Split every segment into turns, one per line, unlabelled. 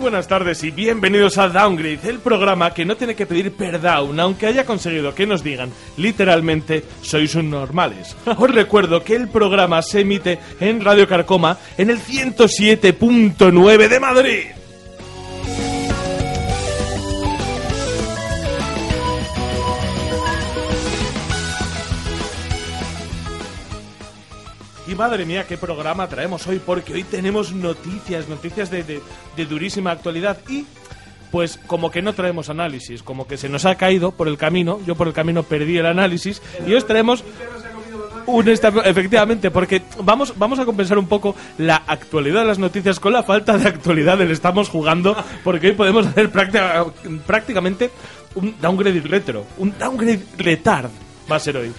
buenas tardes y bienvenidos a Downgrade, el programa que no tiene que pedir perdown, aunque haya conseguido que nos digan literalmente sois un normales. Os recuerdo que el programa se emite en Radio Carcoma en el 107.9 de Madrid. Y madre mía, qué programa traemos hoy, porque hoy tenemos noticias, noticias de, de- de durísima actualidad y pues como que no traemos análisis, como que se nos ha caído por el camino, yo por el camino perdí el análisis y os traemos un esta- efectivamente, porque vamos, vamos a compensar un poco la actualidad de las noticias con la falta de actualidad del estamos jugando, porque hoy podemos hacer práctica- prácticamente un downgrade retro, un downgrade retard va a ser hoy.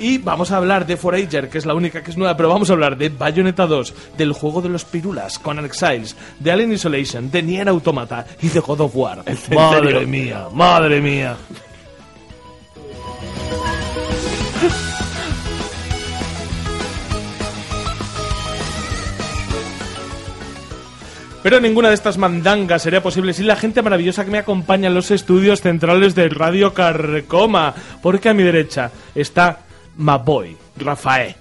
Y vamos a hablar de Forager, que es la única que es nueva, pero vamos a hablar de Bayonetta 2, del juego de los pirulas con Exiles, de Alien Isolation, de Nier Automata y de God of War. Madre mía, madre mía. Pero ninguna de estas mandangas sería posible sin la gente maravillosa que me acompaña en los estudios centrales de Radio Carcoma. Porque a mi derecha está Maboy, Rafael.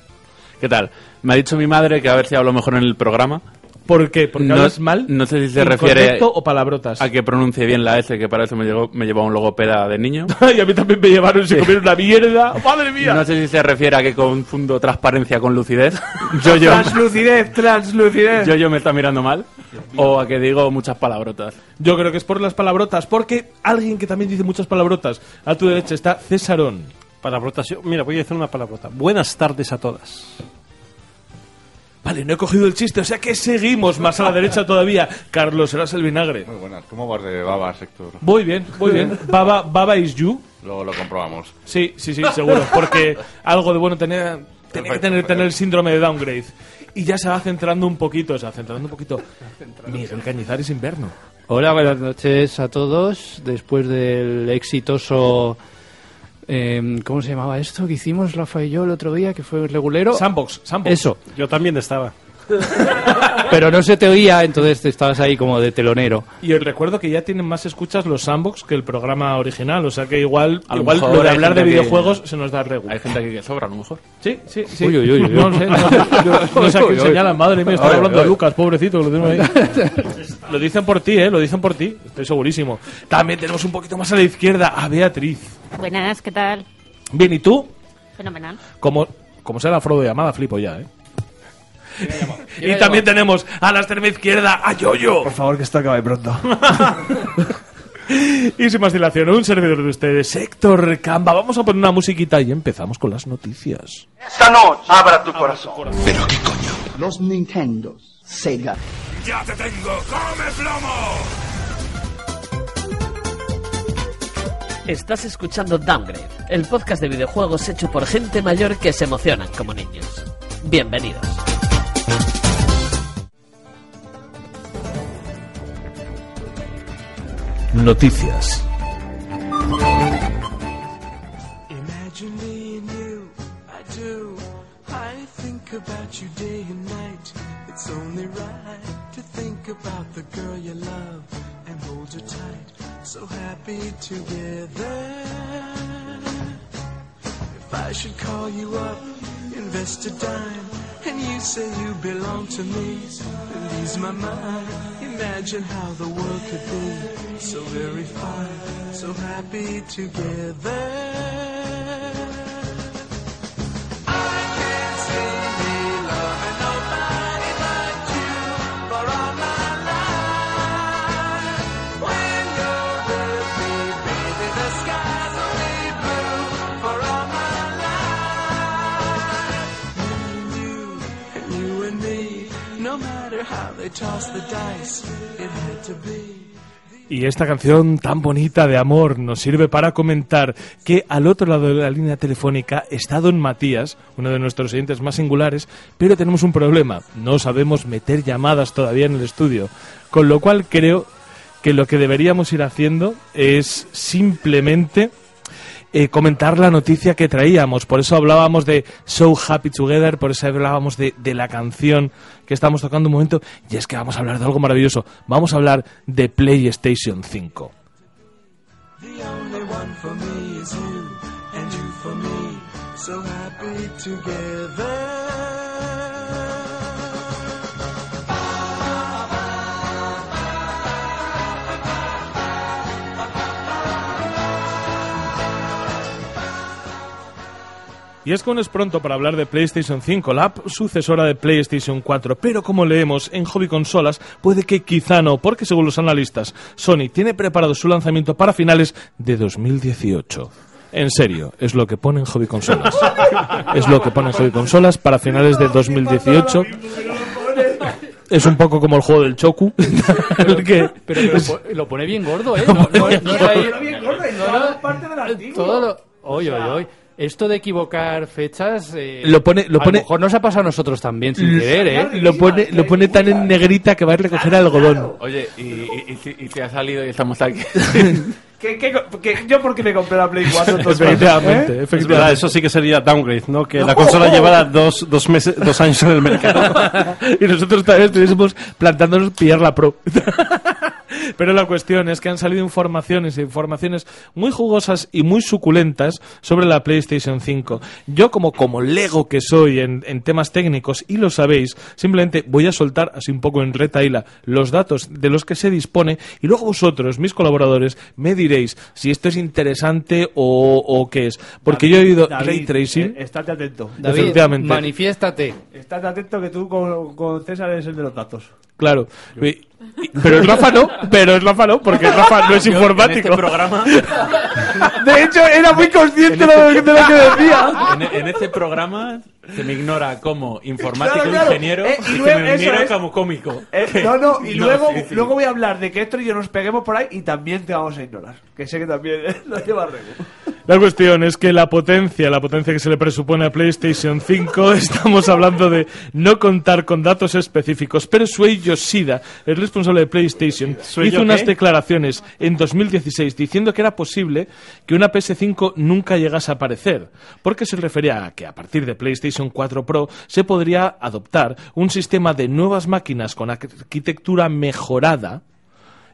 ¿Qué tal? Me ha dicho mi madre que a ver si hablo mejor en el programa.
¿Por qué? ¿Porque
No-
hablas mal?
no sé si se refiere-
¿Incorrecto o palabrotas?
A que pronuncie bien la S, que para eso me, llegó, me llevó un logopeda de niño.
y a mí también me llevaron si comieron una mierda. ¡Madre mía!
No sé si se refiere a que confundo transparencia con lucidez. Yo, yo,
Translucidez, translucidez.
yo, yo me está mirando mal. O a que digo muchas palabrotas.
Yo creo que es por las palabrotas, porque alguien que también dice muchas palabrotas. A tu derecha está Cesarón.
Palabrota, sí. Mira, voy a decir una palabrota. Buenas tardes a todas.
Vale, no he cogido el chiste, o sea que seguimos más a la derecha todavía. Carlos, serás el vinagre.
Muy buenas. ¿Cómo vas de babas, Héctor?
Muy bien, muy bien. Baba, Baba is you.
Luego lo comprobamos.
Sí, sí, sí, seguro. Porque algo de bueno tenía, tenía que tener, tener el síndrome de downgrade. Y ya se va centrando un poquito, se va centrando un poquito. Miguel Cañizares Inverno.
Hola, buenas noches a todos. Después del exitoso. eh, ¿Cómo se llamaba esto que hicimos Rafa y yo el otro día? Que fue el regulero.
Sandbox, Sandbox.
Eso.
Yo también estaba.
Pero no se te oía, entonces te estabas ahí como de telonero.
Y os recuerdo que ya tienen más escuchas los Sandbox que el programa original. O sea que igual,
A lo
igual
mejor
lo de
hay
hablar de
gente que-
videojuegos se nos da regu.
Hay gente aquí que sobra, a lo mejor.
Sí, sí, sí.
Uy, uy, uy, uy.
No lo sé. No, no, no sé a quién señalan, madre mía. Estaba
Oye,
hablando de
oye.
Lucas, pobrecito, que lo tengo ahí. Lo dicen por ti, ¿eh? Lo dicen por ti. Estoy segurísimo. También tenemos un poquito más a la izquierda a Beatriz.
Buenas, ¿qué tal?
Bien, ¿y tú?
Fenomenal.
Como, como sea la Frodo llamada, flipo ya, ¿eh? Y también tenemos a la extrema izquierda a Yoyo.
Por favor, que esto acabe pronto.
Y sin más dilación, un servidor de ustedes, Héctor Camba. Vamos a poner una musiquita y empezamos con las noticias.
Esta noche abra tu corazón.
los Nintendo, Sega.
¡Ya te tengo! ¡Come plomo!
Estás escuchando Downgrade, el podcast de videojuegos hecho por gente mayor que se emocionan como niños. Bienvenidos.
Noticias. Y esta canción tan bonita de amor nos sirve para comentar que al otro lado de la línea telefónica está Don Matías, uno de nuestros oyentes más singulares, pero tenemos un problema. No sabemos meter llamadas todavía en el estudio. Con lo cual creo que lo que deberíamos ir haciendo es simplemente eh, comentar la noticia que traíamos. Por eso hablábamos de So Happy Together, por eso hablábamos de, de la canción que estamos tocando un momento. Y es que vamos a hablar de algo maravilloso. Vamos a hablar de PlayStation 5. Y es que aún es pronto para hablar de PlayStation 5, la app sucesora de PlayStation 4, pero como leemos en Hobby Consolas, puede que quizá no, porque según los analistas, Sony tiene preparado su lanzamiento para finales de 2018. En serio, es lo que pone en Hobby Consolas. Es lo que pone en Hobby Consolas para finales de 2018. Es un poco como el juego del Choku. el que-
Pero que lo, po- lo pone bien gordo, ¿eh? No, no, no era ahí- no era- todo lo- Oye, oye, oye. Esto de equivocar fechas. eh,
Lo pone- lo
a
pone-
mejor nos ha pasado a nosotros también, sin
Lo-
querer, ¿eh?
lo pone, lo pone tan en negrita que va a recoger algodón.
Oye, y, y- y- y te ha salido y estamos aquí.
¿Qué, qué, qué, yo porque me compré la Play 4 entonces.
Efectivamente,
¿eh? Es verdad,
efectivamente.
eso sí que sería downgrade, ¿no? Que la consola llevara dos, dos, meses, dos años en el mercado.
y nosotros también estuviésemos plantándonos pillar la pro. Pero la cuestión es que han salido informaciones, informaciones muy jugosas y muy suculentas sobre la PlayStation 5. Yo como, como lego que soy en, en temas técnicos, y lo sabéis, simplemente voy a soltar así un poco en retaíla los datos de los que se dispone y luego vosotros, mis colaboradores, me diréis si esto es interesante o, o qué es. Porque yo he oído
David,
ray tracing.
eh, estate atento.
David,
efectivamente.
manifiéstate.
Estate atento que tú con, con César eres el de los datos.
Claro. Y- y- Pero Rafa no, pero Rafa no, porque Rafa no es informático.
programa,
De hecho, eh, era muy consciente de lo- de lo que decía.
este en, en este programa se me ignora como informático,
Claro, claro.
ingeniero,
Eh, y
y,
luego
se me
eso
ignora
es-
como cómico.
Eh,
Que-
no, no, y
no,
luego,
sí, sí.
luego voy a hablar de que Héctor y yo nos peguemos por ahí y también te vamos a ignorar. Que sé que también eh, lo lleva Rego.
La cuestión es que la potencia, la potencia que se le presupone a PlayStation 5, estamos hablando de no contar con datos específicos, pero Suei Yoshida, el responsable de PlayStation, hizo unas declaraciones en 2016 diciendo que era posible que una PS5 nunca llegase a aparecer, porque se refería a que a partir de PlayStation 4 Pro se podría adoptar un sistema de nuevas máquinas con arquitectura mejorada,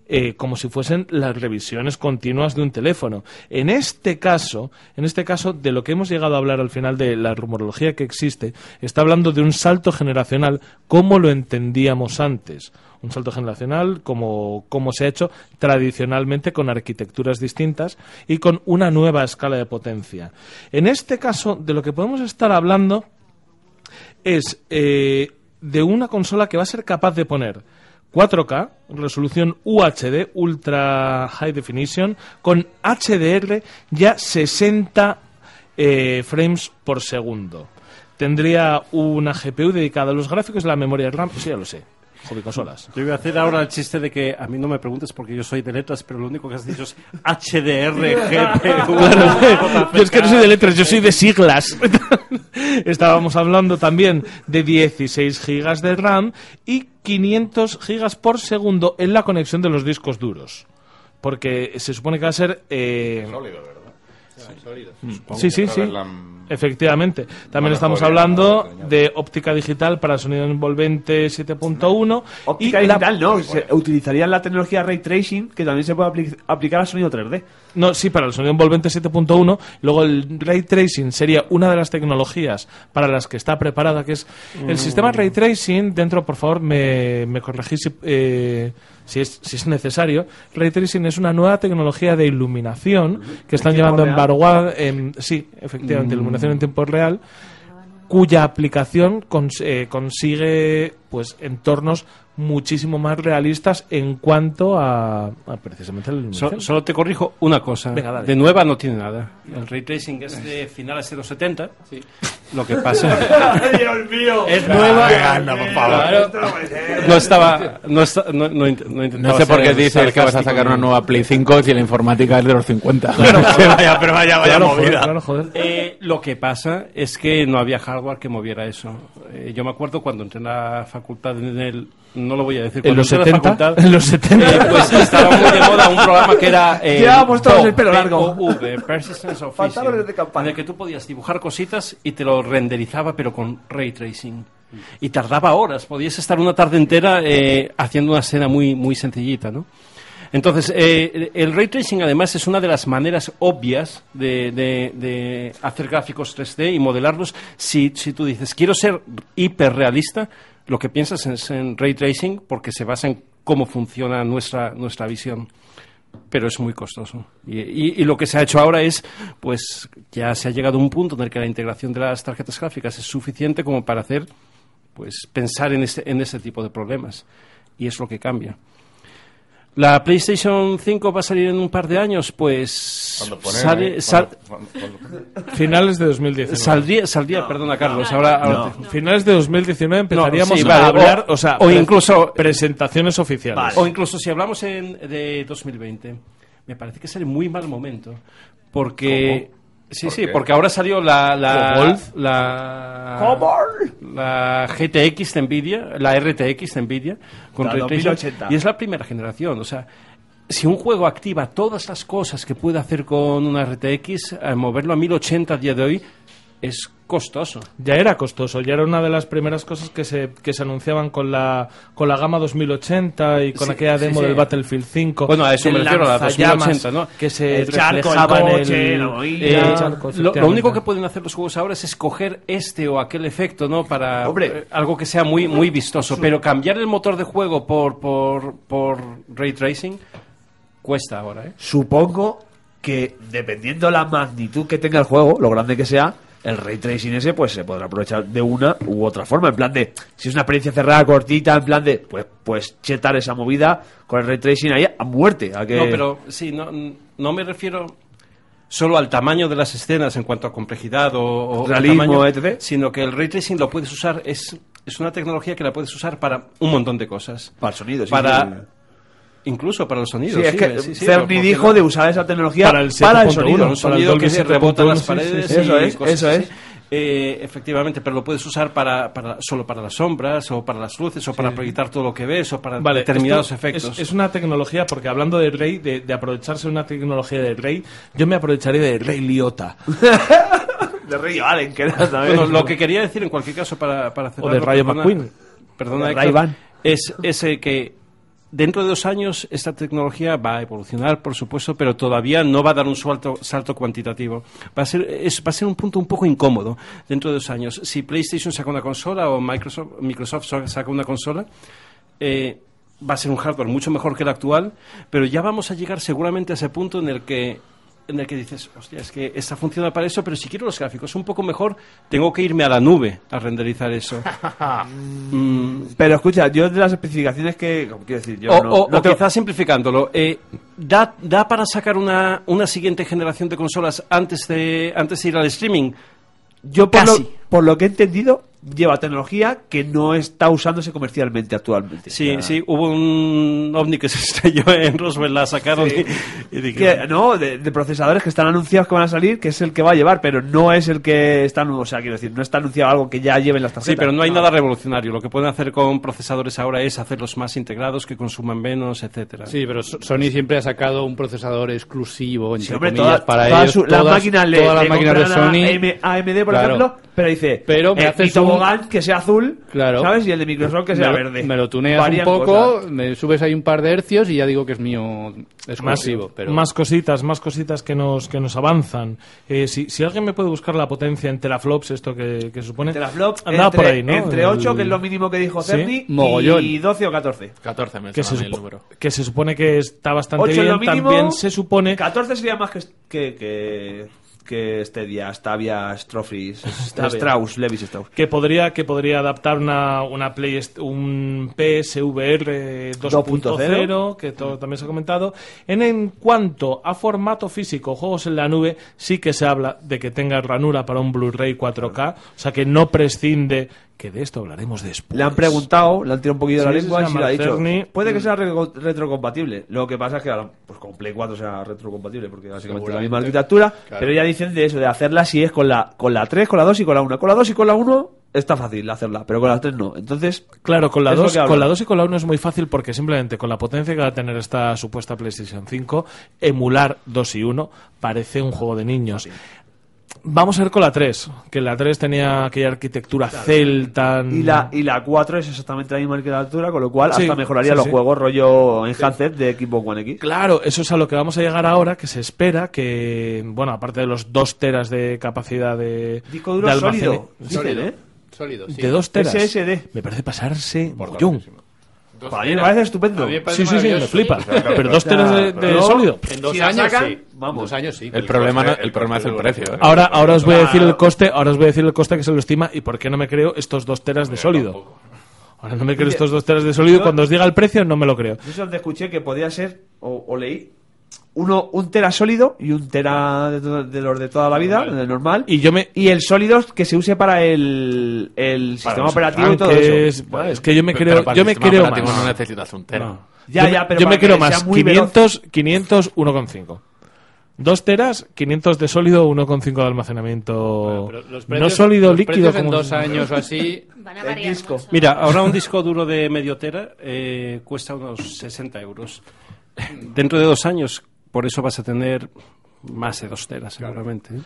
eh, como si fuesen las revisiones continuas de un teléfono. En este caso, en este caso, de lo que hemos llegado a hablar al final de la rumorología que existe, está hablando de un salto generacional como lo entendíamos antes. Un salto generacional como, como se ha hecho tradicionalmente con arquitecturas distintas y con una nueva escala de potencia. En este caso, de lo que podemos estar hablando es eh, de una consola que va a ser capaz de poner 4K, resolución UHD, Ultra High Definition, con HDR ya 60 eh, frames por segundo. Tendría una GPU dedicada a los gráficos y la memoria RAM, sí, ya lo sé. Hobby consolas.
Yo voy a hacer ahora el chiste de que a mí no me preguntes porque yo soy de letras, pero lo único que has dicho es HDR, GPU.
yo es que no soy de letras, yo soy de siglas. Estábamos hablando también de 16 gigas de RAM y 500 gigas por segundo en la conexión de los discos duros. Porque se supone que va a ser... eh,
Sólido, ¿verdad?
Mm,
sí, sí, sí.
La-
Efectivamente. También
Bueno,
estamos
podría
hablando
haber
de óptica digital para sonido envolvente 7.1.
Óptica
y la-
digital, no. se- utilizarían la tecnología ray tracing que también se puede apli- aplicar al sonido 3D.
No, sí, para el sonido envolvente 7.1. Luego el ray tracing sería una de las tecnologías para las que está preparada, que es
Mm.
el sistema ray tracing. Dentro, por favor, me, me corregís si, eh, si es, si es necesario. Ray tracing es una nueva tecnología de iluminación que están
tiempo
llevando en
real?
Barwa. en- sí,
Mm.
efectivamente, iluminación en tiempo real cuya aplicación cons- eh, consigue pues entornos muchísimo más realistas en cuanto a, a precisamente la
So-
iluminación.
solo te corrijo una cosa.
Venga, dale.
de nueva no tiene nada. El ray tracing es de finales de los 70. Lo que pasa
¡Dios mío!
es nueva.
por favor.
No estaba. No, esta- no, no int- no
No
intentaba
sé por qué
ser
dices que vas a
sarcástico,
sacar
¿no?
una nueva Play 5 si la informática es de los 50. vaya, pero vaya, vaya
Claro, joder, claro, joder.
Eh, lo que pasa es que no había hardware que moviera eso. Eh, yo me acuerdo cuando entré en la facultad en el... No lo voy a decir.
En
cuando
los
entré a
70.
La facultad,
En los 70.
eh, pues estaba muy de moda un programa que era. Eh,
Llevábamos todos
POV,
el pelo largo.
POV, Persistence of
Faltaba
Vision,
el de campana.
En el que tú podías dibujar cositas y te lo renderizaba, pero con ray tracing. Y tardaba horas. Podías estar una tarde entera eh, haciendo una escena muy, muy sencillita, ¿no? Entonces, eh, el ray tracing además es una de las maneras obvias de, de- de hacer gráficos 3D y modelarlos. Si, si tú dices, quiero ser hiperrealista, lo que piensas es en ray tracing porque se basa en cómo funciona nuestra, nuestra visión. Pero es muy costoso. Y, y- y lo que se ha hecho ahora es, pues ya se ha llegado a un punto en el que la integración de las tarjetas gráficas es suficiente como para hacer, pues pensar en este, en este tipo de problemas. Y es lo que cambia. ¿La PlayStation 5 va a salir en un par de años? Pues
Cuando ponen-
sale-
cuando-
sal-
cuando- cuando-
Finales de 2019.
saldría, saldría perdona Carlos, ahora, ahora te-
Finales de 2019 empezaríamos
No, sí, vale,
a hablar,
o-
o, sea,
o
pre-
incluso-
presentaciones oficiales.
O incluso si hablamos en, de 2020, me parece que sería muy mal momento. Porque. Sí,
¿Por
sí,
qué?
porque ahora salió la. la,
¿Cobalt?
la
¡Cobalt!
La GTX de Nvidia, la RTX de Nvidia, con
La
Ray Tracing,
2080.
Y es la primera generación, o sea. Si un juego activa todas las cosas que puede hacer con una RTX, eh, moverlo a 1080 a día de hoy es costoso.
Ya era costoso, ya era una de las primeras cosas que se, que se anunciaban con la, con la gama 2080 y con
Sí,
aquella
sí,
demo
sí.
del Battlefield 5.
Bueno, a eso me
del
refiero, a la
lanzallamas
2080, ¿no? Eh,
Que se
El charco, el
reflejaba en
coche, la
el,
boina.
Eh,
el charco,
lo- lo,
efectivamente.
único que pueden hacer los juegos ahora es escoger este o aquel efecto, ¿no? Para
Hombre.
eh, algo que sea muy, muy vistoso. Pero cambiar el motor de juego por, por, por ray tracing cuesta ahora, ¿eh?
Supongo que dependiendo la magnitud que tenga el juego, lo grande que sea, el ray tracing ese pues se podrá aprovechar de una u otra forma. En plan de, si es una experiencia cerrada, cortita, en plan de, pues, pues chetar esa movida con el ray tracing ahí a muerte. A que...
No, pero sí, no, no me refiero solo al tamaño de las escenas en cuanto a complejidad o, o
Realismo,
tamaño,
etc..
sino que el ray tracing lo puedes usar, es, es una tecnología que la puedes usar para un montón de cosas.
Para el sonido, sí, sí.
Para, incluso para los sonidos.
Sí, es
sí,
que
sí, sí,
Cerny
porque
dijo
no-
de usar esa tecnología
Para el
sonido.
Con un
7.1. para el
sonido
Dolby
que se
7.1,
rebota en las
sí, sí,
paredes.
sí.
y
Eso es,
cosas
eso
así.
es.
Eh, efectivamente, pero lo puedes usar para, para- solo para las sombras o para las luces o para proyectar todo lo que ves o para
Vale,
determinados
esto
efectos.
Es, es una tecnología, porque hablando de Rey, de, de aprovecharse de una tecnología de Rey, yo me aprovecharé de Rey Liotta.
De Ray Allen, que era también.
Bueno, lo que quería decir en cualquier caso para, para cerrar,
de Rayo
perdona-
McQueen.
Perdona,
De
Héctor,
Ray-Ban.
es ese que dentro de dos años esta tecnología va a evolucionar, por supuesto, pero todavía no va a dar un salto, salto cuantitativo. Va a, ser, es- va a ser un punto un poco incómodo dentro de dos años. Si PlayStation saca una consola o Microsoft, Microsoft saca una consola, eh, va a ser un hardware mucho mejor que el actual, pero ya vamos a llegar seguramente a ese punto en el que en el que dices, hostia, es que esta funciona para eso, pero si quiero los gráficos un poco mejor, tengo que irme a la nube a renderizar eso. Mm,
Pero escucha, yo de las especificaciones que. Quiero decir, yo
o
no,
o-
no
o
tengo-
quizás simplificándolo, eh, da, da para sacar una, una siguiente generación de consolas antes de, antes de ir al streaming?
Yo por lo,
Casi.
por lo que he entendido, lleva tecnología que no está usándose comercialmente actualmente.
Sí,
O sea,
sí, hubo un ovni que se estrelló en Roswell, la sacaron y, y dije,
Que, no, de, de procesadores que están anunciados que van a salir, que es el que va a llevar, pero no es el que está, o sea, quiero decir, no está anunciado algo que ya lleven las tarjetas.
Sí, pero no hay nada revolucionario. Lo que pueden hacer con procesadores ahora es hacerlos más integrados, que consuman menos, etcétera.
Sí, pero So- Sony siempre ha sacado un procesador exclusivo, entre
Sí, hombre,
comillas,
toda-
para
todas
ellos.
su- las
todas-
máquinas le,
todas las
le
máquinas de
comprarán a
Sony.
AM- AMD, por
Claro.
ejemplo, pero dice,
Pero me
eh, mi
haces un-
tobogán que sea azul,
Claro.
¿sabes? Y el de Microsoft que sea
me, lo-
verde.
me lo tuneas
Varias
un poco, eh,
cosas.
me subes ahí un par de hercios y ya digo que es mío exclusivo. pero
Más cositas, más cositas que nos, que nos avanzan. Eh, si, si alguien me puede buscar la potencia en teraflops, esto que, que supone.
Teraflop,
andaba
entre,
por ahí, ¿no?
entre
El-
8, que es lo mínimo que dijo
Sí.
Cerny,
Mogollón.
y 12 o 14.
14 me
que se,
suena a mí el
supo-
número.
que se supone que está bastante
8 es lo
bien.
mínimo.
También se supone
14 sería más que. que, que que este día Stavia Strophis Strauss Levis Strauss
que podría, que podría adaptar una, una Play, un PSVR 2.0, que to- también se ha comentado. En, en cuanto a formato físico, juegos en la nube, sí que se habla de que tenga ranura para un Blu-ray 4K, o sea que no prescinde que de esto hablaremos después.
Le han preguntado, le han tirado un poquito
Sí,
la
sí,
lengua
se
y sí lo ha
llama
dicho.
Cerny.
Mm.
Puede que sea re- retrocompatible. Lo que pasa es que ahora, pues con Play 4 sea retrocompatible, porque básicamente es la misma
Seguramente.
arquitectura.
Claro.
Pero ya dicen de eso, de hacerla si es con la, con la 3, con la 2 y con la 1. Con la 2 y con la 1 está fácil hacerla, pero con la 3 no. Entonces,
Claro, con la,
Es lo
2,
que hablo.
con la 2 y con la 1 es muy fácil porque simplemente con la potencia que va a tener esta supuesta PlayStation 5, emular 2 y 1 parece un juego de niños. Vamos a ver con la 3, que la 3 tenía aquella arquitectura celta.
y la, y la 4 es exactamente la misma arquitectura, con lo cual
Sí,
hasta mejoraría
sí,
los
sí.
juegos rollo en handset de Xbox One X.
Claro, eso es a lo que vamos a llegar ahora, que se espera que, bueno, aparte de los 2 teras de capacidad de,
Disco duro
de almacene-
sólido. Dicen,
Sólido.
¿eh?
Sólido, sí.
De 2 teras.
SSD.
Me parece pasarse mogollón.
Importantísimo. Dos
Para mí me
teras.
parece estupendo.
A mí me parece
Sí, sí, sí, me
maravilloso.
flipa.
O sea, claro,
Pero 2
o sea,
teras de, de
pero-
sólido.
En dos
Si la
años
sacan,
sí.
vamos.
En dos años sí.
El problema, no- el problema es el precio. ¿eh?
Ahora, ahora os voy a decir el coste, ahora os voy a decir el coste que se lo estima y por qué no me creo estos dos teras de sólido. Ahora no me creo estos dos teras de sólido. Cuando os diga el precio no me lo creo.
Yo es donde escuché que podía ser, o, o leí, uno, un tera sólido y un tera de, to- de los de toda la vida, de normal.
Y yo me
y el sólido que se use para el, el sistema operativo y todo
tanques,
eso.
buah, es que yo me
Pero
creo,
para el
yo me
sistema
creo
operativo
más.
No necesitas un tera.
Ya,
yo me-
ya, pero
yo me
para
creo
que
más.
sea muy
500, 500, 1,5. Dos teras, 500 de sólido, 1,5 de almacenamiento.
Pero los
no
precios-
sólido,
los
líquido.
precios en
como-
dos años o así.
Van a
El
variar
disco.
mucho.
Mira, ahora un disco duro de medio tera eh, cuesta unos 60 euros. Dentro de dos años, por eso vas a tener más de dos teras, seguramente. ¿eh?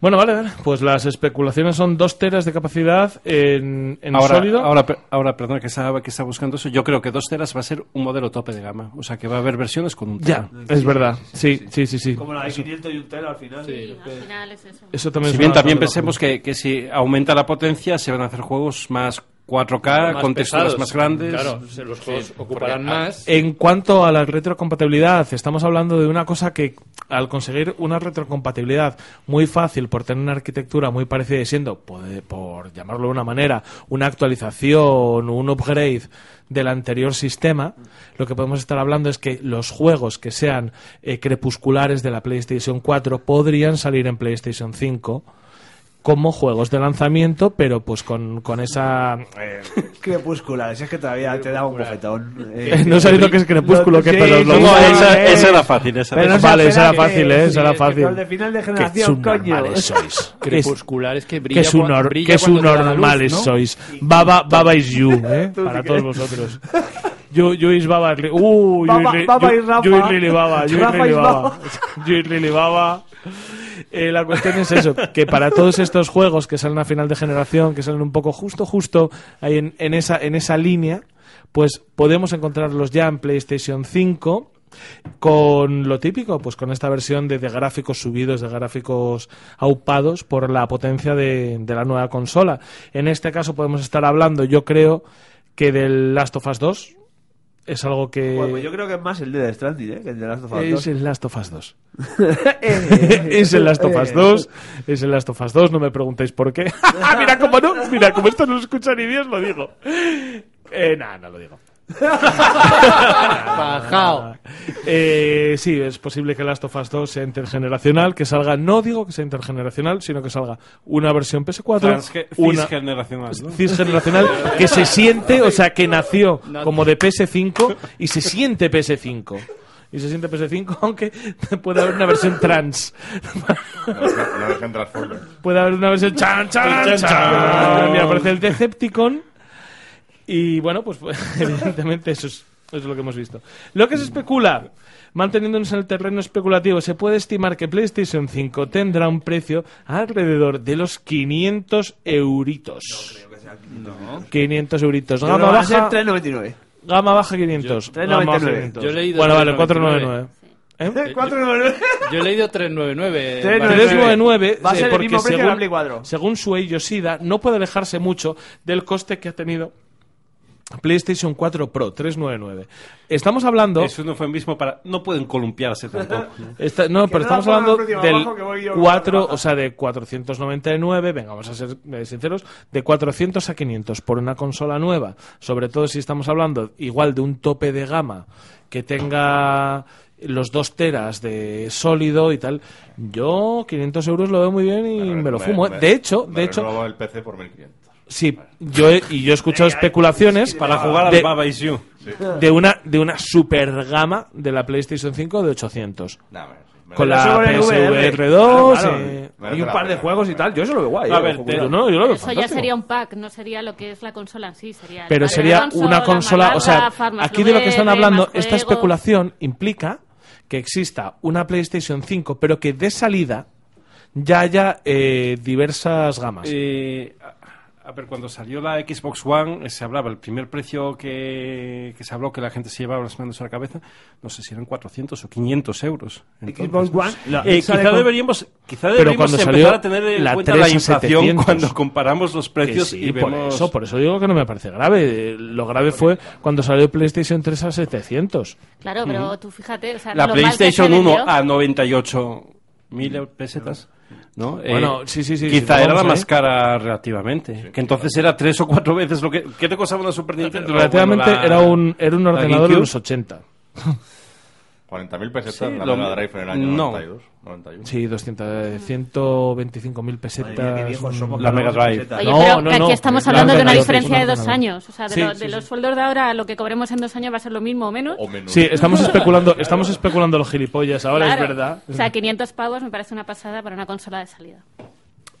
Bueno, vale, vale. Pues las especulaciones son dos teras de capacidad en, en
ahora,
sólido.
Ahora, per- ahora, perdona que estaba, que estaba buscando eso. Yo creo que dos teras va a ser un modelo tope de gama. O sea, que va a haber versiones con un
ya,
tera.
es verdad. Sí, sí, sí, sí.
Como la de 500 y un tera al final.
Sí.
Al final es eso.
Eso también
Si
es
bien
una
también
tabla.
pensemos que, que si aumenta la potencia, se van a hacer juegos más 4K,
más
con texturas
pesados.
más grandes.
Claro, se- los juegos ocuparán
porque-
más.
En cuanto a la retrocompatibilidad, estamos hablando de una cosa que al conseguir una retrocompatibilidad muy fácil por tener una arquitectura muy parecida y siendo, pode- por llamarlo de una manera, una actualización, un upgrade del anterior sistema, lo que podemos estar hablando es que los juegos que sean eh, crepusculares de la PlayStation 4 podrían salir en PlayStation 5 como juegos de lanzamiento, pero pues con, con esa eh,
Crepusculares, es que todavía te da un bofetón. Eh,
no sabéis lo que es crepúsculo, que pero os lo digo.
esa- esa era fácil, esa era
fácil. Vale, esa era fácil, eh, esa era fácil.
de final de
Qué
generación, coño.
subnormales sois. Qué es-
Crepuscular es que brilla.
qué
cuan-
subnor-
brilla
qué
cuando te da la luz,
subnormales
¿no?
sois. Baba, baba is you, ¿eh? Para todos vosotros. You, you is baba. is re- Uh, you
Baba-
is re-
baba
you-
is Rafa.
you is really baba. You is
Rafa
really
is
baba.
baba.
You is really baba. Eh, la cuestión es eso, que para todos estos juegos que salen a final de generación, que salen un poco justo, justo ahí en, en esa, en esa línea, pues podemos encontrarlos ya en PlayStation 5 con lo típico, pues con esta versión de, de gráficos subidos, de gráficos aupados por la potencia de, de la nueva consola. En este caso podemos estar hablando, yo creo, que del Last of Us 2 es algo que...
Bueno, Pues, yo creo que es más el de Death Stranding, ¿eh? Que el de Last of Us Eh,
es
2.
el Last of Us 2. es el Last of Us 2, es el Last of Us 2, no me preguntéis por qué. Ah, mira cómo no, mira cómo esto no lo escucha ni Dios, lo digo. Eh, nada, no lo digo.
Bajao.
Eh, sí, es posible que Last of Us 2 sea intergeneracional, que salga, no digo que sea intergeneracional, sino que salga una versión PS4,
Transge-
una
cisgeneracional, ¿no?
cisgeneracional, que se siente, o sea, que nació como de PS5 y se siente PS5. Y se siente PS5, aunque puede haber una versión trans.
No, no dejen Transformers.
Puede haber una versión chan, chan, chan. Y aparece el Decepticon. Y bueno, pues evidentemente eso es, eso es lo que hemos visto. Lo que se especula, manteniéndonos en el terreno especulativo, se puede estimar que PlayStation 5 tendrá un precio alrededor de los 500 euritos. 500 euritos.
Yo creo que
Pues Gama
va a ser
baja,
3.99.
gama baja 500. Gama baja
3,99.
500.
Yo he leído
bueno, vale,
4,99.
499. ¿Eh?
4.99.
Yo he leído 399.
399.
399
Eh, Va a
eh,
ser el
porque
mismo precio que
según,
la Play 4.
según Suei Yoshida no puede alejarse mucho del coste que ha tenido PlayStation 4 Pro 399. Estamos hablando
Es un eufemismo para. No pueden columpiarse tampoco. ¿no?
Esta- no, pero
no
estamos
la
hablando
pongan al precio
del
abajo, que voy yo con la
4,
rebaja.
o sea, de 499, venga, vamos a ser eh, sinceros, de 400 a 500 por una consola nueva, sobre todo si estamos hablando igual de un tope de gama que tenga los dos teras de sólido y tal, yo 500 euros lo veo muy bien y me, lo
Me-
fumo. eh.
me-
de hecho,
me
de hecho,
renuevo el PC por 1500.
Sí, yo he- y yo he escuchado especulaciones
Para jugar al
de,
Baba Is You.
de una de una super gama de la PlayStation 5 de 800.
Nah, me- me-
Con
me-
la
Sobre el VR.
PSVR 2
Claro,
eh,
Merece
y un
la
par de
pena.
juegos y tal. Yo eso lo veo guay.
A
eh,
ver,
ojo,
te-
cuidado.
no, yo
Eso
lo veo
ya
Pues fantástico.
sería un pack, no sería lo que es la consola en sí, sería...
Pero
vale,
sería
la
una consola,
más
o sea,
gafas, más
aquí de lo que están
VR,
hablando,
más
esta
juegos.
especulación implica que exista una PlayStation 5, pero que de salida ya haya eh, diversas gamas.
Eh, a, a ver, cuando salió la Xbox One, eh, se hablaba, el primer precio que, que se habló que la gente se llevaba las manos a la cabeza, no sé si eran 400 o 500 euros. Entonces,
Xbox One, la-
eh, quizá,
sale con-
deberíamos, quizá
Pero
deberíamos
cuando
empezar
salió
a tener en
la
cuenta
3
la
a
inflación
700.
cuando comparamos los
Que
precios
sí,
y
por
vemos...
eso, por eso digo que no me parece grave. Eh, Lo grave fue cuando salió PlayStation 3 a 700.
Claro, pero tú fíjate, o sea,
la
lo mal que se
PlayStation 1
vendió.
a 98.000 pesetas. ¿no? Eh,
Bueno, sí, sí, sí,
Quizá
sí,
era la
vamos,
más
¿eh?
cara relativamente. que entonces era tres o cuatro veces lo que. ¿Qué te costaba una Super Nintendo?
Relativamente
Bueno, la-
era un era un
la
ordenador de
GameCube.
los 80.
40.000 pesetas
Sí,
la
lo-
Mega Drive en el año
no.
92, 91.
Sí, 200, eh, 125.000
Madre mía, qué
pesetas. Mm.
viejos somos,
la
que
Mega
hablamos de
Drive.
pesetas.
Oye,
No,
pero
no,
que aquí
no,
estamos
claro,
hablando de
claro,
una
claro,
diferencia de
claro,
dos
claro.
años. O sea, de,
Sí,
lo-
sí,
de
sí.
los sueldos de ahora, lo que cobremos en dos años va a ser lo mismo o menos.
O menos.
Sí, estamos especulando, estamos especulando los gilipollas, ahora
Claro.
es verdad.
O sea, 500 pavos me parece una pasada para una consola de salida.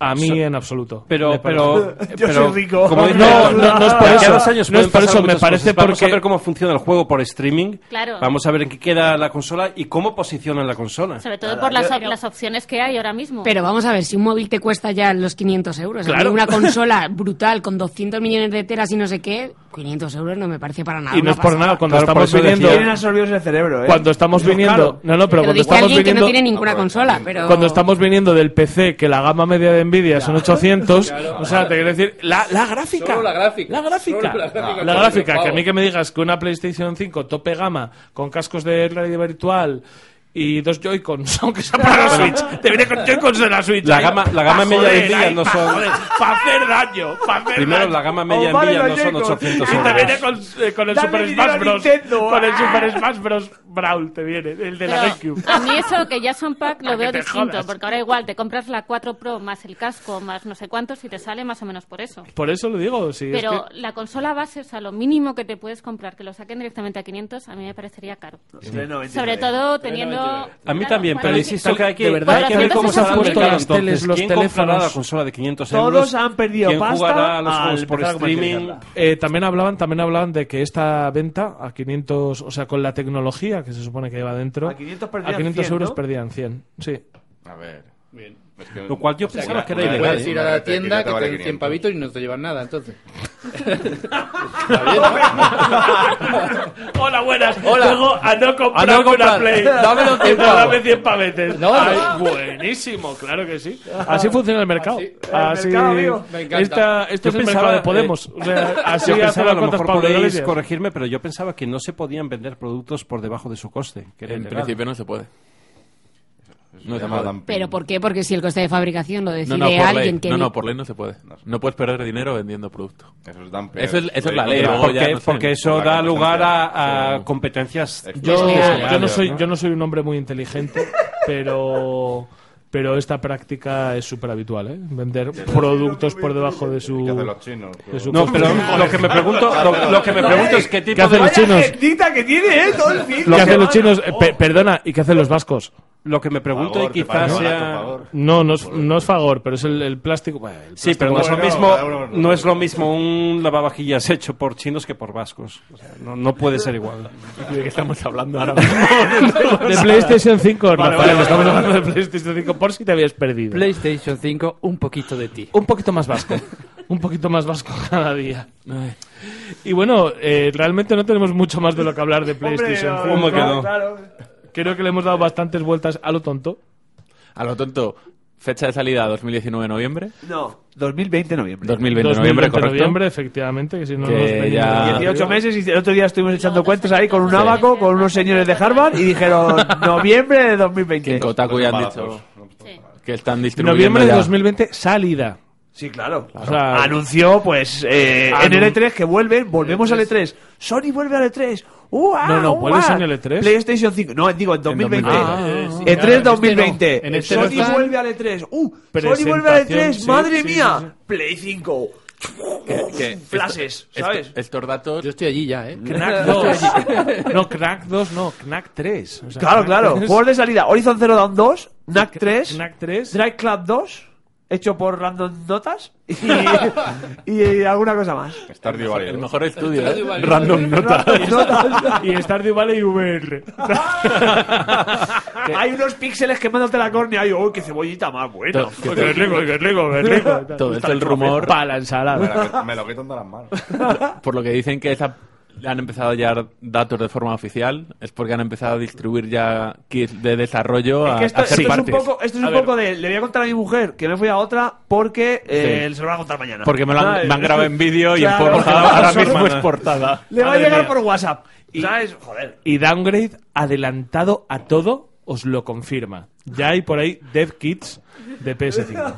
A mí en absoluto. Me
Pero,
parece.
pero,
Yo
pero-
soy rico.
Como dice,
No, no, no es por
cada
eso.
dos años
No es
pueden
por
pasar
eso, me
muchas
parece
cosas. Vamos
porque-
a ver cómo funciona el juego por streaming.
Claro.
Vamos a ver en qué queda la consola y cómo posicionan la
Ah.
consola.
Sobre todo por las, las opciones que hay ahora mismo.
Pero vamos a ver, si un móvil te cuesta ya los 500 euros, a mí
Claro.
una consola brutal con 200 millones de teras y no sé qué, 500 euros no me parece para nada.
y no
una
es por
pasada.
nada cuando
Claro, por
estamos
eso decía-
viniendo
Tienen absorbidos el cerebro, eh.
cuando estamos
Eso es
viniendo,
caro.
no, no, pero
Pero
cuando
dice
estamos
alguien que no
viniendo
tiene ninguna consola, pero...
Cuando estamos viniendo del PC, que la gama media de Nvidia son 800, o sea, te quiero decir, la, la gráfica.
Solo la gráfica.
La gráfica.
Solo
la
la
Ah.
gráfica,
gráfica.
que a mí que me digas que una PlayStation 5 tope gama, con cascos de realidad virtual y dos Joy-Cons, aunque sea para la Switch, te viene con Joy-Cons de la Switch.
La gama- la gama media de Nvidia no son-
Para hacer daño, pa' hacer
Primero,
daño.
la gama media
Oh, vale,
Nvidia no
los
son
Joy-Con.
800
Y te
euros.
viene con, eh, con el
Dale
Super
dinero
Smash
a
Bros.
Nintendo.
Con el Super Smash Bros. Brawl te viene, el de la
Pero
GameCube.
a mí eso que ya son pack
Para
lo veo
que te
distinto,
jodas.
porque ahora igual te compras la 4 Pro más el casco más no sé cuántos y te sale más o menos por eso.
Por eso lo digo, sí. es
Pero
que-
la consola base, o sea, lo mínimo que te puedes comprar, que lo saquen directamente a 500, a mí me parecería caro. Sobre todo teniendo...
A mí
Claro,
también, pero
cuando-
insisto que hay que,
de verdad
hay que ver cómo se
han
han
puesto
las teles, los
¿Quién comprará
teléfonos?
la consola de 500 euros?
Todos han perdido
¿Quién
pasta
jugará a los
al
juegos por
empezar a
streaming?
comercializarla.
Eh, también hablaban también hablaban de que esta venta a 500, o sea, con la tecnología que se supone que lleva dentro,
A 500 perdían
a 500
100,
euros
¿no?
perdían 100. Sí.
A ver. Es que-
Lo cual yo
o sea,
pensaba que era
una-
ilegal.
una-
Puedes ir a
una
la
de
tienda
500
que
vale
te den 100
500.
pavitos y no te llevan nada, entonces.
Ah, Hola, buenas.
Hola.
Luego a no
Ah,
comprar,
A no comprar.
una Play.
Dame los 100
Pero
pavos.
dame 100 pavetes.
No, no.
Ay, buenísimo, claro que sí. Así funciona el mercado. Ah,
Así. El
Así.
mercado, amigo.
Me encanta.
Esta,
Yo
este es
pensaba,
el
eh,
mercado de Podemos. O sea, así
Yo pensaba,
hace
a
las
lo
cuentas
mejor
Pablo
podéis
Iglesias.
corregirme, pero yo pensaba que no se podían vender productos por debajo de su coste. que era
En
ilegal.
principio no se puede. No
Se
se
llama
puede.
dumping.
¿Pero por qué? Porque si el coste de fabricación lo decide
No, no, por
alguien
ley.
que...
No, no, por ley no se puede. No puedes perder dinero vendiendo productos.
Eso es dumping.
Eso es- eso es la ley,
Pero
luego
¿por
ya
qué?
no sé.
Porque eso
Por la
da lugar a, a
competencia.
competencias.
Yo,
Desleales,
yo no soy, yo no soy un hombre muy inteligente, pero, pero esta práctica es súper habitual, ¿eh? Vender productos por debajo de su...
¿Qué hacen los chinos?
de su
No,
coste.
pero lo que me pregunto, lo, lo que me pregunto es qué tipo
¿Qué hacen
de
los chinos?
gentita que tiene, eh, todo el fin.
¿Qué hacen los chinos? Eh, pe- perdona, ¿y qué hacen los vascos?
lo que me pregunto
Favor,
y
te parece
quizás
barato,
sea
favor.
No, no es, no es favor, pero es el, el plástico... bueno, el
Sí, pero no es lo
Bueno,
mismo,
cada uno-
no es lo mismo un lavavajillas hecho por chinos que por vascos. O sea, no, no puede ser igual.
¿De qué estamos hablando ahora?
plástico- De PlayStation 5, Rafael, estamos hablando de PlayStation 5 por si te habías perdido.
PlayStation 5, un poquito de ti.
Un poquito más vasco. Un poquito más vasco cada día. Y bueno, eh, realmente no tenemos mucho más de lo que hablar de PlayStation 5.
¿Cómo quedó?
Creo que le hemos dado bastantes vueltas a lo tonto.
A lo tonto, fecha de salida 2019 noviembre.
No, 2020
2020
noviembre.
noviembre,
2020
correcto.
noviembre, efectivamente, que si no
Que
nos venimos
ya-
arriba.
18 meses y el otro día estuvimos echando
Luego,
cuentos ahí con un
sí.
abaco, con unos señores de Harvard y dijeron noviembre de
Que en
2020.
Kotaku ya han
Baratos.
dicho
Sí.
que están distribuyendo
Noviembre de
ya.
2020, salida.
Sí, claro.
O sea,
Anunció, pues, eh, en el E3 que vuelven, volvemos al E3. Sony vuelve al E3. ¡Uah,
No, no,
uah!
¿vuelve Sony al E3?
PlayStation 5. No, digo, en 2020.
Ah, sí,
E3
claro.
2020.
En este no. En este
Sony
no están.
vuelve al E3. ¡Uh! Sony vuelve al E3.
Presentación, sí,
¡Madre
sí,
mía!
sí, sí.
Play 5. Flashes, ¿sabes?
Estos datos.
Yo estoy allí ya, ¿eh?
Knack 2. No, Knack 2, no, Knack 3. O sea,
Claro,
Knack
claro.
3.
Juegos de salida. Horizon Zero Dawn 2, Knack 3,
Knack 3.
Drive Club 2, hecho por Random Notas y, y alguna cosa más.
Stardew Valley.
El
¿no?
mejor estudio,
Stardew
¿eh?
Valley.
Random Notas.
Y Stardew Valley VR.
Hay unos píxeles quemándote la córnea y uy, qué cebollita más buena.
Qué rico, qué rico, qué rico.
Todo esto el rumor.
Para la ensalada.
Me la- Me lo quito de las manos.
Por lo que dicen que esa- han empezado a hallar datos de forma oficial, es porque han empezado a distribuir ya kits de desarrollo a,
Que esto,
a
esto es un
partes.
poco, esto es un poco de. Le voy a contar a mi mujer que me fui a otra porque eh,
Sí.
se lo voy a contar mañana.
Porque me lo han,
¿Sabes?
me han grabado en vídeo y en
Claro.
portada. Ahora
Solo-
mismo es portada.
Le va a
Madre
llegar
mía.
por WhatsApp. ¿Sabes? Joder.
Y Downgrade, adelantado a todo, os lo confirma. Ya hay por ahí dev kits de PS5.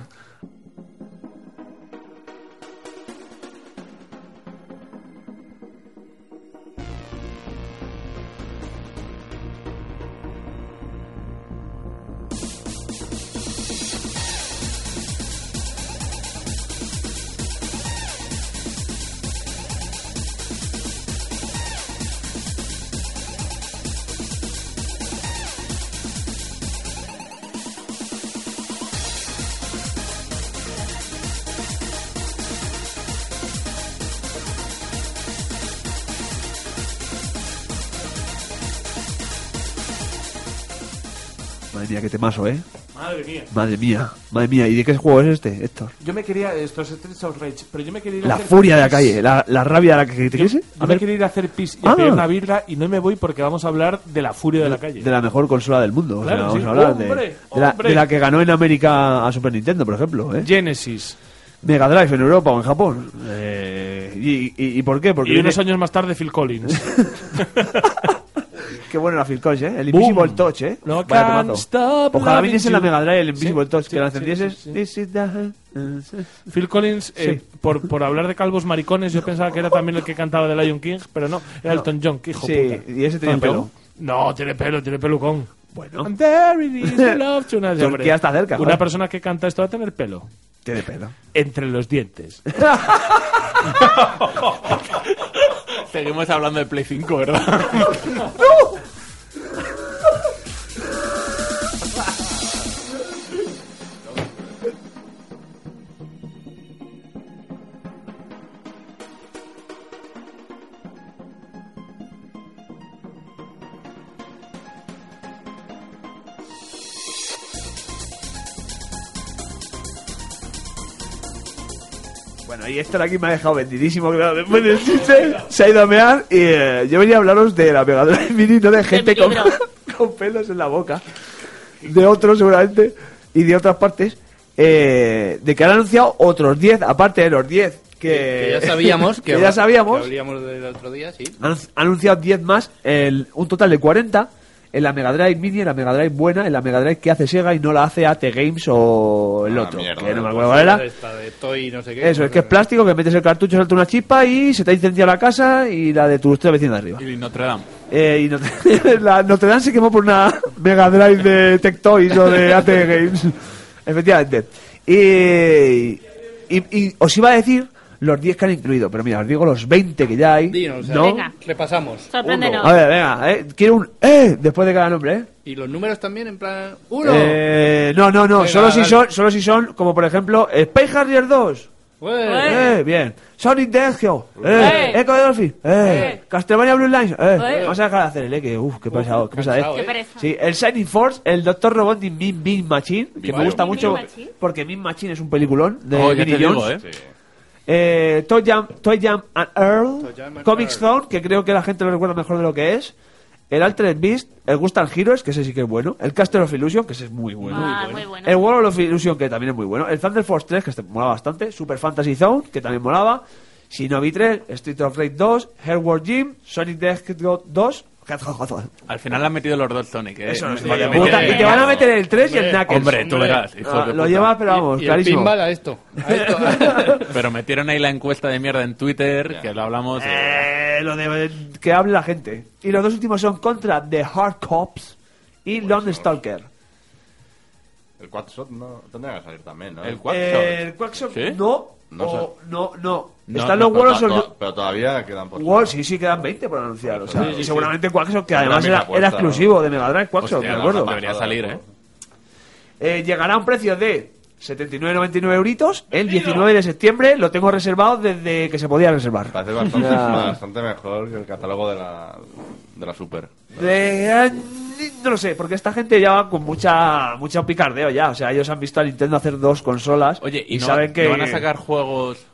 Madre mía, qué temazo, ¿eh?
Madre mía.
Madre mía, madre mía. ¿Y de qué juego es este, Héctor?
Yo me quería. eh, Esto es Streets of Rage, pero yo me quería. ir a
La
hacer
furia de la
pis.
calle, la, la rabia de la que ¿eh?
Yo,
dijese.
yo me quería ir a hacer pis y
Ah.
a pedir una birra y no me voy porque vamos a hablar de la furia de la calle.
De la mejor consola del mundo. o sea,
Claro,
vamos
sí.
a hablar de,
Hombre,
de la,
hombre.
de la que ganó en América a Super Nintendo, por ejemplo. ¿eh?
Genesis.
Mega Drive en Europa o en Japón. Eh, y, y- y por qué? Porque
y
viene-
unos años más tarde, Phil Collins.
Qué bueno la Phil Collins, ¿eh? El
Boom.
Invisible Touch, ¿eh?
No
Vaya
can't
temazo.
stop
Ojalá
loving
viniese en la
you.
Mega Drive el Invisible Touch, que la
sí,
encendieses.
sí, sí.
This is the-
Phil Collins, eh, por, por hablar de calvos maricones, yo pensaba que era también el que cantaba de Lion King, pero no, era
No.
Elton John, que hijo
Sí,
puta.
y ese tenía
Elton
pelo.
John. No, tiene pelo, tiene pelucón.
Bueno.
And there it is, the love tonight.
Turquía
Hombre,
está cerca,
Una
joder.
persona que canta esto va a tener pelo.
Tiene pelo.
Entre los dientes.
Seguimos hablando de Play 5, ¿verdad?
Bueno, y Héctor aquí me ha dejado vendidísimo, claro. Después del chiste, se ha ido a mear y eh, yo venía a hablaros de la Mega Drive Mini, no de gente con, con pelos en la boca. De otros, seguramente, y de otras partes. eh, de que han anunciado otros 10, aparte de los 10 que,
Que ya sabíamos que,
que ya sabíamos.
que habríamos del otro día, sí.
Han han anunciado 10 más, el- un total de 40 en la Mega Drive Mini, en la Mega Drive buena, en la Mega Drive que hace Sega y no la hace AT Games o el
Ah,
otro,
mierda.
que no me acuerdo cuál era.
Esta de Toy, no sé qué.
Eso, es que es plástico, que metes el cartucho, salta una chispa y se te ha incendiado la casa y la de tus tres vecinos de arriba.
Y Notre Dame.
Eh, y Notre, la Notre Dame se quemó por una Mega Drive de Tectoys o de AT Games. Efectivamente. Y, y, y os iba a decir los 10 que han incluido, pero mira, os digo los 20 que ya hay.
Dinos,
¿no?
Venga.
Repasamos.
Sorpréndenos.
A ver, venga, eh, quiero un eh después de cada nombre, eh.
Y los números también, en plan... ¡Uno!
Eh, no, no, no,
Venga,
solo si
dale.
son, solo si son, como por ejemplo, Space Harrier 2.
Ué.
Eh, bien. Sonic the Hedgehog.
Eh.
Eh, Echo the Dolphin. Eh,
Eh.
Castlevania Blue Lines. Eh,
Eh.
vamos a dejar de hacer el eh, que uff, qué pesado, qué pesado, eh.
Qué pereza.
Sí, el Shining Force, el Doctor Robot de Min Min Machine, que me
Machine.
gusta
Min
mucho
Min Machine.
porque Min Machine es un peliculón de
Oh, ya
Vinnie
te digo,
Jones.
¿eh?
Eh, Toy Jam, Toy Jam and Earl,
Toy Jam and
Comic
Earl.
Zone, que creo que la gente lo recuerda mejor de lo que es, el Altered Beast, el Gustan Heroes, que ese sí que es bueno, el Caster of Illusion, que ese es muy bueno,
Ah, muy bueno.
el World of Illusion, que también es muy bueno, el Thunder Force 3, que este molaba bastante, Super Fantasy Zone, que también molaba, Shinobi 3, Street of Rage 2, Hellworld Gym, Sonic the Hedgehog 2,
Al final le han metido los dos Sonic, ¿eh?
Eso no es
Vale,
de
mete-
puta. Y te van a meter el 3 y el
Hombre,
Knuckles.
Hombre, tú verás, hijo
Ah,
de
lo
puta.
llevas, pero vamos,
y
clarísimo.
el pinball a esto. A esto.
Pero metieron ahí la encuesta de mierda en Twitter, que lo hablamos... eh,
Eh, lo de que hable la gente. Y los dos últimos son contra The Hard Cops y Lone Stalker.
El El Quackshot no tendrá que salir también, ¿no?
El Quackshot. Eh, El Quackshot no, o-
sé.
no, no.
No,
Están
no,
los Warriors
Pero, to-
of-
to- pero todavía quedan por.
Wow, sí, sí, quedan 20 por anunciar. O sea,
Sí, sí,
y
sí.
seguramente Quackshot, que
Una
además
mega
era,
apuesta,
era
¿no?
exclusivo de Mega Drive, Quackshot,
Hostia,
me acuerdo.
debería salir, ¿eh?
Eh, llegará a un precio de 79,99 euritos el 19 de septiembre. Lo tengo reservado desde que se podía reservar.
Parece bastante,
Ya.
bastante mejor que el catálogo de la, de la Super.
De- eh, no lo sé, porque esta gente ya va con mucha mucha picardeo ya. O sea, ellos han visto a Nintendo hacer dos consolas
Oye, y,
y,
no,
saben
no
que...
van a sacar juegos.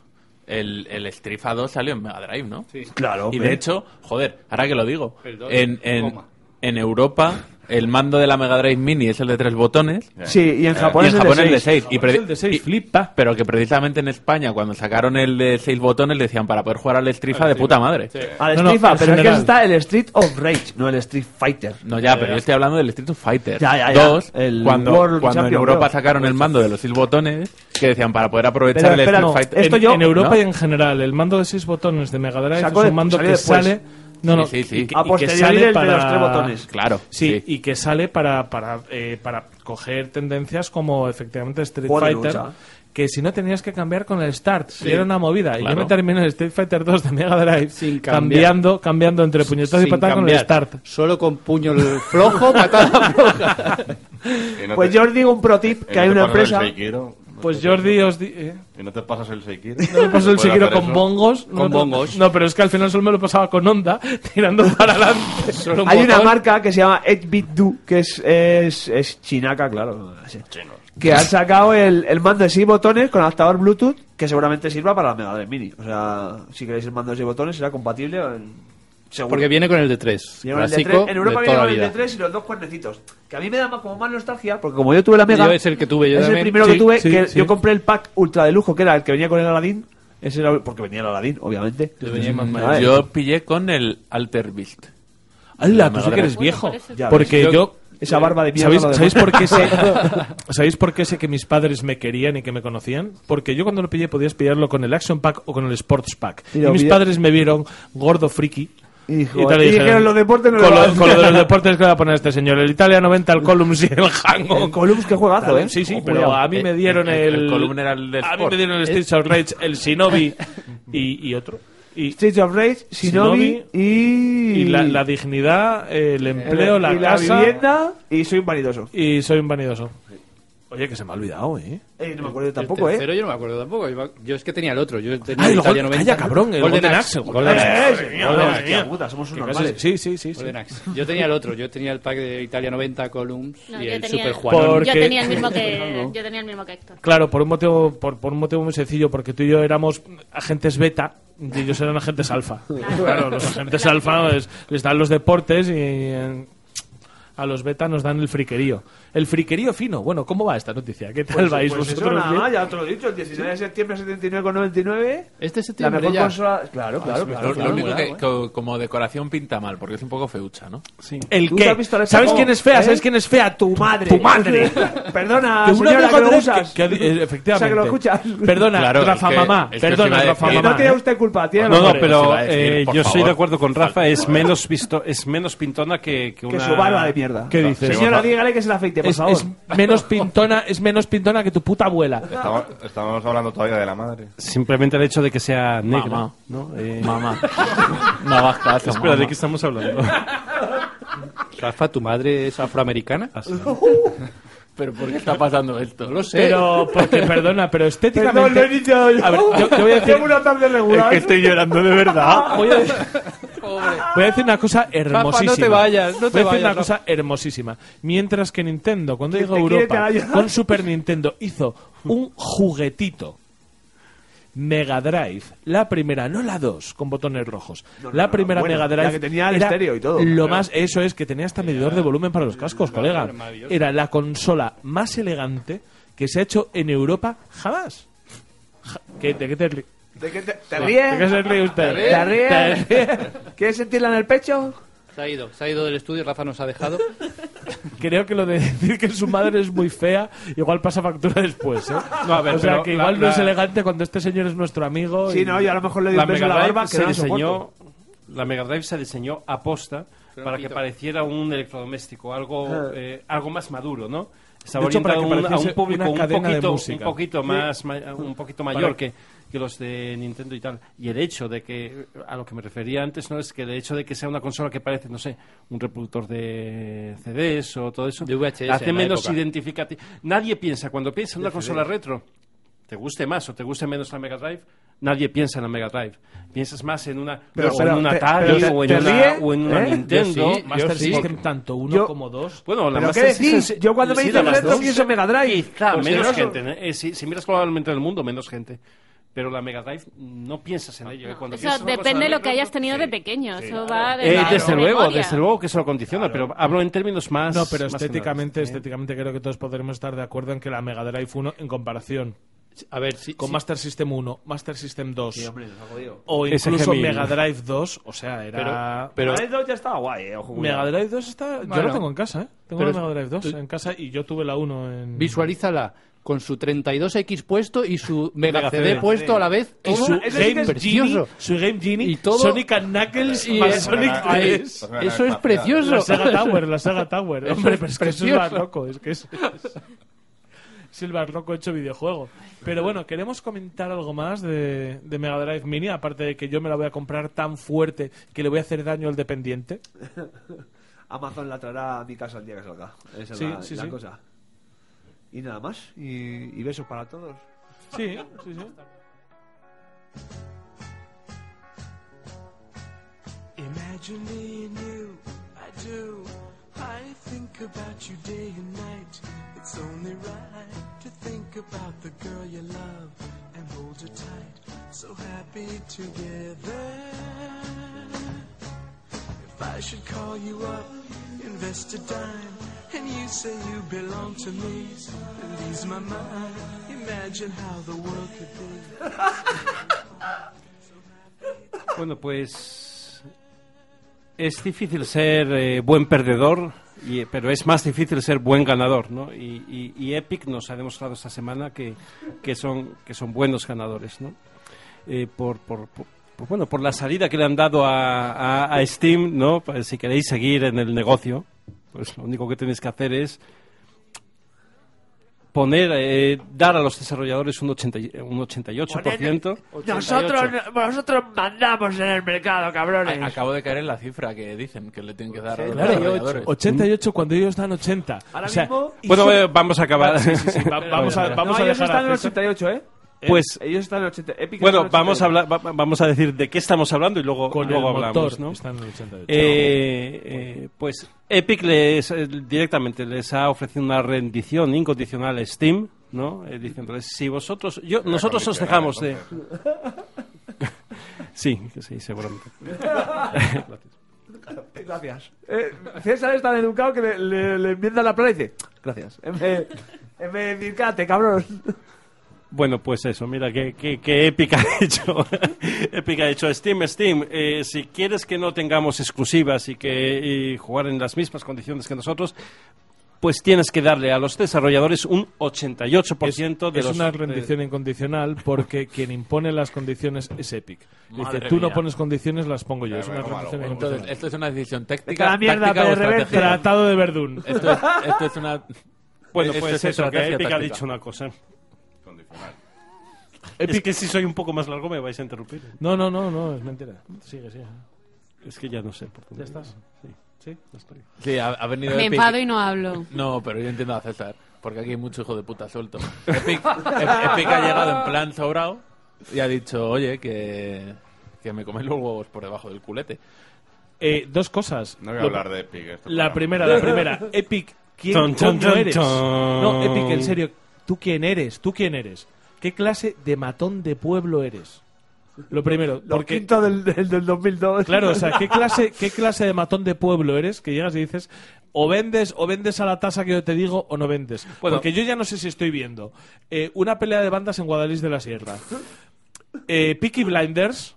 El, el Strifa 2 salió en Mega Drive, ¿no? Sí.
Claro,
Y
hombre.
de hecho, joder, ahora que lo digo,
Perdón,
en, en,
coma.
en Europa el mando de la Mega Drive Mini es el de tres botones.
Sí, y en Japón es el de seis.
seis. Y
Japón es
pre- y- Pero que precisamente en España, cuando sacaron el de seis botones, le decían para poder jugar al Strifa de puta madre.
Al
No, no, en
Street Fighter, pero es que
general.
está el Street of Rage, no el Street Fighter.
No, ya, pero yo estoy hablando del Street Fighter
Ya, ya, ya.
2,
El
cuando,
World
cuando en
Champion,
Europa
creo.
sacaron el mando de los seis botones, que decían para poder aprovechar
Pero
el
espera,
Street
no,
Fighter.
esto
En-
yo-
en
en
Europa
Europa y en general, el mando de seis botones de Mega Drive
Sacó
es
de-
un mando
salió
que
después.
sale. No, no,
Sí, sí, sí.
y- y que-
A
y que
posteriori
sale
el de
para-
los tres botones. Claro,
Sí,
sí.
y que sale para, para, eh, para coger tendencias como efectivamente Street
Juego de
Fighter.
lucha.
Que si no tenías que cambiar con el Start,
Sí.
y era una movida. Y yo
Claro.
me terminé el Street Fighter 2 de Mega Drive
cambiar.
cambiando, cambiando entre puñetazos y
Sin
patadas con el
cambiar.
Start.
Solo con puño flojo, patada floja.
Pues yo os digo un pro
Eh,
tip, que hay una empresa...
Pues Jordi os di- ¿eh?
¿Y no te pasas el Seikiro?
No me pasó el
¿Puedes
Sekiro
hacer
con
eso?
bongos. no me- No, pero es que al final solo me lo pasaba con onda, tirando para adelante.
Hay una marca que se llama 8BitDo, que es, es, es chinaca, claro. sí, Que han sacado el, el mando de 6 botones con adaptador Bluetooth, que seguramente sirva para la Mega Drive Mini. O sea, si queréis el mando de 6 botones, será compatible. en- seguro.
Porque viene con el de 3.
Viene con el de
clásico
tres- En Europa
de
viene
toda la
con el de
vida.
3 y los dos cuernecitos. Que a mí me da más- como más nostalgia, porque como yo tuve la Mega...
Yo es el que tuve, yo
es el
también.
primero
Sí,
que tuve,
sí,
que
sí.
yo compré el pack ultra de lujo, que era el que venía con el Aladdin. Ese era, porque venía el Aladdin, obviamente. Ah, eh.
Yo pillé con el Alter Beast.
¡Hala!
La
Tú sí que
Mega
eres
Drive.
viejo.
Ya
Porque
ves.
yo.
Esa barba de mierda
¿Sabéis,
no la
¿sabéis,
demás.
por qué sé, ¿Sabéis por qué sé que mis padres me querían y que me conocían? Porque yo cuando lo pillé podías pillarlo con el Action Pack o con el Sports Pack.
Y
Y,
lo
mis
pilla-
padres me vieron gordo friki.
Hijo, y dijeron, "Los deportes no
con,
lo
lo,
hacen".
con lo de los deportes que va a poner este señor. El Italia 90, el Columns y el Hango.
El Columns, qué juegazo, ¿eh?
Sí, sí,
Ojo,
pero
cuidado.
a mí me dieron
El-
el...
el- el Column era el de
A mí
Sport.
me dieron el Streets of Rage, el Shinobi y, y otro. Y,
Streets of Rage, Shinobi, y...
y la, la dignidad, el empleo, la
y la
casa.
vivienda y soy un vanidoso.
Y soy un vanidoso. Oye, que se me ha olvidado, ¿eh.
Eh, no me acuerdo
Pero
tampoco, ¿eh?
tercero yo no me acuerdo tampoco. Yo, me- yo es que tenía el otro. Yo tenía
Ah, el
el Italia
Gol-
90.
calla, cabrón, el
Golden
Golden
Axe.
Axe, Golden Axe. Madre mía,
Golden
madre
Axe.
mía.
Puta, somos
Que
unos
casi-
normales.
Sí, sí, sí. sí.
Golden Axe. Yo tenía el otro. Yo tenía el pack de Italia 90 Columns
No,
y
yo,
el
tenía,
Super
el-
Juan.
Porque-
yo tenía el mismo que yo tenía el mismo que Héctor.
Claro, por un motivo, por, por un motivo muy sencillo, porque tú y yo éramos agentes beta y ellos eran agentes alfa. Claro, los agentes alfa es- les dan los deportes y eh, a los beta nos dan el friquerío. El friquerío fino. Bueno, ¿cómo va esta noticia? ¿Qué tal
Pues-
vais
pues eso
vosotros?
nada,
bien?
ya te lo he dicho, el 19 de septiembre 79,99.
Este
La
septiembre
mejor
ya.
consola... Claro,
Ah,
claro,
Lo-
claro.
lo
claro.
único que, co- como decoración pinta mal, porque es un poco feucha, ¿no? Sí.
¿El
¿Tú
qué?
te has visto la
¿Sabes
chapa?
quién es fea?
¿Eh?
¿Sabes quién es fea? Tu madre. Tu madre.
Perdona,
Que una Mega
señora, que lo
Drive
usas.
que- que- eh,
O sea, que
efectivamente.
lo escuchas.
Perdona,
Claro,
Rafa
es que- es
mamá.
que os iba
Perdona,
a
Rafa
decir-
mamá.
No tiene
¿eh?
usted culpa, tiene
No,
la
no,
culpa.
pero-
Pero
va a decir,
eh,
por
yo estoy
favor.
de acuerdo con Rafa, es menos, visto, es menos pintona que, que
Que
una...
su barba de mierda.
¿Qué dices?
Señora, dígale que se la afeite, por
Es,
favor.
es menos pintona, es menos pintona que tu puta abuela.
Estamos, estamos hablando todavía de la madre.
Simplemente el hecho de que sea negra.
Mamá.
¿no? Eh,
Mamá. No hagas caso,
Espera,
mamá.
¿de qué estamos hablando?
Rafa, ¿tu madre es afroamericana?
Pero ¿por qué está pasando esto?
No lo sé.
Pero, porque, perdona, pero
Perdón,
estéticamente.
lo he dicho yo.
A ver, yo, yo voy a decir,
Tengo una tarde regular.
llorando de verdad.
voy a decir- voy a decir una cosa hermosísima.
no te vayas, no te
voy a decir
vayas,
una
Rafa.
cosa hermosísima. Mientras que Nintendo, cuando
Que
llegó a
te quiere, te
Europa,
vayas.
con Super Nintendo, hizo un juguetito. Mega Drive, la primera, no la 2 con botones rojos. la primera
bueno,
Mega Drive
la que tenía el
era
estéreo y todo.
Lo
Claro.
más eso es que tenía hasta medidor de volumen para los cascos, colega. Era la consola más elegante que se ha hecho en Europa jamás. Ja- ¿Qué, ¿De qué te ri-
¿De qué te, te
¿De qué
ríes?
se ríe usted?
¿Te ríes? ¿Quieres sentirla en el pecho?
Se ha ido, se ha ido del estudio, Rafa nos ha dejado.
Creo que lo de decir que su madre es muy fea, igual pasa factura después, ¿eh?
No, a ver,
o sea,
pero
que
la-
igual no es
la-
elegante cuando este señor es nuestro amigo.
Sí,
y-
no, yo a lo mejor le di
La
un beso
Mega
en la
Drive
barba que
se
no la soporto.
diseñó... La Mega Drive se diseñó aposta para que pareciera un electrodoméstico, algo, eh, algo más maduro, ¿no? Está
De hecho, para
orientado
que
un- a
pareciese
un público
una
un
cadena de
poquito, un
música.
poquito
Sí.
más, ma- un poquito
Para-
mayor que, que los de Nintendo y tal. Y el hecho de que, a lo que me refería antes, no es que el hecho de que sea una consola que parece, no sé, un reproductor de CDs o todo eso,
VHS
hace
en la
menos
época.
identificativo. Nadie piensa, cuando piensa en una
De
consola
CD.
retro, te guste más o te guste menos la Mega Drive, nadie piensa en la Mega Drive. Piensas más en una,
Pero-
o
pero
en una
te-
Atari
pero te-
o en
te
una,
ríe,
o en una
¿eh?
Nintendo.
Yo sí, Master yo sí. System, tanto uno como dos.
Bueno, la
¿Pero
Master
qué
System
decís?
sí-
Yo cuando me
sí,
dicen
la Master
retro
System-
pienso Mega Drive.
Quizá
Pues
menos
que no
gente. ¿no? Eh, si, si miras globalmente el mundo, menos gente. Pero la Mega Drive no piensas en ello. ¿eh? Cuando
Eso
piensas en una cosa
depende de lo
Mega
que hayas tenido de pequeño. Eso va de
Drive- Eh,
la
desde luego,
memoria.
desde luego que eso lo condiciona, pero hablo en términos más.
No, pero
más ¿eh?
estéticamente, estéticamente creo que todos podremos estar de acuerdo en que la Mega Drive 1 en comparación
a ver,
con
sí.
Master System 1, Master System 2
Sí, hombre, lo jodido.
o incluso
SG-1000.
Mega Drive 2, o sea, era
Mega Drive 2 ya estaba guay, eh, ojo. cuidado.
Mega Drive 2 está yo
Bueno.
lo tengo en casa, ¿eh? Tengo
Pero
la
es-
Mega Drive 2
tú-
en casa y yo tuve la 1 en
Visualízala con su 32X puesto y su Mega
Mega
CD
CD.
puesto a la vez.
Y
Todo
su
es
Game
precioso.
Genie, su Game Genie,
Y todo-
Sonic and Knuckles
Y
más
es-
Sonic
ahí-
3.
eso es precioso.
La Sega Tower, la Sega Tower.
Eso
Hombre,
es
pero es que eso es
precioso.
más loco, es que eso es... es el más loco hecho videojuego. Pero bueno, queremos comentar algo más de, de Mega Drive Mini, aparte de que yo me la voy a comprar tan fuerte que le voy a hacer daño al dependiente.
Amazon la traerá a mi casa el día que salga. Esa
Sí,
es la,
sí,
la
sí.
cosa. Y nada más. Y, y besos para todos.
Sí, sí, sí.
Imagining you, I do. I think about you day and night. It's only right to think about the girl you love and hold her tight. So happy together. If I should call you up, invest a dime, and you say you belong to me, it leaves my mind. Imagine how the world could be.
grandes. Bueno, pues. Es difícil ser eh, buen perdedor, y- pero es más difícil ser buen ganador, ¿no? Y, y- y Epic nos ha demostrado esta semana que, que son, que son buenos ganadores, ¿no? Eh, por, por- por- por, bueno, por la salida que le han dado a, a- a Steam, ¿no? Pues si queréis seguir en el negocio, pues lo único que tenéis que hacer es poner, eh, dar a los desarrolladores un, 80, y- un 88%.
nosotros mandamos en el mercado, cabrones.
A- Acabo de caer en la cifra que dicen que le tienen que dar a los
Claro,
desarrolladores.
88 cuando ellos dan 80.
Ahora
O sea,
mismo-
Bueno,
hijo-
eh, vamos a acabar.
Sí, sí, sí, va- vamos a, vamos
no,
a
ellos
dejar
están en
a
el
César.
88, ¿eh? Eh,
Pues-
ellos están en el 80. Epic está en
Bueno,
el
vamos a,
88.
hablar, va- va- vamos a decir de qué estamos hablando y luego,
Con
luego
el motor
hablamos. ¿no?
está en el 88.
Eh, eh, pues Epic les, eh, directamente les ha ofrecido una rendición incondicional a Steam, ¿no? Eh, diciéndoles, si vosotros... Yo, nosotros os dejamos de... sí, que sí, seguramente.
Gracias. Eh, César es tan educado que le, le, le enmienda la plana y dice: "Eh, Gracias. En vez en vez de decir, "Cállate, cabrón.
Bueno, pues eso, mira qué, qué, qué épica ha hecho. épica ha hecho Steam, Steam. eh, si quieres que no tengamos exclusivas y que y jugar en las mismas condiciones que nosotros, pues tienes que darle a los desarrolladores un 88% de los...
es
eh,
eh,
una rendición incondicional porque quien impone las condiciones es Epic. Dice,
Madre
tú no
mía.
pones condiciones, las pongo yo. Es una rendición
Entonces,
incondicional.
esto es una decisión
Vete a la
táctica,
mierda,
táctica o
PRB,
estratégica.
tratado de Verdún.
Esto es, esto es una...
Bueno,
esto
pues
es
eso, que
estrategia
Epic ha
táctica.
dicho una cosa.
Condicional.
Es que si soy un poco más largo me vais a interrumpir.
No, no, no, no, es mentira. Sigue, sigue.
Es que ya no sé por dónde.
¿Ya estás?
Sí.
Sí.
ya estoy.
Sí, ha, ha venido
Me
Epic.
enfado y no hablo.
No, pero yo entiendo a César, porque aquí hay mucho hijo de puta suelto. Epic, Ep- Epic ha llegado en plan sobrado y ha dicho, oye, que, que me coméis los huevos por debajo del culete.
Eh, dos cosas.
No voy a
Lo-
hablar de Epic, este
la
programa.
primera, la primera. Epic, ¿quién
Chon, chon,
coño
chon,
eres?
chon.
No, Epic, en serio, ¿tú quién eres? ¿Tú quién eres? ¿Qué clase de matón de pueblo eres? Lo primero,
Lo
porque
quinto del, del, del 2002.
Claro, o sea, ¿qué clase, ¿qué clase de matón de pueblo eres que llegas y dices o vendes o vendes a la tasa que yo te digo o no vendes?
Bueno.
Porque yo ya no sé si estoy viendo eh, una pelea de bandas en Guadalís de la Sierra, eh, Peaky Blinders,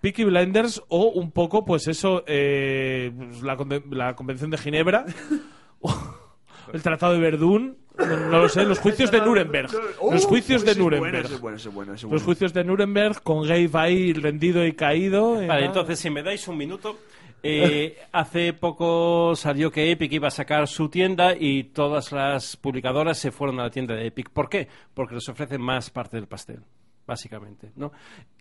Peaky Blinders o un poco, pues eso, eh, la, conde- la Convención de Ginebra, el Tratado de Verdún, No, no lo sé, los juicios de Nuremberg.
Oh,
Los juicios
ese
de
es bueno,
Nuremberg.
ese es bueno, ese es bueno, ese es
Los
bueno.
juicios de Nuremberg con Gay Bay rendido y caído. eh,
Vale,
nada.
entonces si me dais un minuto. eh, hace poco salió que Epic iba a sacar su tienda y todas las publicadoras se fueron a la tienda de Epic. ¿Por qué? Porque les ofrece más parte del pastel, básicamente, ¿no?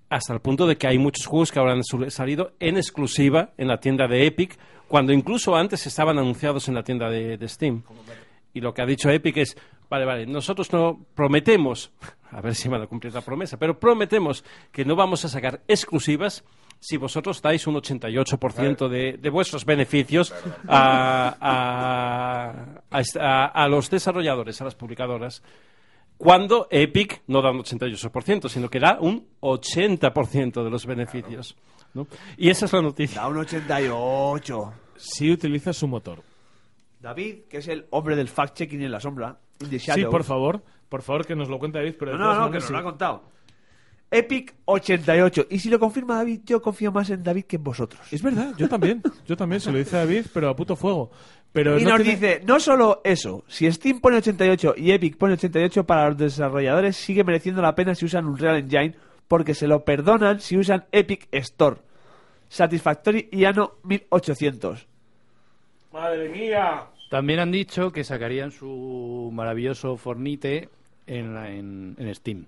Hasta el punto de que hay muchos juegos que habrán su- salido en exclusiva en la tienda de Epic, cuando incluso antes estaban anunciados en la tienda de, de Steam. Y lo que ha dicho Epic es, vale, vale, nosotros no prometemos, a ver si van a cumplir la promesa, pero prometemos que no vamos a sacar exclusivas si vosotros dais un 88% de, de vuestros beneficios a, a- a est- a- a los desarrolladores, a las publicadoras. Cuando Epic no da un 88%, sino que da un 80% de los beneficios. ¿no? Y esa es la noticia.
Da un 88.
Si utiliza su motor.
David, que es el hombre del fact-checking en la sombra. in the
Sí,
shadows.
por favor. Por favor, que nos lo cuente David. Pero
No,
de
no,
todas
no, que
maneras,
nos lo ha
sí.
contado. Epic 88. Y si lo confirma David, yo confío más en David que en vosotros.
Es verdad, yo también. Yo también se lo dice a David, pero a puto fuego. Pero
y
no
nos
tiene-
dice, no solo eso, si Steam pone 88 y Epic pone 88 para los desarrolladores, sigue mereciendo la pena si usan Unreal Engine, porque se lo perdonan si usan Epic Store. Satisfactory y Ano 1800.
Madre mía.
También han dicho que sacarían su maravilloso Fornite en, la- en- en Steam,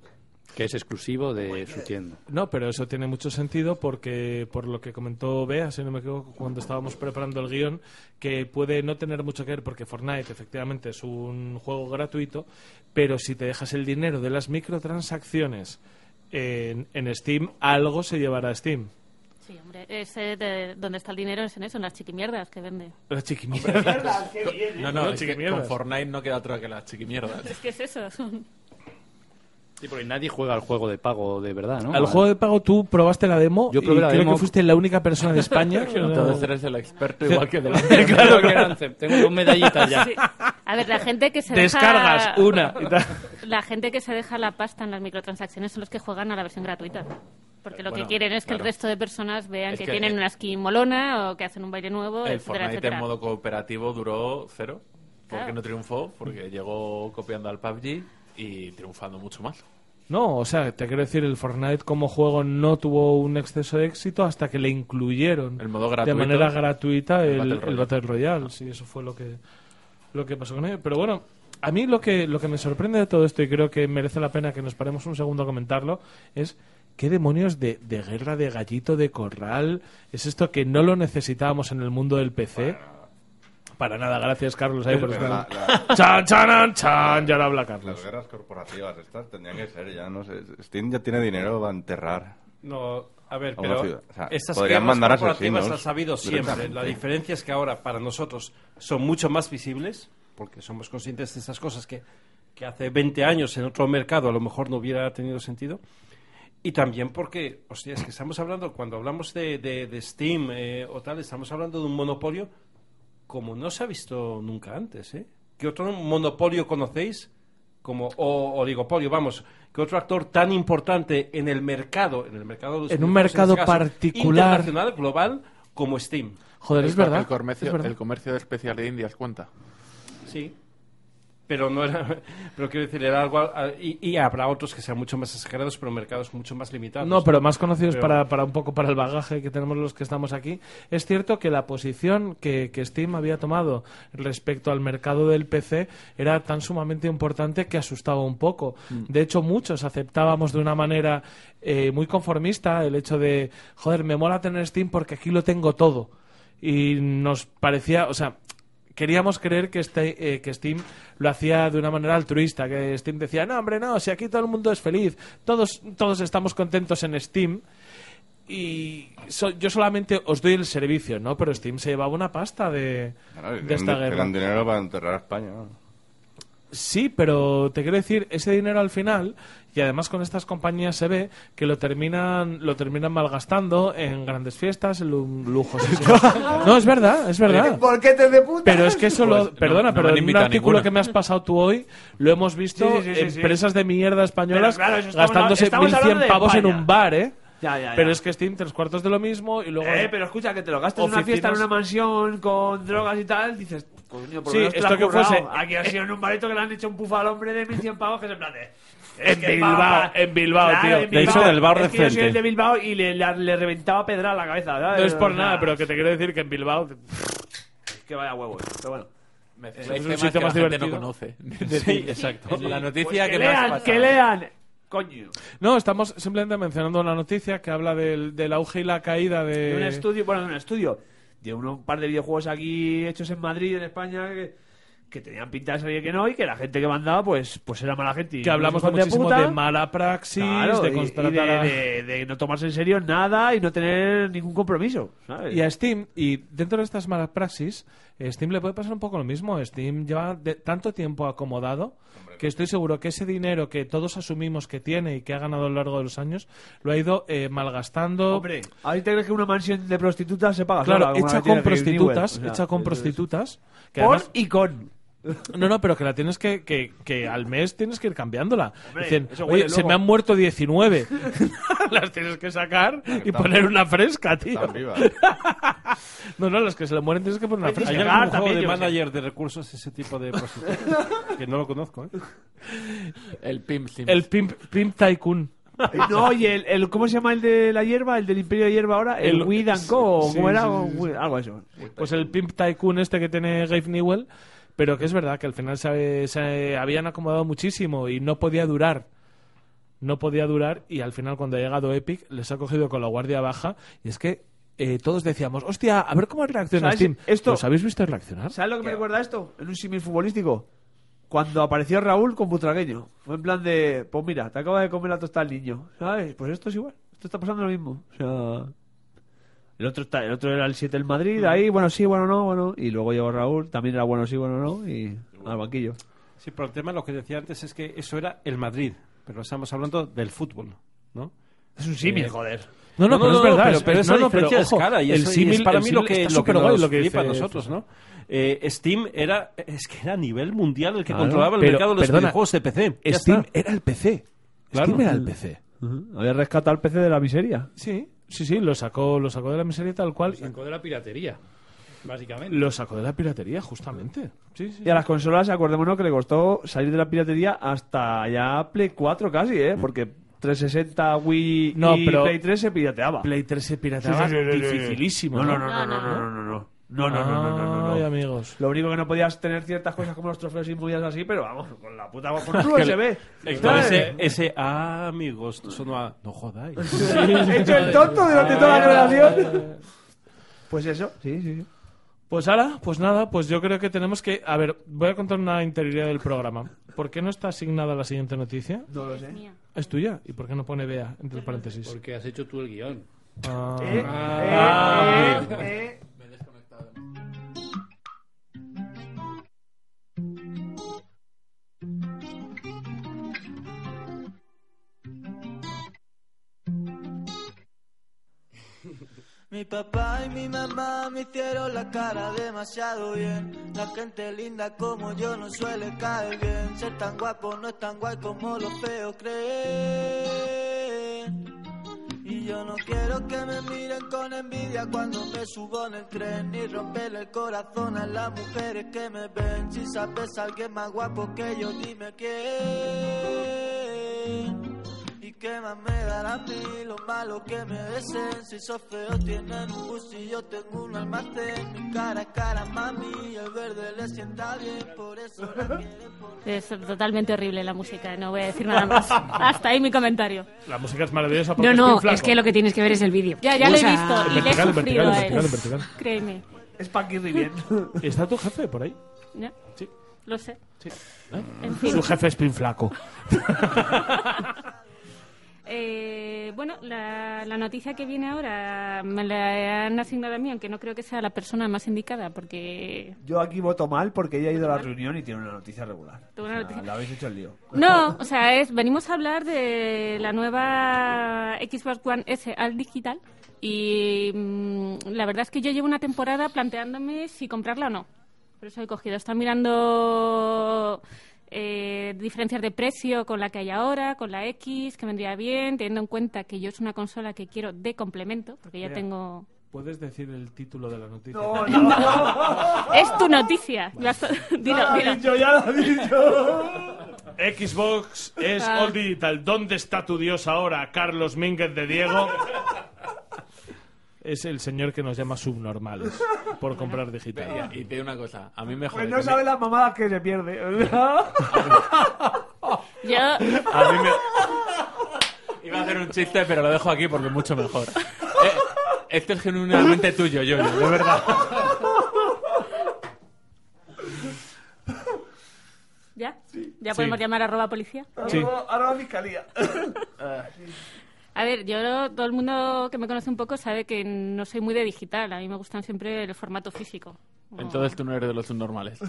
que es exclusivo de su tienda.
No, pero eso tiene mucho sentido porque, por lo que comentó Bea, si no me equivoco, cuando estábamos preparando el guión, que puede no tener mucho que ver porque Fortnite efectivamente es un juego gratuito, pero si te dejas el dinero de las microtransacciones en, en Steam, algo se llevará a Steam.
Sí, hombre, ese de donde está el dinero es en eso, en las chiquimierdas que vende.
Las chiquimierdas.
¿eh?
No, no,
Las
es que con
chiquimierdas.
Fortnite no queda otra que las chiquimierdas.
Es que es eso, son-
Sí, porque nadie juega al juego de pago de verdad, ¿no?
Al juego de pago tú probaste la demo
Yo probé
y
la
creo
demo.
que fuiste la única persona de España.
Que no te
Entonces eres el experto igual que de
Claro,
Creo que
claro.
eran- Tengo dos medallitas ya.
Sí. A ver, la gente que se
Descargas
deja...
una y tal.
La gente que se deja la pasta en las microtransacciones son los que juegan a la versión gratuita. Porque lo
Bueno,
que quieren es que
claro.
el resto de personas vean
Es
que,
que,
tienen
eh,
una skin molona o que hacen un baile nuevo,
El
etcétera,
Fortnite
etcétera.
en modo cooperativo duró cero. Porque
Claro. Mm.
no triunfó, porque llegó copiando al PUBG y triunfando mucho más.
No, o sea, te quiero decir, el Fortnite como juego no tuvo un exceso de éxito hasta que le incluyeron
modo
de
gratuito.
manera gratuita
El
el, el
Battle
Battle,
Royale.
Royale. Sí, eso fue lo que, lo que pasó con ello. Pero bueno, a mí lo que, lo que me sorprende de todo esto y creo que merece la pena que nos paremos un segundo a comentarlo es qué demonios de, de guerra de gallito de corral es esto que no lo necesitábamos en el mundo del PC. Para nada, gracias Carlos. ahí
Pero
por
la-
estar-
la-
Chan, chanan, chan, ya lo habla Carlos.
Las guerras corporativas estas tendrían que ser ya, no sé. Steam ya tiene dinero para enterrar.
No, a ver,
A una
pero
ciudad. O sea,
estas
podrían
guerras
mandar
corporativas
asesinos
las ha habido siempre.
directamente.
La diferencia es que ahora para nosotros son mucho más visibles, porque somos conscientes de estas cosas que, que hace 20 años en otro mercado a lo mejor no hubiera tenido sentido. Y también porque, hostia, es que estamos hablando, cuando hablamos de, de- de Steam eh, o tal, estamos hablando de un monopolio como no se ha visto nunca antes, ¿eh? ¿Qué otro monopolio conocéis? Como, o oligopolio, vamos, que otro actor tan importante en el mercado, en el mercado de los
En un
videojuegos,
mercado
este
particular.
internacional, global, como Steam.
Joder,
El
es
co-
verdad,
El comercio,
es verdad.
el comercio de especial de Indias cuenta.
Sí. Pero no era. Pero quiero decir, era algo. a- Y, y habrá otros que sean mucho más exagerados, pero mercados mucho más limitados.
No, pero más conocidos
Pero-
para, para un poco para el bagaje que tenemos los que estamos aquí. Es cierto que la posición que, que Steam había tomado respecto al mercado del PC era tan sumamente importante que asustaba un poco. De hecho, muchos aceptábamos de una manera eh, muy conformista el hecho de, joder, me mola tener Steam porque aquí lo tengo todo. Y nos parecía, o sea, queríamos creer que, este- eh, que Steam lo hacía de una manera altruista, que Steam decía, no, hombre, no, si aquí todo el mundo es feliz, todos, todos estamos contentos en Steam. Y so- yo solamente os doy el servicio, ¿no? Pero Steam se llevaba una pasta de,
Claro,
de
tienen-
esta guerra.
tienen dinero para enterrar a España. ¿no?
Sí, pero te quiero decir, ese dinero al final, y además con estas compañías se ve que lo terminan, lo terminan malgastando en grandes fiestas, en lu- lujos. no, es verdad, es verdad.
¿Por qué te de puta?
Pero es que eso lo-
Pues, no,
perdona,
no me
pero
han
en un
invitado a
artículo
ninguna.
que me has pasado tú hoy, lo hemos visto
Sí, sí, sí, sí, sí.
empresas de mierda españolas
Pero claro, eso estamos
gastándose
hablando- estamos
1.100
hablando de
pavos en
España.
un bar, ¿eh?
Ya, ya, ya.
Pero es que Steam tres cuartos de lo mismo y luego...
Eh, pero escucha, que te lo gastas en una
Oficinas.
fiesta en una mansión con drogas y tal, dices, Coño, por
Sí,
lo menos te la
esto
has
que
currado. Ah,
fuese-
Aquí ha sido en un bareto que le han hecho un pufa al hombre de 1100 pavos que se en plan de... es
En
que
Bilbao,
pava-
en Bilbao,
Claro,
tío.
en
De hecho,
Bilbao.
del bar de
Es que yo soy el
frente.
de Bilbao y le, la- le reventaba pedra a la cabeza. ¿verdad?
No es por
O sea,
nada, pero que te quiero decir que en Bilbao.
Que vaya huevo, pero bueno.
Es
Hay
un
temas
sitio
que
más
la gente no
divertido.
conoce.
Sí,
Sí,
exacto.
La noticia
Pues
que, me has
lean,
pasado.
que lean. Coño.
No, estamos simplemente mencionando una noticia que habla del, del auge y la caída de.
De un estudio, bueno, de un estudio, de uno- un par de videojuegos aquí hechos en Madrid, en España, que, que tenían pinta de salir que no y que la gente que mandaba, pues, pues era mala gente.
Que hablamos
Unos hijos
muchísimo
puta.
de mala praxis,
Claro,
de
y- y
contratar a-
de, de- de no tomarse en serio nada y no tener ningún compromiso, ¿sabes?
Y a Steam, y dentro de estas malas praxis, eh, Steam le puede pasar un poco lo mismo. Steam lleva de- tanto tiempo acomodado que estoy seguro que ese dinero que todos asumimos que tiene y que ha ganado a lo largo de los años, lo ha ido eh, malgastando.
Hombre, ¿ahí te crees que una mansión de prostitutas se paga sola?
Claro,
como la
hecha
que tiene
con
Gabe
prostitutas,
Newell? O sea,
hecha con
eso es-
prostitutas. Que
Por
además-
y con.
No, no, pero que la tienes que, que, que al mes tienes que ir cambiándola.
Hombre,
Dicen,
eso huele
oye, se
luego".
me han muerto 19. las tienes que sacar y
están-
poner una fresca, tío.
están vivas.
no, no, las que se le mueren tienes que poner una
Hay
fresca.
algún juego de manager de recursos ese tipo de prostitutas. que no lo conozco, ¿eh?
El Pimp Sims.
El Pimp, Pimp Tycoon.
No, y el, el- ¿cómo se llama el de la hierba? El del Imperio de Hierba ahora, el,
El-
Weed and Co.
sí,
¿Cómo era?
sí,
O
sí,
Weed- Algo de eso.
Pues el Pimp Tycoon este que tiene Gabe Newell, pero que es verdad que al final se, se habían acomodado muchísimo y no podía durar. No podía durar y al final cuando ha llegado Epic les ha cogido con la guardia baja y es que eh, todos decíamos, hostia, a ver cómo reacciona
¿Sabes?
Steam.
Esto-
¿Los habéis visto reaccionar?
¿Sabes lo que me recuerda a esto? En un símil futbolístico. Cuando apareció Raúl con Butragueño. Fue en plan de, pues mira, te acabas de comer la tostada al niño. ¿Sabes? Pues esto es igual. Esto está pasando lo mismo. O sea... El otro, está, el otro era el 7 del Madrid, ahí, bueno, sí, bueno, no, bueno. Y luego llegó Raúl, también era bueno, sí, bueno, no. Y al banquillo.
Sí, pero el tema, lo que decía antes, es que eso era el Madrid, pero estamos hablando del fútbol, ¿no? Eh,
Es un símil, joder.
No, no, pero es verdad,
Pero,
es-
pero
es-
esa
no, no, pero,
diferencia de
ojo,
escala y
el
eso- y
símil-
es para
el
mí lo
símil
que,
está
lo que
superguay,
nos
lo que
flipa a
dice
nosotros, ¿no? Eh, Steam era, es que era a nivel mundial el que
Claro,
controlaba el
pero,
mercado de los
perdona,
videojuegos de PC. Ya
Steam
está.
era el PC.
Claro.
Steam era el PC.
Ujú. Había rescatado al PC de la miseria.
Sí, sí, sí, lo sacó, lo sacó de la miseria tal cual. y-
de la piratería, básicamente.
Lo sacó de la piratería, justamente. Sí, sí.
Y a las consolas, acordémonos que le costó salir de la piratería hasta ya Play 4 casi, ¿eh? Porque 360, Wii
Mm. No,
y
pero-
Play 3 se pirateaba.
Play 3 se pirateaba
Sí, sí, sí, sí, sí.
dificilísimo.
No, no, no, no, no, no, no, no, no. No, no, no, no, no, no,
Ay,
no.
amigos.
Lo único que no podías tener ciertas cosas como los trofeos y movidas así, pero vamos, con la puta con
Es
un
que-
USB.
Héctor,
¿sabes?
ese, ese, ah, amigos, sonó a, no jodáis. Ah.
He hecho el tonto durante toda la generación. Pues eso, sí, sí. sí.
Pues ahora, pues nada, pues yo creo que tenemos que... A ver, voy a contar una interioridad del programa. ¿Por qué no está asignada la siguiente noticia?
No lo sé.
¿Es tuya? ¿Y por qué no pone Bea entre paréntesis?
Porque has hecho tú el guión.
Ah.
Eh,
Ah.
eh, eh, eh.
Mi papá y mi mamá me hicieron la cara demasiado bien. La gente linda como yo no suele caer bien. Ser tan guapo no es tan guay como los feos creen. Y yo no quiero que me miren con envidia cuando me subo en el tren. Ni romperle el corazón a las mujeres que me ven. Si sabes a alguien más guapo que yo, dime quién. ¿Y qué más me dará a mí lo malo que me deseen? Si sos feo tienen un bus y yo tengo un almacén Mi cara es cara, mami, el verde le sienta bien Por eso la quieren
Es totalmente horrible la música, no voy a decir nada más. Hasta ahí mi comentario.
La música es maravillosa porque
No,
Steam
no,
flaco.
es que lo que tienes que ver es el vídeo.
Ya, ya lo
O
he
sea,
visto y le he
vertical, en
sufrido a
vertical, en
él.
vertical, en vertical.
Créeme.
Es Paqui Rivier.
¿Está tu jefe por ahí?
Ya.
Sí.
Lo sé.
¿Eh?
En fin.
Su jefe es Pin Flaco.
Eh, bueno, la, la noticia que viene ahora me la han asignado a mí, aunque no creo que sea la persona más indicada, porque...
Yo aquí voto mal porque ella ha ido a la reunión y tiene una noticia regular.
Tuvo una
O sea,
noticia-
La habéis hecho el lío.
No, o sea, es, venimos a hablar de la nueva Xbox One S al digital y mm, la verdad es que yo llevo una temporada planteándome si comprarla o no. Por eso he cogido. Está mirando eh, diferencias de precio con la que hay ahora, con la X, que vendría bien, teniendo en cuenta que yo es una consola que quiero de complemento, porque ya
Mira.
tengo
¿Puedes decir el título de la noticia?
No, no. Es tu noticia. Lo has- Eh, Dilo,
Ya lo ha
dilo.
dicho, ya lo ha dicho. Xbox es
Ah.
all digital. ¿Dónde está tu dios ahora, Carlos Mínguez de Diego? Es el señor que nos llama subnormales por comprar digital.
Y, y te digo una cosa, a mí me jode.
Pues
no
que
sabe las mamadas que se pierde.
Yo,
me- a mí me- Iba a hacer un chiste, pero lo dejo aquí porque es mucho mejor. Eh, este es genuinamente tuyo, yo, de verdad.
¿Ya? ¿Ya
Sí.
podemos llamar a arroba policía?
Ahora la fiscalía. Ah,
A ver, yo, todo el mundo que me conoce un poco sabe que no soy muy de digital. A mí me gustan siempre el formato físico.
Entonces tú no eres de los subnormales.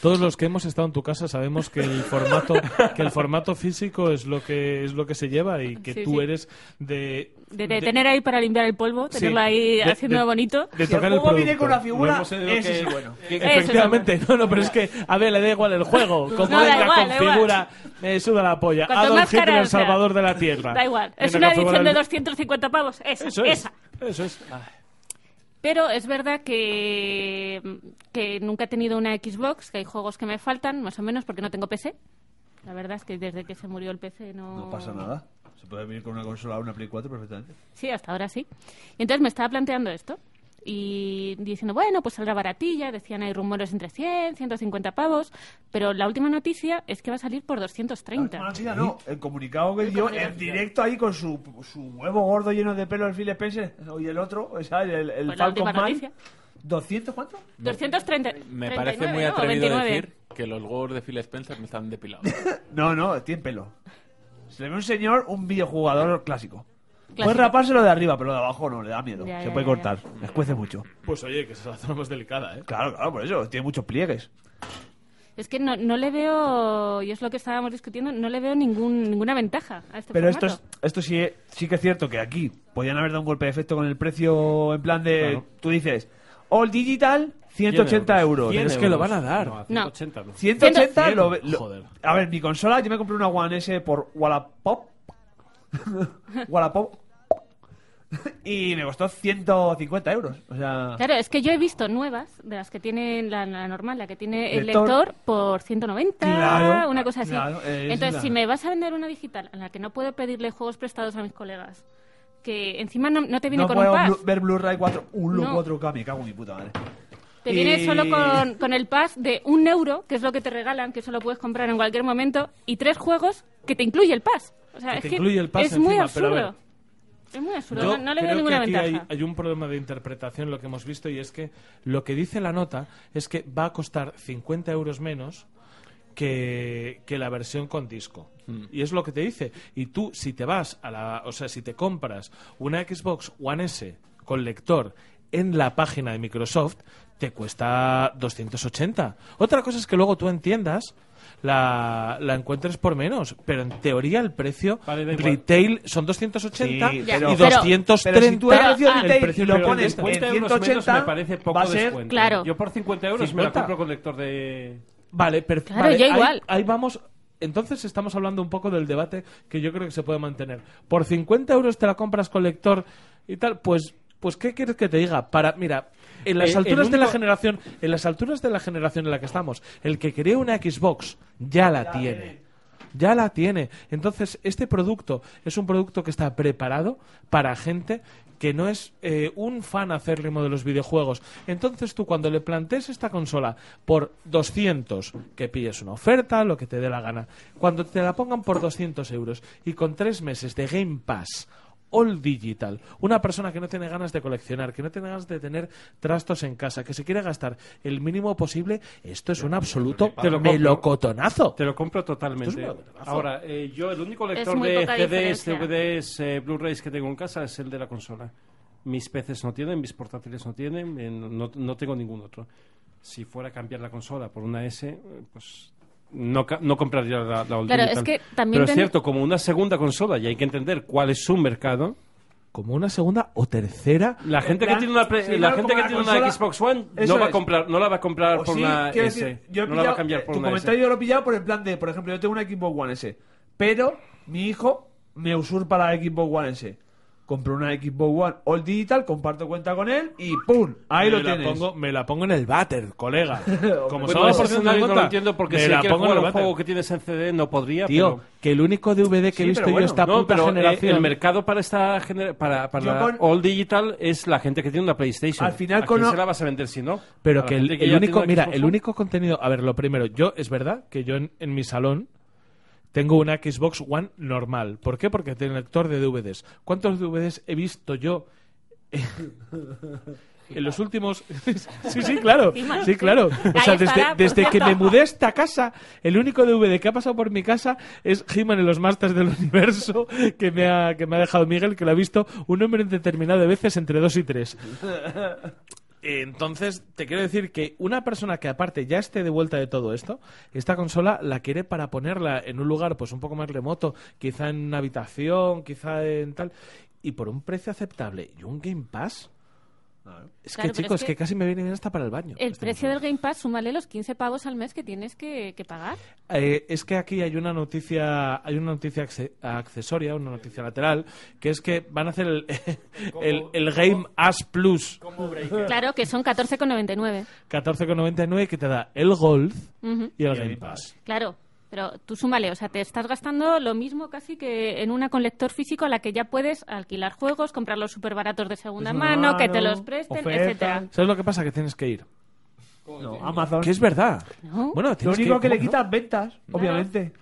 Todos los que hemos estado en tu casa sabemos que el formato, que el formato físico es lo que es lo que se lleva y que
Sí,
tú
sí.
eres de
De, de tener ahí para limpiar el polvo,
Sí.
tenerlo ahí
De-
haciendo
de-
bonito.
de tocar el
juego viene
producto.
con una
No
figura,
hemos sabido
ese
que-
sí es bueno.
que-
Eso
es
efectivamente, no, no, pero es que, a ver, le da igual el juego. Como
No, da
venga
igual, da
con
igual.
figura, me suda la polla.
Cuanto más
Adolf Hitler,
cara, o
el
sea,
salvador de la tierra.
Da igual. Es
Venga,
una
con figura
edición de
del-
250 pavos. Esa,
Eso es.
esa.
Eso es.
Pero es verdad que, que nunca he tenido una Xbox, que hay juegos que me faltan, más o menos, porque no tengo PC. La verdad es que desde que se murió el PC no...
No pasa nada. Se puede venir con una consola o una Play 4 perfectamente.
Sí, hasta ahora sí. Y entonces me estaba planteando esto. Y diciendo, bueno, pues saldrá baratilla. Decían, hay rumores entre 100, 150 pavos. Pero la última noticia es que va a salir por 230.
Ah, Bueno, chica, no. El comunicado que dio en directo ahí con su, su huevo gordo lleno de pelo el Phil Spencer y el otro, o sea, el,
Pues
el
la
Falcon
última
Man.
noticia.
¿200 cuánto?
230.
Me parece
39,
muy
¿no?
atrevido
29.
decir que los huevos de Phil Spencer me están depilados.
No, no, tiene pelo. Se le ve un señor, un videojugador clásico.
Clásico.
Puedes rapárselo de arriba, pero de abajo no, le da miedo.
Ya,
se
ya,
puede
ya,
cortar, les cuece mucho.
Pues oye, que esa es la zona más delicada, ¿eh?
Claro, claro, por eso, tiene muchos pliegues.
Es que no, no le veo, y es lo que estábamos discutiendo, no le veo ningún, ninguna ventaja a este
Pero esto,
formato.
es, esto sí, es- sí que es cierto que aquí podían haber dado un golpe de efecto con el precio en plan de...
Claro.
Tú dices, all digital, 180 euros.
pues,
Pero es que lo van a dar.
No.
No.
180 no.
180
Cien.
lo- lo-
Joder.
A ver, mi consola, yo me compré una One S por Wallapop. Wallapop. y me costó 150 euros. O sea...
Claro, es que yo he visto nuevas, de las que tiene la, la normal, la que tiene el
Lector.
lector, por 190,
Claro,
una cosa así.
claro, es
Entonces,
la-
si me vas a vender una digital en la que no puedo pedirle juegos prestados a mis colegas, que encima no, no te viene
no
con
puedo
un pass,
blu- ver Blu-ray 4, un
No.
4K, me cago en mi puta madre.
te
Y-
viene solo con, con el pass de un euro, que es lo que te regalan, que solo puedes comprar en cualquier momento, y tres juegos que te incluye el pass. O sea,
Que
es
te
que
incluye el pass
es muy
encima, pero a
absurdo.
ver.
es muy absurdo,
Yo
no, no le
creo
veo
que
ninguna
aquí
ventaja.
Hay, hay un problema de interpretación, lo que hemos visto, y es que lo que dice la nota es que va a costar 50 euros menos que, que la versión con disco.
Mm.
Y es lo que te dice. Y tú, si te vas a la. O sea, si te compras una Xbox One S con lector en la página de Microsoft, te cuesta 280. Otra cosa es que luego tú entiendas. La, la encuentres por menos, pero en teoría el precio
da igual.
retail son 280
Sí,
y
pero-
y
pero-
230
pero si tú el precio
el
retail
precio
lo
peor
pones
de esta.
50 euros menos me parece poco
va a ser-
descuento.
Claro.
Yo por 50 euros me la
50.
compro con lector de...
Vale, Eh, pero
Claro,
vale,
ya
ahí-
igual.
Ahí, vamos. Entonces estamos hablando un poco del debate que yo creo que se puede mantener. Por 50 euros te la compras con lector y tal, pues, pues ¿qué quieres que te diga? Para, mira, en las
Eh, el
alturas de la
único-
generación, en las alturas de la generación en la que estamos, el que quería una Xbox ya la tiene. Ya la tiene. Entonces, este producto es un producto que está preparado para gente que no es eh, un fan acérrimo de los videojuegos. Entonces, tú cuando le plantees esta consola por 200, que pilles una oferta, lo que te dé la gana, cuando te la pongan por 200 euros y con tres meses de Game Pass all digital. Una persona que no tiene ganas de coleccionar, que no tiene ganas de tener trastos en casa, que se quiere gastar el mínimo posible, esto es un absoluto
Te lo compro.
melocotonazo.
Te lo compro totalmente.
Esto es un pedazo.
Ahora, eh, yo el único lector
muy
de
poca
CDs,
diferencia.
DVDs, eh, Blu-rays que tengo en casa es el de la consola. Mis PCs no tienen, mis portátiles no tienen, eh, no, no tengo ningún otro. Si fuera a cambiar la consola por una S, eh, pues no, ca- no compraría la, la All
Claro,
Digital.
es que también
Pero es
ten-
cierto, como una segunda consola, y hay que entender cuál es su mercado,
Como una segunda o tercera.
la gente
plan,
que tiene una, pre-
sí,
la
claro,
gente
como
que
la
tiene
consola,
una Xbox One
eso
no va, a
es.
comprar, no la va a comprar
O
por
sí,
una S.
quiero decir, yo he
no la va a
pillado- eh,
cambiar por
tu
una S.
comentario yo lo he pillado por el plan de, por ejemplo, yo tengo una Xbox One S, pero mi hijo me usurpa la Xbox One S. compro una Xbox One All Digital, comparto cuenta con él y ¡pum! Ahí
me
lo
la
tienes.
pongo, me la pongo en el váter, colega. Como
Bueno,
solo
ese
por
es
ciento
un
de
algo
cuenta,
no lo entiendo, porque
me
si
la
quieres
pongo en el
jugar un
váter.
juego
que tienes en CD no podría,
Tío,
pero-
que el único DVD que he visto yo esta
No,
puta
pero, eh,
generación.
El mercado para esta gener- para, para
Yo
la
con-
All Digital es la gente que tiene una PlayStation.
Al final
¿A
con-
quién se la vas a vender si no? A
Pero
la
que el,
gente
el
ya
único,
tiene
mira,
Xbox
el
One.
único contenido. A ver, lo primero, yo, es verdad que yo en, en mi salón tengo una Xbox One normal. ¿Por qué? Porque tiene lector de DVDs. ¿Cuántos DVDs he visto yo en los últimos. sí, sí, claro.
Encima,
Sí,
sí.
claro. O
Ahí
sea, desde,
estará, por
desde que
cierto.
me mudé a esta casa, el único DVD que ha pasado por mi casa es He-Man en los Masters del Universo, que me, ha, que me ha dejado Miguel, que lo ha visto un número indeterminado de veces entre dos y tres. Entonces, te quiero decir que una persona que aparte ya esté de vuelta de todo esto, esta consola la quiere para ponerla en un lugar pues un poco más remoto, quizá en una habitación, quizá en tal, y por un precio aceptable y un Game Pass. Es
Claro, pero
que
es
chicos, que...
que-
casi me viene bien hasta para el baño.
El precio del Game Pass, súmale los 15 pavos al mes que tienes que, que pagar.
Eh, es que aquí hay una noticia, hay una noticia acce- accesoria, una noticia lateral, que es que van a hacer el, el, el Game As Plus
Claro que son 14,99.
14,99 que te da el Gold
Ujú.
y el Game Pass.
Claro, pero tú súmale, o sea, te estás gastando lo mismo casi que en una con lector físico a la que ya puedes alquilar juegos, comprarlos súper baratos de segunda mano, que te los presten, etcétera.
Pues ¿Sabes lo que pasa? Que tienes que ir.
No, Amazon.
Que es verdad.
No.
Bueno,
Lo
tienes
único que le
¿cómo no?
quitan ventas, obviamente.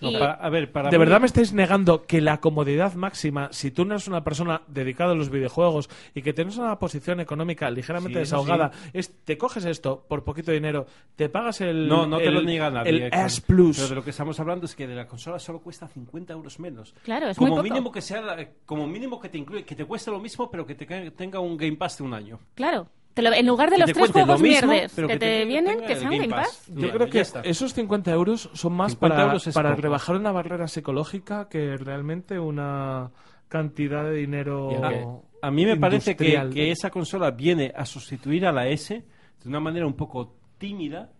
No,
Y-
para-
a ver, para
de
mí-
verdad me estáis negando que la comodidad máxima, si tú no eres una persona dedicada a los videojuegos y que tienes una posición económica ligeramente
Sí, eso
desahogada, es te coges esto por poquito dinero, te pagas el
No, no te
el-
lo niega nadie.
el
claro.
S Plus.
Pero de lo que estamos hablando es que de la consola solo cuesta 50 euros menos.
Claro, es
como
muy poco.
mínimo que sea, la- como mínimo que te incluye, que te cueste lo mismo, pero que te ca- tenga un Game Pass de un año.
Claro. Te lo- en lugar de
Que
los
te
tres
cuente lo
juegos
mismo,
mierdes que,
pero
te,
que te-
vienen,
tenga
que
el
sean
Game
Game
Pass.
Pass.
Yo
Ya,
creo
ya
que
está.
esos 50 euros son más
50
para,
euros es
para
poco.
rebajar una barrera psicológica que realmente una cantidad de dinero.
Y aunque- a mí me parece que,
industrial.
que esa consola viene a sustituir a la S de una manera un poco tímida,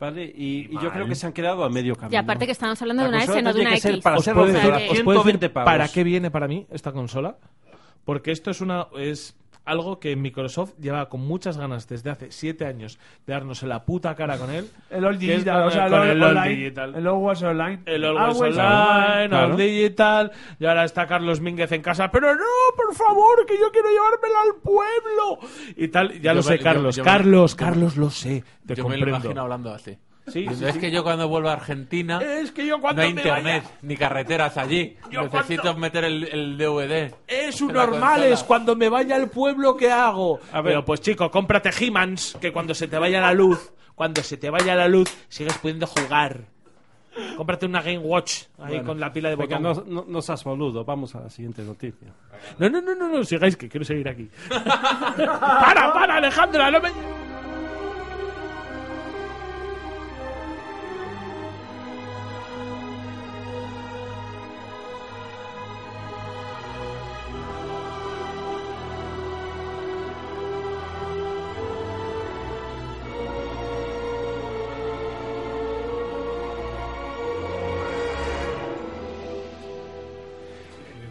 ¿vale? Y, y yo creo que se han quedado a medio camino.
Y aparte que estamos hablando
La
de una
consola
S, no de
tendría
una
que ser
X.
para
¿Os
ser
puedo
rozada.
decir- os puedo
120
decir
pavos.
para qué viene para mí esta consola? Porque esto es una es algo que Microsoft lleva con muchas ganas desde hace siete años de darnos en la puta cara con él.
El All
que es
Digital,
con-
o sea, el
con
All,
el All
Online,
Digital.
El Always Online.
El Always
Always
Online,
Ah, Claro.
All Digital, y ahora está Carlos Mínguez en casa, pero no, por favor, que yo quiero llevármela al pueblo. Y tal, ya
Yo
lo
me-
sé,
yo-
Carlos,
yo me-
Carlos, Carlos, lo sé, te
Yo me lo
comprendo.
imagino hablando así.
Sí,
Diciendo,
sí,
es
sí.
que yo cuando vuelvo a Argentina
Es que yo
no
cuando
hay
me
internet
vaya-
ni carreteras allí.
Yo
Necesito meter el, el DVD.
Es un
en la
normal,
consola.
es cuando me vaya al pueblo, ¿qué hago?
ver.
Pero pues chico, cómprate He-Mans, que cuando se te vaya la luz, cuando se te vaya la luz, sigues pudiendo jugar. Cómprate una Game Watch ahí
Bueno,
con la pila de
venga,
botón.
No, no, no seas boludo, vamos a la siguiente noticia.
No, no, no, no, no, sigáis que quiero seguir aquí. ¡Para, para, Alejandra! No me...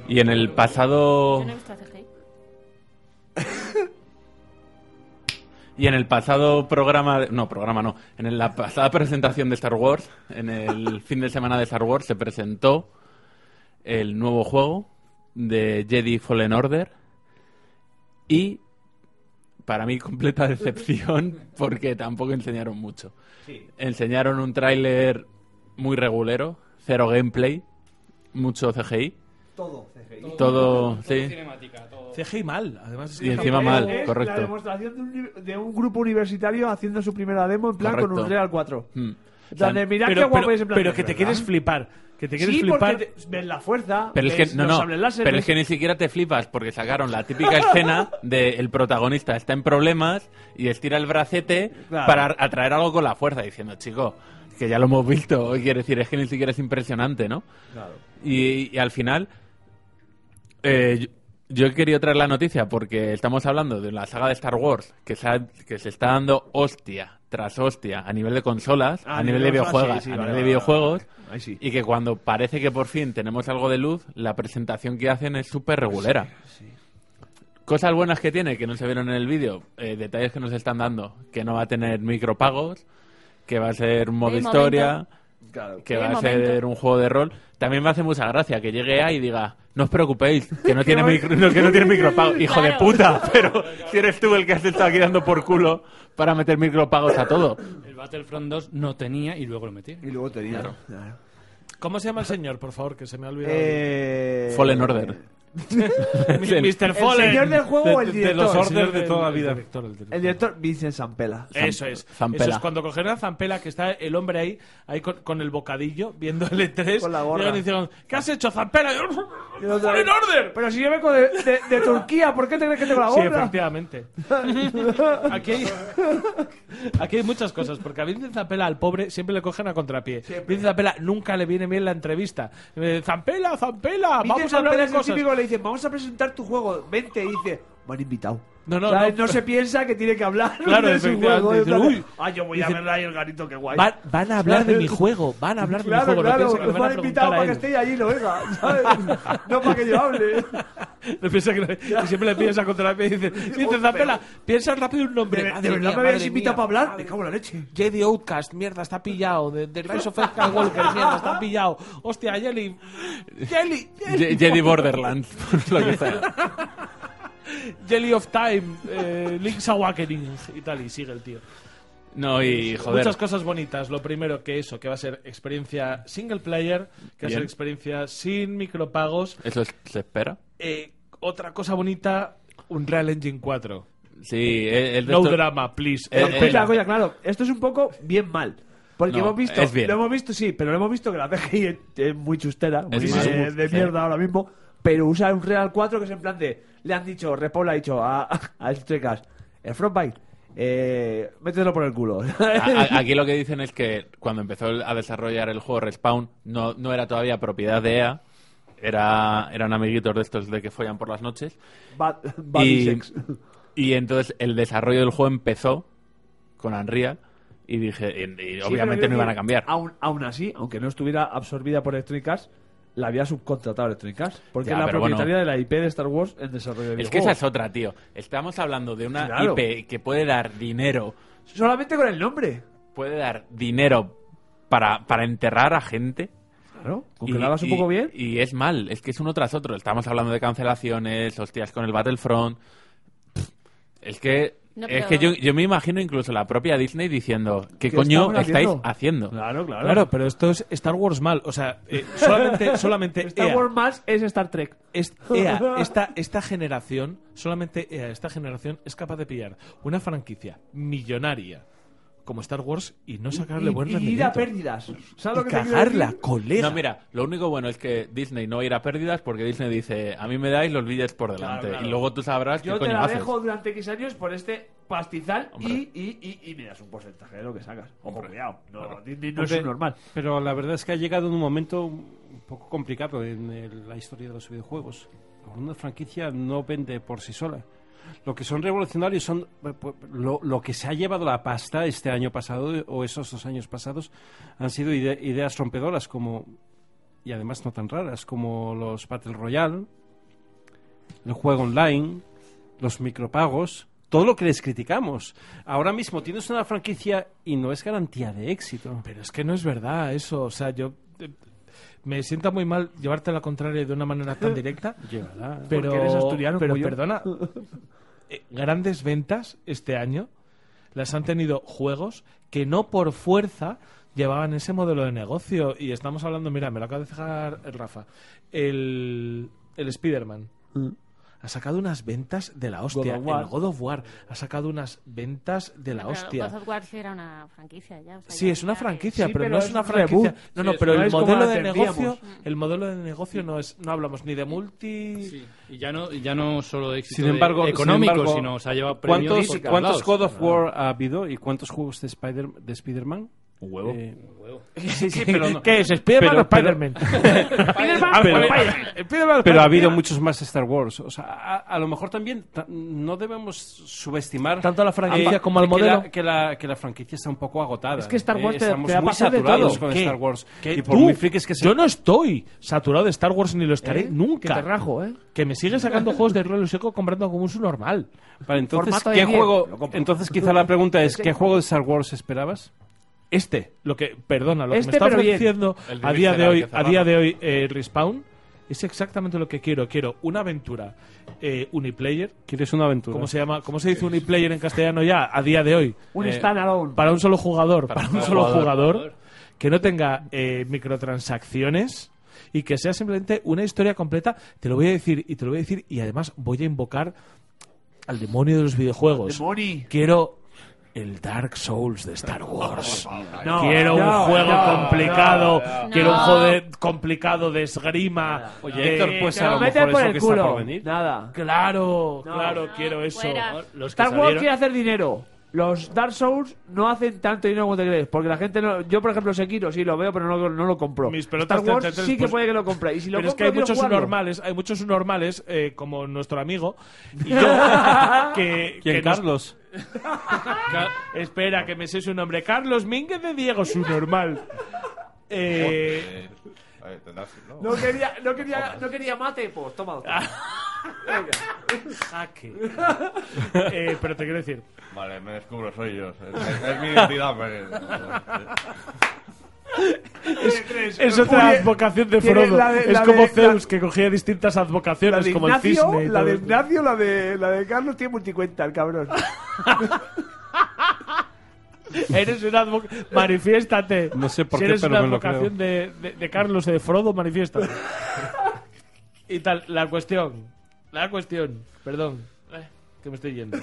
Y en el pasado
Yo no he visto a CGI.
y en el pasado programa, de- no, programa no, en la pasada presentación de Star Wars, en el fin de semana de Star Wars se presentó el nuevo juego de Jedi Fallen Order y para mí completa decepción porque tampoco enseñaron mucho.
Sí.
Enseñaron un tráiler muy regulero, cero gameplay, mucho CGI.
Todo CGI.
Todo,
Todo
sí.
cinemática, CGI mal, además. es
Y
que-
encima mal,
Es
correcto.
La demostración de un, uni- de un grupo universitario haciendo su primera demo en plan con
Correcto.
un Real 4.
Mm.
O sea, de mirad qué guapo es en plan.
pero que
¿es
te
verdad?
quieres flipar. Que te quieres
sí,
flipar.
Porque te- ves la fuerza.
Pero es que,
ves
no,
los
no,
sables láser,
pero
ves-
es que ni siquiera te flipas porque sacaron la típica escena de el protagonista está en problemas y estira el bracete
Claro.
para atraer algo con la fuerza diciendo, chico, que ya lo hemos visto, quiere decir, es que ni siquiera es impresionante, ¿no? Y, y al final, eh, yo- Yo he querido traer la noticia porque estamos hablando de la saga de Star Wars que se, ha- que se está dando hostia tras hostia a nivel de consolas,
Ah,
a nivel de videojuegos,
videojuegos, ah, sí, sí,
a
vale,
nivel de
vale,
videojuegos
vale, vale. Ahí sí.
y que cuando parece que por fin tenemos algo de luz, la presentación que hacen es súper regulera. Cosas buenas que tiene que no se vieron en el vídeo, eh, detalles que nos están dando, que no va a tener micropagos, que va a ser un modo
De
historia,
momento. Claro.
que
De
va a
momento.
ser un juego de rol. También me hace mucha gracia que llegue ahí y diga, no os preocupéis, que no
Que
tiene,
no-
micro- no, que no tiene micropagos. Hijo de
Claro.
puta, pero si eres tú el que has estado aquí dando por culo para meter micropagos a todo.
El Battlefront 2 no tenía y luego lo metieron.
Y luego tenía.
Claro.
¿Cómo se llama el señor, por favor? Que se me ha olvidado.
Eh, Fallen Order.
Mi- Mr. Fallen.
¿El señor del juego o el
De-
director?
De, los
El
orders
señor
de
del-
toda la
el
vida.
director, El director Vincent Zampella.
Eso es. Eso es cuando cogieron a Zampela, que está el hombre ahí, ahí con, con el bocadillo, viendo el E3.
Con la gorra.
llegan Y dijeron, ¿qué has hecho, Zampela? Y yo,
¡Fallen Order! Pero si yo vengo de, de- de Turquía, ¿por qué te crees que tengo la
Sí,
gorra?
efectivamente. Aquí hay, aquí hay muchas cosas, porque a Vincent Zampela, al pobre, siempre le cogen a contrapié. Vincent Zampela nunca le viene bien la entrevista. Eh, Zampela, Zampela, Ah,
Vincent
vamos a hablar
Zampella
de
es el
cosas.
típico que le dicen, vamos a presentar tu juego, vente, y dice, me han invitado.
No, no,
¿Sabes?
no.
se piensa que tiene que hablar
Claro,
de su
efectivamente.
juego. en
Dices,
plan,
"Uy".
ah, yo voy
Dicen,
a verla ahí el garito, qué guay.
Van, Ah, van a hablar de mi juego, van a hablar de mi juego. no piensen que me van a preguntar a
para que
él.
esté allí, lo oiga, ¿sabes? no para que yo hable.
No piensa que no- y siempre le pides a contrapié y dices, Vincent Zampela, piensa rápido un nombre.
De,
Madre
de verdad
mía,
me habéis
madre
invitado
mía.
para hablar, me cago en la leche.
Jedi Outcast, mierda, está pillado. De, de Rise of Skywalker, mierda, está pillado. Hostia, Jelly. Jelly,
Ye- Jedi Borderlands, por lo que sea.
Jelly of Time, eh, Link's Awakening y tal, y sigue el tío.
No, y joder.
Muchas cosas bonitas. Lo primero que eso, que va a ser experiencia single player, que va a
Bien.
ser experiencia sin micropagos.
¿Eso es- se espera?
Eh, otra cosa bonita, Unreal Engine 4.
Sí, eh, el de
No
esto-
drama, please.
Eh,
Zampella.
eh,
Pues la cosa, claro, esto es un poco bien mal. Porque
No,
hemos visto,
es bien.
lo hemos visto, sí, pero lo hemos visto que la CGI es, es muy chustera, muy
Es
de,
más,
de
sí.
mierda ahora mismo, pero usa un Real 4 que es en plan de, le han dicho, Repol ha dicho a, a Checas, el frontbike, eh, métetelo por el culo.
A- a- aquí lo que dicen es que cuando empezó el- a desarrollar el juego Respawn no, no era todavía propiedad de EA, era, eran amiguitos de estos de que follan por las noches.
Bad- bad
y,
sex.
y entonces el desarrollo del juego empezó con Unreal y dije y, y
Sí,
obviamente
pero
no
quiero
iban a
decir,
cambiar.
Aún, aún así, aunque no estuviera absorbida por Electronic Arts, la había subcontratado Electronic Arts, porque
Ya,
es la
pero bueno.
propietaria de la IP de Star Wars en desarrollo de
Es que esa
videojuegos.
es otra, tío. Estamos hablando de una
Claro.
IP que puede dar dinero,
Solamente con el nombre.
puede dar dinero para, para enterrar a gente.
Claro, con que lo hagas un poco bien.
Y es mal, es que es uno tras otro. Estamos hablando de cancelaciones, hostias con el Battlefront. Pff, Es que,
No,
es
pero-
que yo, yo me imagino incluso la propia Disney diciendo, ¿qué,
¿Qué
coño
estamos
estáis
haciendo?
haciendo?
Claro, claro.
Claro, pero esto es Star Wars mal. O sea, eh, solamente, solamente
Star
EA.
Wars más es Star Trek.
Es EA, esta, esta generación, solamente EA, esta generación es capaz de pillar una franquicia millonaria como Star Wars y no sacarle
y,
buen
y
rendimiento.
ir a pérdidas. ¿Sabes lo
Y
que te quiero
cagarla,
decir?
colega.
No, mira, lo único bueno es que Disney no va a ir a pérdidas porque Disney dice, a mí me dais los billetes por delante
claro.
y luego tú sabrás
Yo
qué
te
coño
la
haces.
dejo durante X años por este pastizal y, y, y, y me das un porcentaje de lo que sacas. Ojo, cuidado. No, Disney no es un normal.
Pero la verdad es que ha llegado en un momento un poco complicado en el- la historia de los videojuegos. Una franquicia no vende por sí sola. Lo que son revolucionarios son eh, pu- lo, lo que se ha llevado la pasta este año pasado eh, o esos dos años pasados han sido ide- ideas rompedoras como y además no tan raras como los Battle Royale, el juego online, los micropagos, todo lo que les criticamos. Ahora mismo tienes una franquicia y no es garantía de éxito.
Pero es que no es verdad eso. O sea, yo eh, me sienta muy mal llevarte a la contraria de una manera tan directa.
Llévala.
pero,
Porque eres asturiano
pero
como yo.
perdona. eh, grandes ventas este año las han tenido juegos que no por fuerza llevaban ese modelo de negocio. Y estamos hablando, mira, me lo acaba de dejar Rafa. El, el Spider-Man.
Mm.
Ha sacado unas ventas de la hostia.
of War.
El God of War ha sacado unas ventas de la
Pero
hostia.
God of War sí era una franquicia ya. o sea,
Sí,
ya
es una
era-
franquicia,
Sí,
pero,
pero
no es
es
una
un
franquicia.
reboot.
No, no,
Sí,
pero
no
el
es como
modelo
la
de
entendíamos.
negocio, el modelo de negocio no es no hablamos ni de multi
Y ya no, ya no solo de éxito
Sin embargo-
de- económico,
sin embargo,
sino se ha llevado premios
¿Cuántos,
por todos
cuántos
lados.
God of War ha habido y cuántos juegos de Spider- de Spider-Man? Eh,
Un huevo.
Sí, sí, pero no. ¿Qué es, Spiderman o Spiderman?
Ah,
Spiderman o Spiderman. Spiderman o
Pero ha habido
Spiderman.
muchos más Star Wars. O sea, a, a lo mejor también ta- no debemos subestimar...
Tanto a la franquicia como al
que
modelo.
la- Que la, que, la, franquicia está un poco agotada. Eh,
Es que Star Wars te-
estamos
te va a
muy
pasar de
saturados
todo.
con
¿Qué?
Star Wars.
¿Qué?
Y por
Tú,
muy frikis que se...
Yo no estoy saturado de Star Wars ni lo estaré
¿Eh?
nunca.
Que te rajo, ¿eh?
Que me sigue sacando juegos de rollo seco comprando como un subnormal.
Vale, entonces, ¿qué juego, entonces quizá la pregunta es, ¿qué juego de Star Wars esperabas?
Este, lo que, perdona, lo
Este,
que me está
pero bien.
ofreciendo
El de
a día de
Visceral,
hoy,
que
a
cerraba.
día de hoy eh, Respawn es exactamente lo que quiero. Quiero una aventura eh, uniplayer.
¿Quieres una aventura?
¿Cómo se llama? ¿Cómo se dice uniplayer en castellano ya a día de hoy?
Un
Eh,
standalone.
Para un solo jugador, para, un solo
jugador.
jugador, que no tenga eh, microtransacciones y que sea simplemente una historia completa. Te lo voy a decir y te lo voy a decir y además voy a invocar al demonio de los videojuegos. Quiero el Dark Souls de Star Wars.
No,
quiero un
no,
juego
no,
complicado,
no, no.
quiero un
No.
juego de- complicado de esgrima.
Oye,
de-
Héctor, pues Te a lo lo mejor meten por eso el que está culo. por venir. Nada.
Claro, claro, quiero eso.
Fuera.
Los que
Star Wars
salieron-
quiere hacer dinero. Los Dark Souls no hacen tanto dinero como te crees. Porque la gente no. Yo, por ejemplo, Sekiro sí lo veo, pero no, no lo compro.
pelotas
Star Wars
33,
sí que
pues-
puede que lo compre. Y si lo
Pero es que
compro,
hay
quiero
muchos
jugarlo.
normales, hay muchos normales eh, como nuestro amigo y yo que,
¿Quién,
que nos-
Carlos?
Ca- Espera, que me sé su nombre. Carlos Mínguez de Diego, su normal. Eh,
A ver, tendrás- no.
No quería, no quería, no quería mate, pues toma. otro.
Ah.
Venga.
Jaque. Eh, pero te quiero decir.
Vale, me descubro, soy yo. Es, es mi identidad. pues.
Es, es otra advocación de
tiene
Frodo.
la de-
es
la
como
de-
Zeus, que cogía distintas
La
advocaciones,
de
como el
Ignacio,
cisne. y
la
todo
de
esto.
Ignacio, la de, la de Carlos tiene multicuenta, el cabrón.
Eres una advocación. Manifiéstate.
No sé por
si
qué,
eres
pero
una
me lo
advocación de, de- de Carlos o de Frodo, manifiéstate. y tal, la cuestión. La cuestión, perdón. eh, Que me estoy yendo.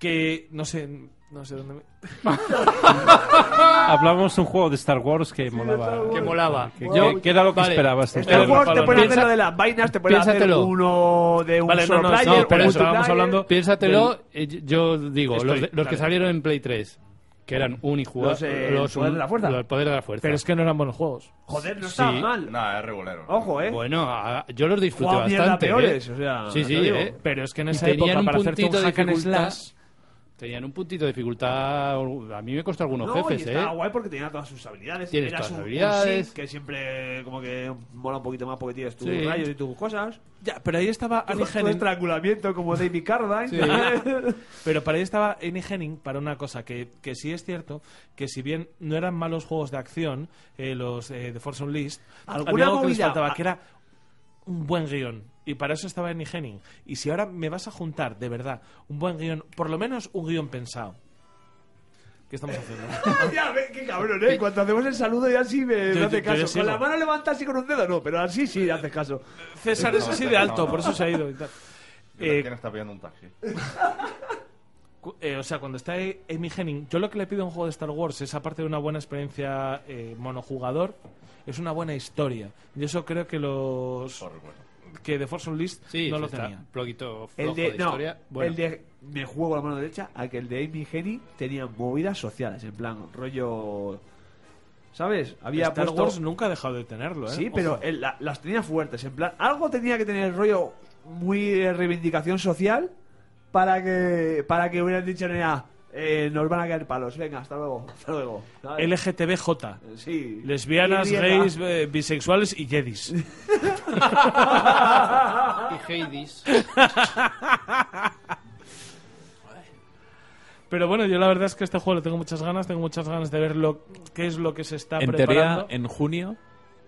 Que no sé. No sé dónde me.
Hablábamos de un juego de Star Wars que molaba.
Que molaba.
Que,
Yo-
que- que era lo que
vale.
esperabas.
Star
Entonces,
Wars te
Pablo,
Este Te pueden
piensa-
hacer lo de las vainas, te pueden hacer
piénsatelo.
uno de Eh, un
Vale, no,
solo
no,
player,
no, pero
un
estábamos
multiplayer.
hablando-
Piénsatelo,
del-
eh, yo- yo digo,
Estoy-
los, de- los que
dale.
salieron en Play 3, que eran unijugables.
Los, eh, el poder de la fuerza.
Los poderes de la fuerza.
Pero es que no eran buenos juegos.
Joder, no estaba
Sí.
mal.
Nah, es regulero.
Ojo, eh.
Bueno, a- yo los disfruté
Jugaba mierda
bastante.
peores,
¿eh?
o sea,
sí,
te
sí,
digo.
¿eh?
Pero es que en
Y
esa
tenían
época
un
para hacerte un
puntito de
hack and
dificultad-
slash-
Tenían un puntito de dificultad. A mí me costó algunos
No, y
jefes, ¿eh?
estaba guay porque tenía todas sus habilidades.
Tienes
Era
todas
su-
las habilidades.
un Sith que siempre como que mola un poquito más porque tienes tus
Sí.
rayos y tus cosas.
Ya, pero ahí estaba Annie
Tu- tu
Henning.
estrangulamiento como David Carradine.
Sí. Pero para ahí estaba Annie Henning para una cosa que, que sí es cierto, que si bien no eran malos juegos de acción, eh, los eh, de Force Unleashed,
Alguna
había algo que les
movida. Ah.
faltaba, que era un buen guión. Y para eso estaba Annie Henning. Y si ahora me vas a juntar, de verdad, un buen guión, por lo menos un guión pensado. ¿Qué estamos haciendo?
Ya, ve, qué cabrón, ¿eh? Cuando hacemos el saludo ya sí me,
Yo-
me hace
yo- yo ya
caso.
sigo.
Con la mano levantada así con un dedo no, pero así sí hace caso.
eh.
César es así de alto, por eso se ha ido. y tal. Eh,
¿Quién está pillando un taxi?
Cu- eh, o sea, cuando está eh, Amy Henning, yo lo que le pido a un juego de Star Wars es, aparte de una buena experiencia eh, monojugador, es una buena historia. Y eso creo que los... Que The Force Unleashed
Sí,
no
sí,
lo
está
tenía.
Un poquito flojo
El de,
de
no,
historia. Bueno.
el de me juego la mano derecha a que el de Amy Hennig tenía movidas sociales, en plan, rollo... ¿Sabes? Había
Star
puesto-
Wars nunca ha dejado de tenerlo, ¿eh?
Sí, pero
Ojo.
él la- las tenía fuertes. En plan, algo tenía que tener el rollo muy de reivindicación social para que para que hubieran dicho, "Nena, eh, nos van a caer palos. Venga, hasta luego. Hasta luego. ¿sabes?
LGTBJ.
Sí.
Lesbianas,
Y griega.
gays, eh, bisexuales y jedis.
Y Hades.
Pero bueno, yo la verdad es que este juego le tengo muchas ganas. Tengo muchas ganas de ver lo, qué es lo que se está
En
preparando.
teoría, en junio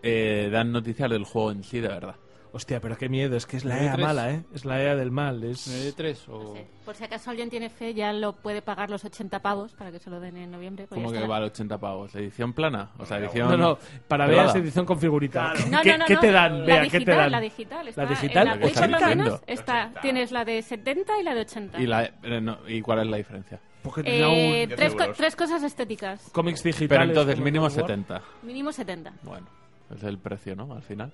eh, dan noticias del juego en sí, de verdad.
Hostia, pero qué miedo. Es que es la
E
¿Nueve
EA
tres?
mala, ¿eh? Es la EA del mal. Es...
tres o...?
Por si acaso alguien tiene fe, ya lo puede pagar los 80 pavos para que se lo den en noviembre. pues
¿Cómo
ya
que
está.
vale 80 pavos? ¿Edición plana? O sea, edición...
No, no, para
privada.
veas edición con figurita.
No,
¿Qué,
no, no,
qué
no,
te dan?
La
Vea,
digital,
¿qué te dan?
La digital. Está
¿La digital?
En la
Lo que
Play,
está
por lo
diciendo.
menos, está, tienes la de 70 y la de 80.
¿Y, la- eh, no, ¿y cuál es la diferencia?
Eh, tres, co- tres cosas estéticas.
Cómics digitales.
Pero entonces,
como
mínimo
Star Wars.
70.
Mínimo 70.
Bueno, es el precio, ¿no? Al final.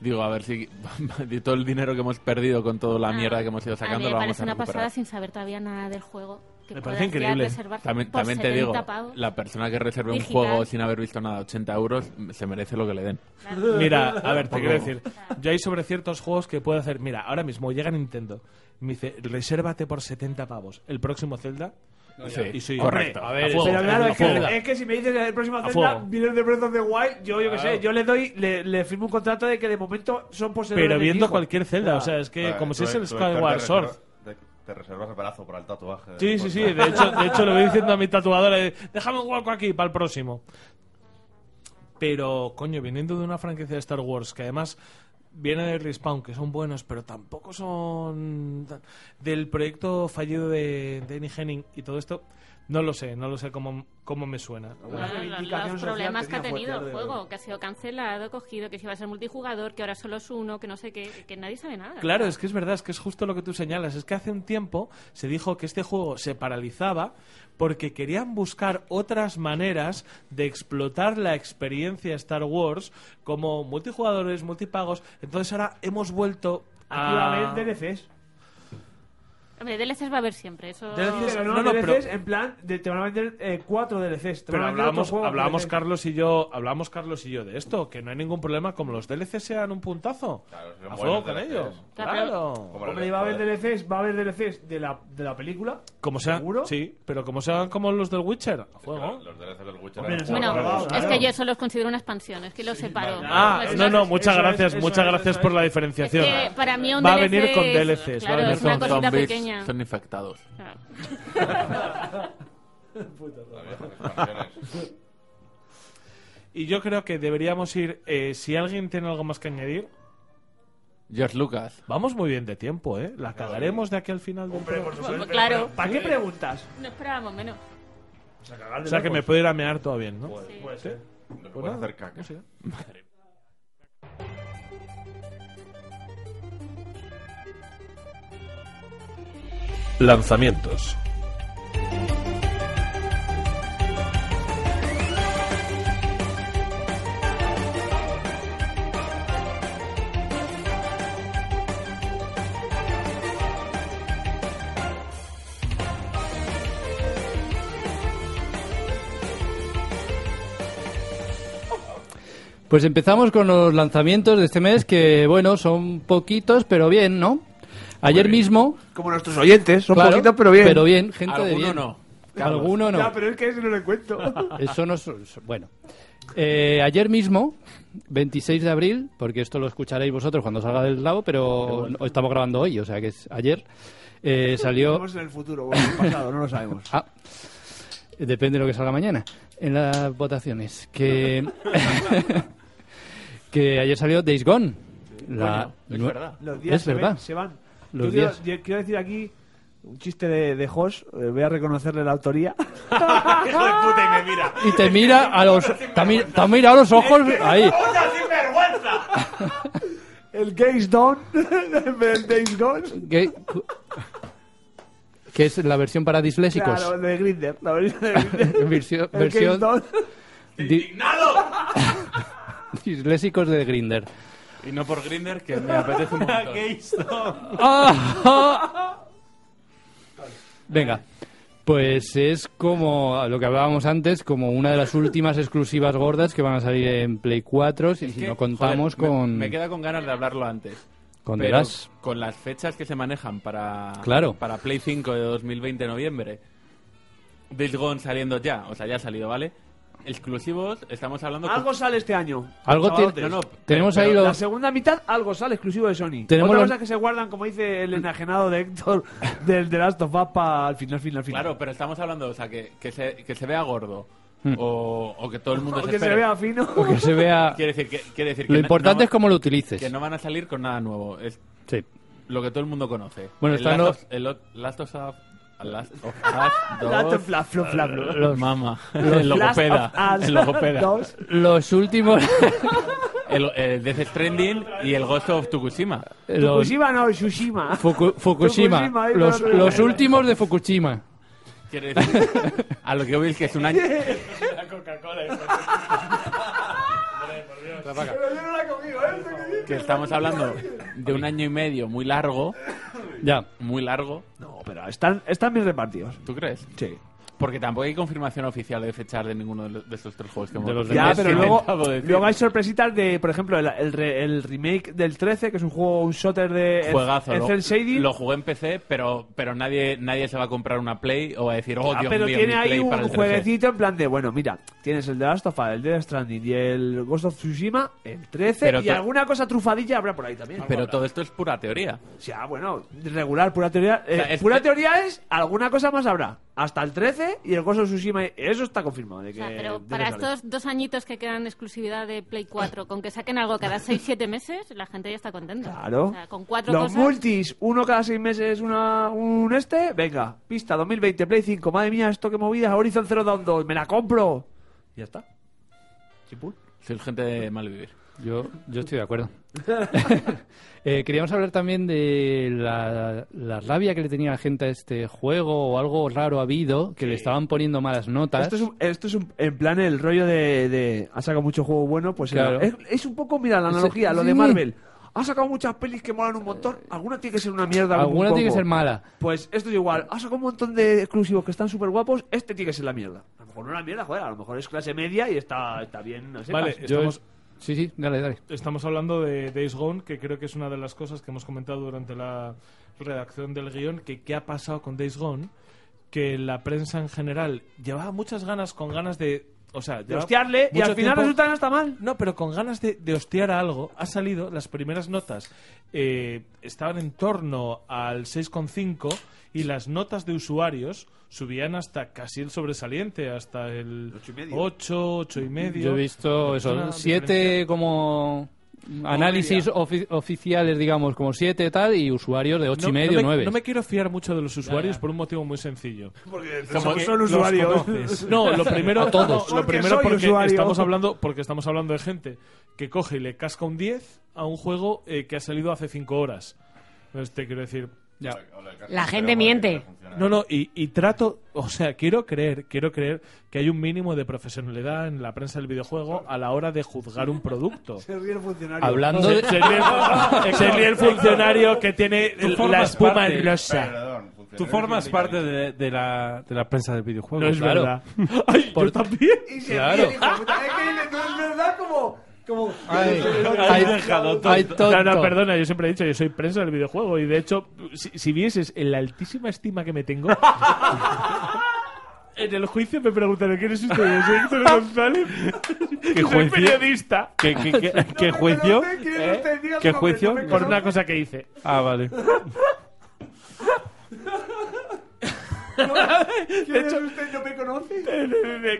Digo, a ver si de todo el dinero que hemos perdido con toda la mierda que hemos ido pues
Ah, a mí
sacando lo
me
vamos
parece
a
una
recuperar.
pasada sin saber todavía nada del juego. que
Me
puedas
parece
ya
increíble.
reservar
También,
por
también te digo,
70 pavos.
la persona que reserve
Digital.
un juego sin haber visto nada, 80 euros, se merece lo que le den.
Mira, a ver, te
Por
quiero
favor.
decir, yo hay sobre ciertos juegos que puedo hacer. Mira, ahora mismo llega Nintendo, me dice, resérvate por 70 pavos el próximo Zelda.
No, ya.
Y soy
Correcto.
a ver,
Pero
espera,
claro,
espera,
es que-
espera.
Es que si me dices el próximo
A
Zelda
fuego.
viene de Breath of the Wild, yo, yo qué
Claro.
sé, yo le doy, le, le firmo un contrato de que de momento son poseedores
Pero
de mi
viendo
hijo.
cualquier Zelda,
Ah.
o sea, es que
Vale,
como si
tú-
es
tú
el
te
Skyward
reservas-
Sword.
Te, te reservas el brazo para el tatuaje.
Sí, sí, sí. De hecho, de hecho, le voy diciendo a mi tatuadora, eh, déjame un hueco aquí para el próximo. Pero, coño, viniendo de una franquicia de Star Wars, que además viene de Respawn, que son buenos, pero tampoco son tan- del proyecto fallido de Danny Henning y todo esto, no lo sé, no lo sé cómo, cómo me suena. Ah.
Bueno,
Una
los-
reivindicación
los
social
problemas que ha
tenía
tenido el
fuerte,
juego, que ha sido cancelado, cogido, que si va a ser multijugador, que ahora solo es uno, que no sé qué, que nadie sabe nada.
Claro, es que es verdad, es que es justo lo que tú señalas. Es que hace un tiempo se dijo que este juego se paralizaba porque querían buscar otras maneras de explotar la experiencia Star Wars como multijugadores, multipagos. Entonces ahora hemos vuelto a...
Activamente DLCs.
Hombre, DLCs va a haber siempre, eso...
Pero no,
no, no,
DLCs
pero-
en plan, de, te van a vender eh, cuatro DLCs. te van
Pero
a vender otro
hablábamos,
juego
hablábamos
DLCs.
Carlos y yo, hablábamos Carlos y yo de esto, que no hay ningún problema como los DLC sean un puntazo.
son
a
buenos
juego con
DLCs.
ellos.
Claro.
Claro.
Hombre, y va a
¿eh?
haber DLCs, va a haber DLCs de la, de la película.
Como sea, sí, pero como sean como los del Witcher, a juego.
Los DLCs del Witcher.
Hombre,
eran
eso-
Bueno,
Claro,
es
claro.
que yo eso los considero una expansión, es que los separo.
Ah,
Pues
no,
es-
no, muchas
eso es,
gracias,
eso
muchas
es,
gracias
eso
por
es.
la diferenciación.
Es que para mí un
va a
DLC
venir con
es-
DLCs, va a
claro,
venir
es una
con
cosita
zombies.
pequeña.
Son infectados.
Claro.
Y yo creo que deberíamos ir, eh, si alguien tiene algo más que añadir.
George Lucas.
Vamos muy bien de tiempo, ¿eh? La cagaremos de aquí al final del programa.
Pues claro.
¿Para qué preguntas?
No esperábamos menos.
O sea, que me puedo ir a mear todo bien, ¿no?
Puede ser.
No puedes hacer caca.
Lanzamientos.
Pues empezamos con los lanzamientos de este mes, que bueno, son poquitos, pero bien, ¿no? Ayer mismo.
Como nuestros oyentes, son poquitos, pero bien.
Pero bien, gente de
Alguno
bien.
no.
Alguno no.
Ya, pero es que eso no le cuento.
Eso no es. eso- Bueno. Eh, ayer mismo, 26 de abril, porque esto lo escucharéis vosotros cuando salga del labo, pero no- estamos grabando hoy, o sea que es ayer, eh, salió.
Estamos en el futuro, bueno, en el pasado, no lo sabemos.
Ah, depende de lo que salga mañana en las votaciones. Que, que ayer salió Days Gone. La
Coño, es
nue-
verdad.
Los días
es
se,
verdad.
ven, se van.
Los
yo, quiero,
días.
yo quiero decir aquí un chiste de, de Jos, eh, voy a reconocerle la autoría.
Hijo de puta, y me mira.
Y te mira a los. Te ha mi- te ha mirado a los ojos. Ahí.
¡Puta sinvergüenza!
El Gays Gone, el Days Gone.
Que, que es la versión para disléxicos.
Claro, el de Grinder, la versión de Grindr.
Versión-
El
versión-
Games
Di- Disléxicos de Grinder.
Y no por Grinder, que me apetece un montón.
Venga. Pues es como lo que hablábamos antes, como una de las últimas exclusivas gordas que van a salir en Play 4, si, si
Que,
no contamos
joder, me-
con...
Me, queda con ganas de hablarlo antes.
Con
Pero
The Last.
Con las fechas que se manejan para,
Claro.
para Play 5 de 2020 noviembre. Days Gone saliendo ya, o sea, ya ha salido, ¿vale? Exclusivos, estamos hablando... con-
Algo sale este año.
Algo
chavalotes.
tiene- no, no, tenemos pero- ahí
la
los-
segunda mitad algo sale exclusivo de Sony.
Tenemos
Otra
los-
cosa que se guardan, como dice el enajenado de Héctor del The Last of Us para el final, final, final.
Claro, pero estamos hablando, o sea, que, que, se, que se vea gordo.
Hmm.
O, o que todo el mundo
O
se
que se
espere.
vea fino. O
que se vea-
Quiere decir que. Quiere decir
Lo
que
importante
va-
es cómo lo utilices.
Que no van a salir con nada nuevo. Es
Sí.
lo que todo el mundo conoce.
Bueno,
el
están
Last
los-
of- el o- Last of Us. el Last of Us
Last
2.
of Us, flo, fla, flo.
Los-
Mama.
los
el logopeda.
Last of Us
El logopeda.
dos.
Los últimos...
El, el Death Stranding y el Ghost of Tsushima.
Eh, los-
Fukushima no, Tsushima.
Fuku- Fukushima.
Fukushima, ahí
Los,
me lo
los
traigo.
últimos de Fukushima.
Quiere decir. A lo que voy es que es un año.
La Coca-Cola.
Pero yo no la he comido, ¿eh?
que estamos hablando de un año y medio muy largo.
Ya.
Muy largo.
No, pero están, están bien repartidos.
¿Tú crees?
Sí.
Porque tampoco hay confirmación oficial de fechar de ninguno de, los- de estos tres juegos que hemos
ya, pero luego,
acabo de decir.
luego hay sorpresitas de, por ejemplo, el, el re- el remake del 13, que es un juego, un shooter de en-
Juegazo,
en
lo,
cel shading.
lo jugué en PC, pero, pero nadie, nadie se va a comprar una Play o va a decir, oh,
Ah,
Dios
pero
mío,
tiene
mi
ahí
Play
un
para el 3G".
jueguecito en plan de, bueno, mira, tienes el de Last of Us, el de Death Stranding y el Ghost of Tsushima, el 13,
Pero
y
to-
alguna cosa trufadilla habrá por ahí también.
Pero todo esto es pura teoría.
Ya, bueno, regular, pura teoría. eh,
O sea, es
pura
que-
teoría es alguna cosa más habrá. Hasta el 13 y el Ghost of Tsushima, eso está confirmado. De que,
Eh,
Pero
de que
para
sale.
estos dos añitos que quedan de exclusividad de Play 4, con que saquen algo cada 6-7 meses, la gente ya está contenta.
Claro.
O sea, con cuatro
Los
cosas.
multis, uno cada seis meses, una, un este. Venga, pista 2020, Play 5. Madre mía, esto que movida. Horizon Zero Dawn 2, me la compro. Ya está.
Soy gente de mal vivir.
Yo, yo estoy de acuerdo. Eh, queríamos hablar también de la, la rabia que le tenía la gente a este juego o algo raro habido que le estaban poniendo malas notas.
Esto es, un- esto es un- en plan el rollo de, de- Ha sacado mucho juego bueno, pues
Claro.
era- es, es un poco, mira, la
Sí,
analogía, lo de
sí.
Marvel. Ha sacado muchas pelis que molan un montón. Alguna tiene que ser una mierda. como un
Alguna tiene que
coco.
ser mala.
Pues esto es igual. Ha sacado un montón de exclusivos que están súper guapos. Este tiene que ser la mierda. A lo mejor no la mierda, joder. A lo mejor es clase media y está, está bien. No sé,
Vale,
más.
estamos-
Sí, sí, dale, dale.
Estamos hablando de Days Gone, que creo que es una de las cosas que hemos comentado durante la redacción del guión, que qué ha pasado con Days Gone, que la prensa en general llevaba muchas ganas, con ganas de... O sea, llevaba
hostiarle, y
mucho
al final resulta que no está mal.
No, pero con ganas de, de hostiar a algo, ha salido, las primeras notas eh, estaban en torno al 6,5 y las notas de usuarios subían hasta casi el sobresaliente, hasta el 8, 8 y medio.
Yo he visto
Es una
eso, siete como análisis ofi- oficiales, digamos, como siete tal, y usuarios de ocho y medio,
me,
nueve.
no me quiero fiar mucho de los usuarios
ya.
por un motivo muy sencillo. Porque
Como son que usuarios. los conoces.
No, lo primero,
A todos.
no, lo
Porque
primero
soy
porque
usuario.
estamos hablando porque estamos hablando de gente que coge y le casca un 10 a un juego eh, que ha salido hace 5 horas. Este quiero decir,
La gente miente.
no, no, y, y trato, o sea, quiero creer, quiero creer que hay un mínimo de profesionalidad en la prensa del videojuego a la hora de juzgar un producto.
Se ríe el funcionario.
Hablando de- Se ríe el- se ríe el funcionario que tiene
Tú
el-
formas
la espuma
parte-
en rosa. Perdón,
Tú
funcionario
formas parte de, de la, de la prensa del videojuego.
No es
claro.
verdad. Ay, yo también.
Y se ríe, hijo de puta. Es que dice, no es verdad como... como
Ay, No, no, perdona, yo siempre he dicho, yo soy prensa del videojuego y de hecho, si, si vieses en la altísima estima que me tengo... En el juicio me preguntaron quién es usted, yo soy Héctor González.
¿Qué
soy
juicio?
periodista.
¿Qué- qué- qué- qué juicio? ¿Eh? ¿Qué juicio?
Por una cosa que hice.
Ah, vale.
¿Quién es usted? ¿No me conoce?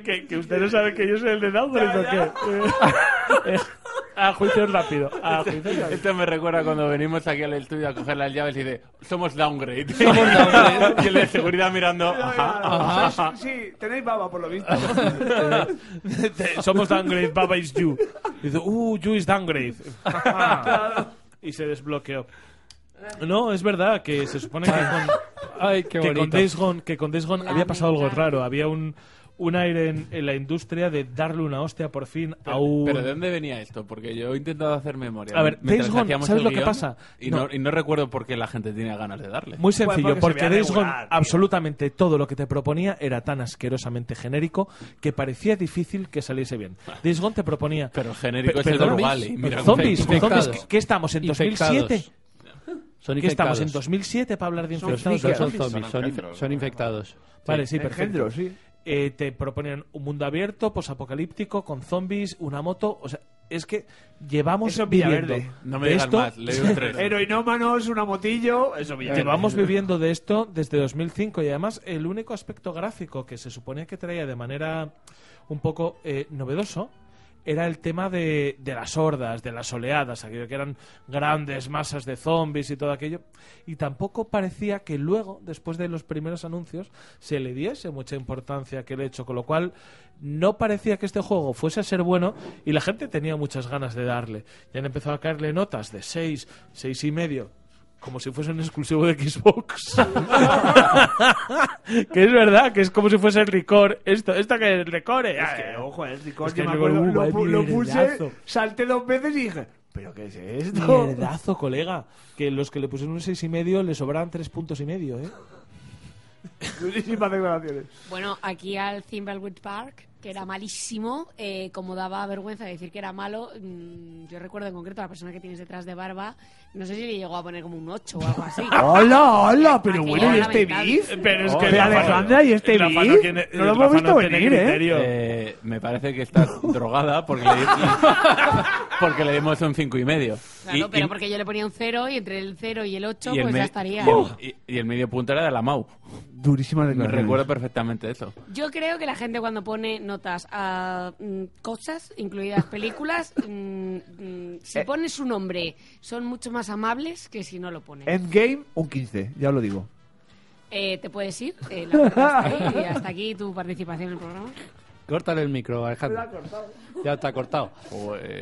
Que, que usted no sabe que yo soy el de Downgrade o qué. Eh, A juicio rápido. A juicio rápido.
Esto Este, me recuerda cuando venimos aquí al estudio a coger las llaves y dice, somos downgrade.
Somos downgrade.
y el de seguridad mirando, ajá, ajá, ajá.
Sí, tenéis baba por lo visto.
Te- Somos downgrade, Baba is you. Y dice, uh, you is downgrade. y se desbloqueó. No, es verdad que se supone que con,
Ay, qué
que con
bonito.
Days Gone, que con Days Gone había pasado algo raro. Había un, un aire en, en la industria de darle una hostia por fin a un...
Pero ¿de dónde venía esto? Porque yo he intentado hacer memoria.
A ver,
Mientras
Days Gone,
hacíamos
¿sabes
el
lo que
guión,
pasa?
Y no.
No.
y no recuerdo por qué la gente tenía ganas de darle.
Muy sencillo, porque Days Gone, absolutamente todo lo que te proponía era tan asquerosamente genérico que parecía difícil que saliese bien. Days Gone te proponía.
Pero genérico es el
perdón,
Orwell, y mira cómo
Zombies,
infectados.
zombies, ¿qué- ¿qué estamos en
Infectados.
2007?
Son
¿Qué
infectados.
estamos en 2007 para hablar de
Son
infectados?
zombies, son zombies, son inf- son infectados.
Vale,
Sí.
sí, perfecto.
Engendros, sí.
Eh, te proponían un mundo abierto, posapocalíptico, con zombies, una moto, o sea, es que llevamos
Eso es
viviendo
Villaverde.
No me digas
esto-
más, leo un tres.
Heroinómanos, una motillo, eso bien.
Llevamos viviendo de esto desde 2005 y además el único aspecto gráfico que se suponía que traía de manera un poco eh, novedoso era el tema de, de las hordas, de las oleadas, aquello que eran grandes masas de zombies y todo aquello. Y tampoco parecía que luego, después de los primeros anuncios, se le diese mucha importancia a aquel hecho, con lo cual no parecía que este juego fuese a ser bueno y la gente tenía muchas ganas de darle. Ya han empezado a caerle notas de 6, 6 y medio como si fuese un exclusivo de Xbox. que es verdad, que es como si fuese el Record. Esto, eesta que es Record. eh,
Es que, ojo, el Record,
Es que
yo me
luego,
acuerdo,
uh,
lo,
vaya
pu- lo puse,
mierdazo.
salté dos veces y dije, ¿Pero qué es esto?
Mierdazo, colega. Que los que le pusieron un seis y medio le sobraban tres puntos y medio, ¿eh?
Durísimas declaraciones.
Bueno, aquí al Thimbleweed Park, que era malísimo, eh, como daba vergüenza decir que era malo, mm, yo recuerdo en concreto a la persona que tienes detrás de barba, no sé si le llegó a poner como un 8 o algo así.
¡Hola, hola! Pero bueno,
era
¿y este
lamentable.
beef?
Pero es que
Pero
Rafa no-
Alejandra y este
Rafa no
beef.
tiene-
No lo
Rafa
hemos visto
no tiene
venir, ¿eh?
criterio.
Eh, me parece que estás drogada porque le, porque le dimos un cinco y medio.
Claro,
Y-
pero
y-
porque yo le ponía un 0 y entre el 0 y el 8
y el
pues
me-
ya estaría.
Y el, y- y el medio punto era de la Mau.
Durísima
Me
declaraciones.
recuerdo perfectamente eso.
Yo creo que la gente cuando pone notas a mm, cosas, incluidas películas, mm, mm,
Eh.
si pone su nombre, son mucho más amables que si no lo pone.
Eh.
Endgame, un 15, ya os lo digo.
Eh, ¿Te puedes ir? Eh, la verdad es que, y hasta aquí tu participación en el programa.
Córtale el micro, Alejandro. Ya está cortado.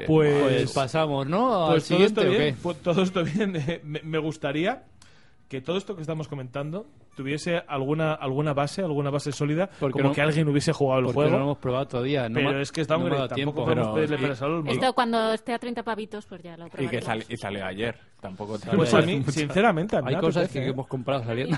Pues,
pasamos, ¿no? Al
Pues todo
siguiente,
esto
¿o
bien,
qué?
pues todo esto bien. eh, Me, me gustaría que todo esto que estamos comentando tuviese alguna alguna base, alguna base sólida, como
no-
que alguien hubiese jugado el
porque
juego.
no lo hemos probado todavía. No
Pero
me ha-
es que estamos
no me ha dado
tampoco
tiempo.
podemos pedirle
y-
peras al olmo.
Esto cuando esté a 30 pavitos, pues ya lo
Y que
probaremos.
sal- y salió ayer. Tampoco
Pues a
salió
mí,
mucho.
sinceramente, a mí
Hay
me
cosas
apetece,
que
¿eh?
hemos comprado saliendo.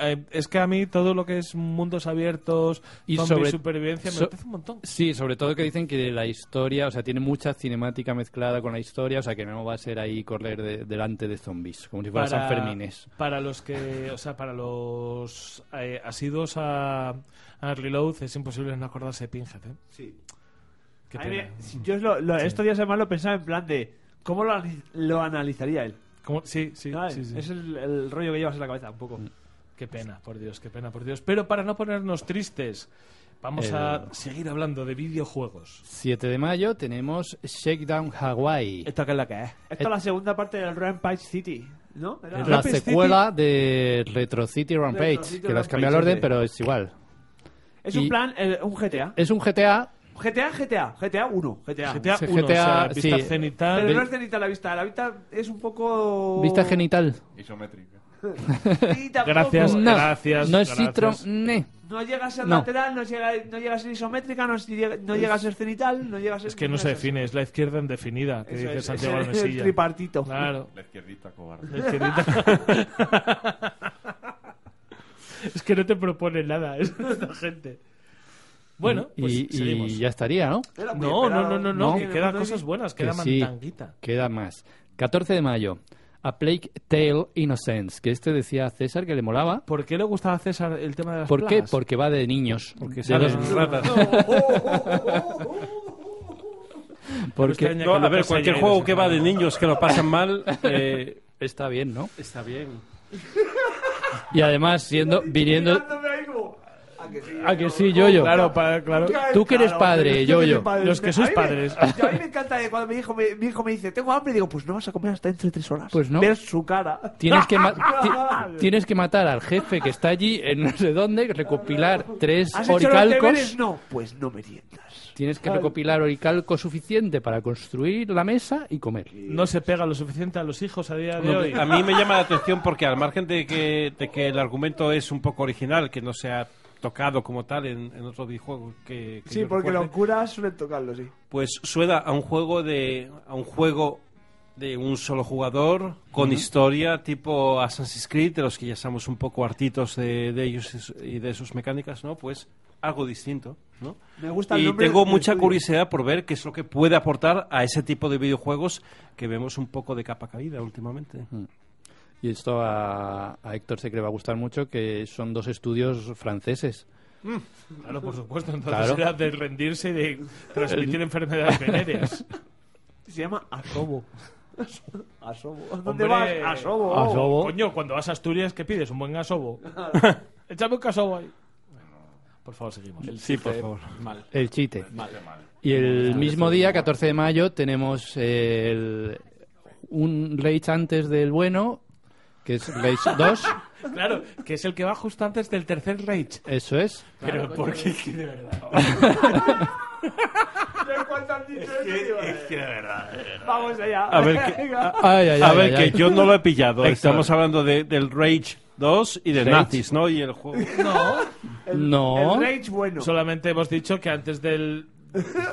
Eh, es que a mí todo lo que es mundos abiertos, y supervivencia, me
so-
apetece un montón.
Sí, sobre todo que dicen que la historia, o sea, tiene mucha cinemática mezclada con la historia, o sea, que no va a ser ahí correr de- delante de zombies, como si fuera San Fermines.
Para los que, o sea, para los eh, asiduos a, a Reload es imposible no acordarse de Pinhead, ¿eh?
Sí.
Qué
A mí
pena.
me- si yo es lo- lo- estos días además lo pensaba en plan de cómo lo, analiz- lo analizaría él.
¿Cómo? Sí, sí,
¿Sabes?
sí, sí.
Es el, el rollo que llevas en la cabeza un poco.
Mm.
Qué pena, por Dios, qué pena, por Dios. Pero para no ponernos tristes, vamos
El-
a seguir hablando de videojuegos.
7 de mayo tenemos Shakedown Hawaii.
¿Esta qué es la que es?
Esta es la segunda parte del Rampage City, ¿no? Era-
Es la
Rampage City
secuela de Retro City Rampage,
Retro City
que las
Rampage,
cambió el orden,
sí.
pero es igual.
Es un
y-
plan, eh, un GTA.
Es un GTA,
GTA, GTA, GTA 1, GTA.
GTA
Sí,
1,
GTA,
o sea, vista
sí.
cenital.
Pero
Ve-
no es cenita la vista, la vista es un poco...
vista genital.
Isométrica.
Sí, tampoco.
Gracias,
No,
gracias.
no es
gracias.
Citron, ne.
No llega a ser
No.
lateral, no llega, no llega a ser isométrica, no, llega, no llega a ser cenital, no llega a ser...
Es que no se define, es la izquierda indefinida, que
Eso
dice
es,
Santiago
es el-
Almesilla.
el tripartito.
Claro.
La izquierdita
La
cobarde.
izquierdita. es que no te propone nada, es esta gente. Bueno, pues
y, y
seguimos.
ya estaría, ¿no?
Era muy
No, no,
esperado.
no, no, no,
No.
que quedan cosas buenas,
Que
queda
sí,
mantanguita.
queda más. 14 de mayo, A Plague Tale Innocence, que este decía a César que le molaba.
¿Por qué le gustaba a César el tema de las
¿Por qué?
plagas?
Porque va de niños. De
Porque salen
los-
ratas.
porque-
Pero este año
No,
que
a
lo
ver,
pasa
cualquier
ya
juego
eres
que va de niños que lo pasan mal, eh,
Está bien, ¿no?
está bien.
Y además, siendo, viniendo...
Mirándome ahí como, ¿A Ah, que sí?
¿A Ah, que sí, Yoyo?
Claro, pa- claro.
Tú que eres
Claro,
padre,
yo que soy
Yoyo.
padre.
Los que sois
A mí me-
padres.
yo a mí me encanta que cuando mi hijo me, mi hijo me dice, tengo hambre, digo, pues no vas a comer hasta dentro de tres horas.
Pues no.
Ver su cara.
Tienes que, ma- ti- tienes que matar al jefe que está allí en no sé dónde, recopilar tres
¿Has hecho los deberes?
oricalcos.
No, pues no me tiendas.
Tienes que recopilar oricalco suficiente para construir la mesa y comer.
No se pega lo suficiente a los hijos a día de
No,
hoy.
a mí me llama la atención porque al margen de que, de que el argumento es un poco original, que no se ha tocado como tal en, en otro videojuego que, que
Sí,
yo
porque
recuerde,
los curas suelen tocarlo, sí.
pues suena a un juego de a un juego de un solo jugador con historia tipo Assassin's Creed de los que ya estamos un poco hartitos de, de ellos y su- y de sus mecánicas no pues algo distinto no
Me gusta el
y
nombre
tengo
del
mucha
estudio.
curiosidad por ver qué es lo que puede aportar a ese tipo de videojuegos que vemos un poco de capa caída últimamente
Y esto a, a Héctor sé que le va a gustar mucho, que son dos estudios franceses.
Claro, por supuesto. Entonces
Claro.
era de Mm. rendirse y de transmitir enfermedades venéreas.
Se llama Asobo. Asobo. ¿A ¿Dónde
Hombre,
vas? Asobo.
Asobo.
Coño, cuando vas a Asturias, ¿qué pides? ¿Un buen gasobo? Échame un gasobo ahí. Por favor, seguimos.
Sí, por favor. Mal.
El chite.
Mal.
Y el mismo día, 14 de mayo, tenemos el- un Rage antes del bueno, que es Rage 2.
Claro, que es el que va justo antes del tercer Rage.
Eso es.
Pero porque es que de verdad.
¿De cuánto han dicho eso? Digo,
Es que de verdad. eh.
Vamos allá.
A ver qué-
Venga.
Ay, ay,
a
ay,
ver,
ay,
que
ay.
yo no lo he pillado.
Héctor.
Estamos hablando de- del Rage 2 y de
Rage.
Nazis, ¿no? Y el juego.
No,
No.
El Rage bueno.
solamente hemos dicho que antes del,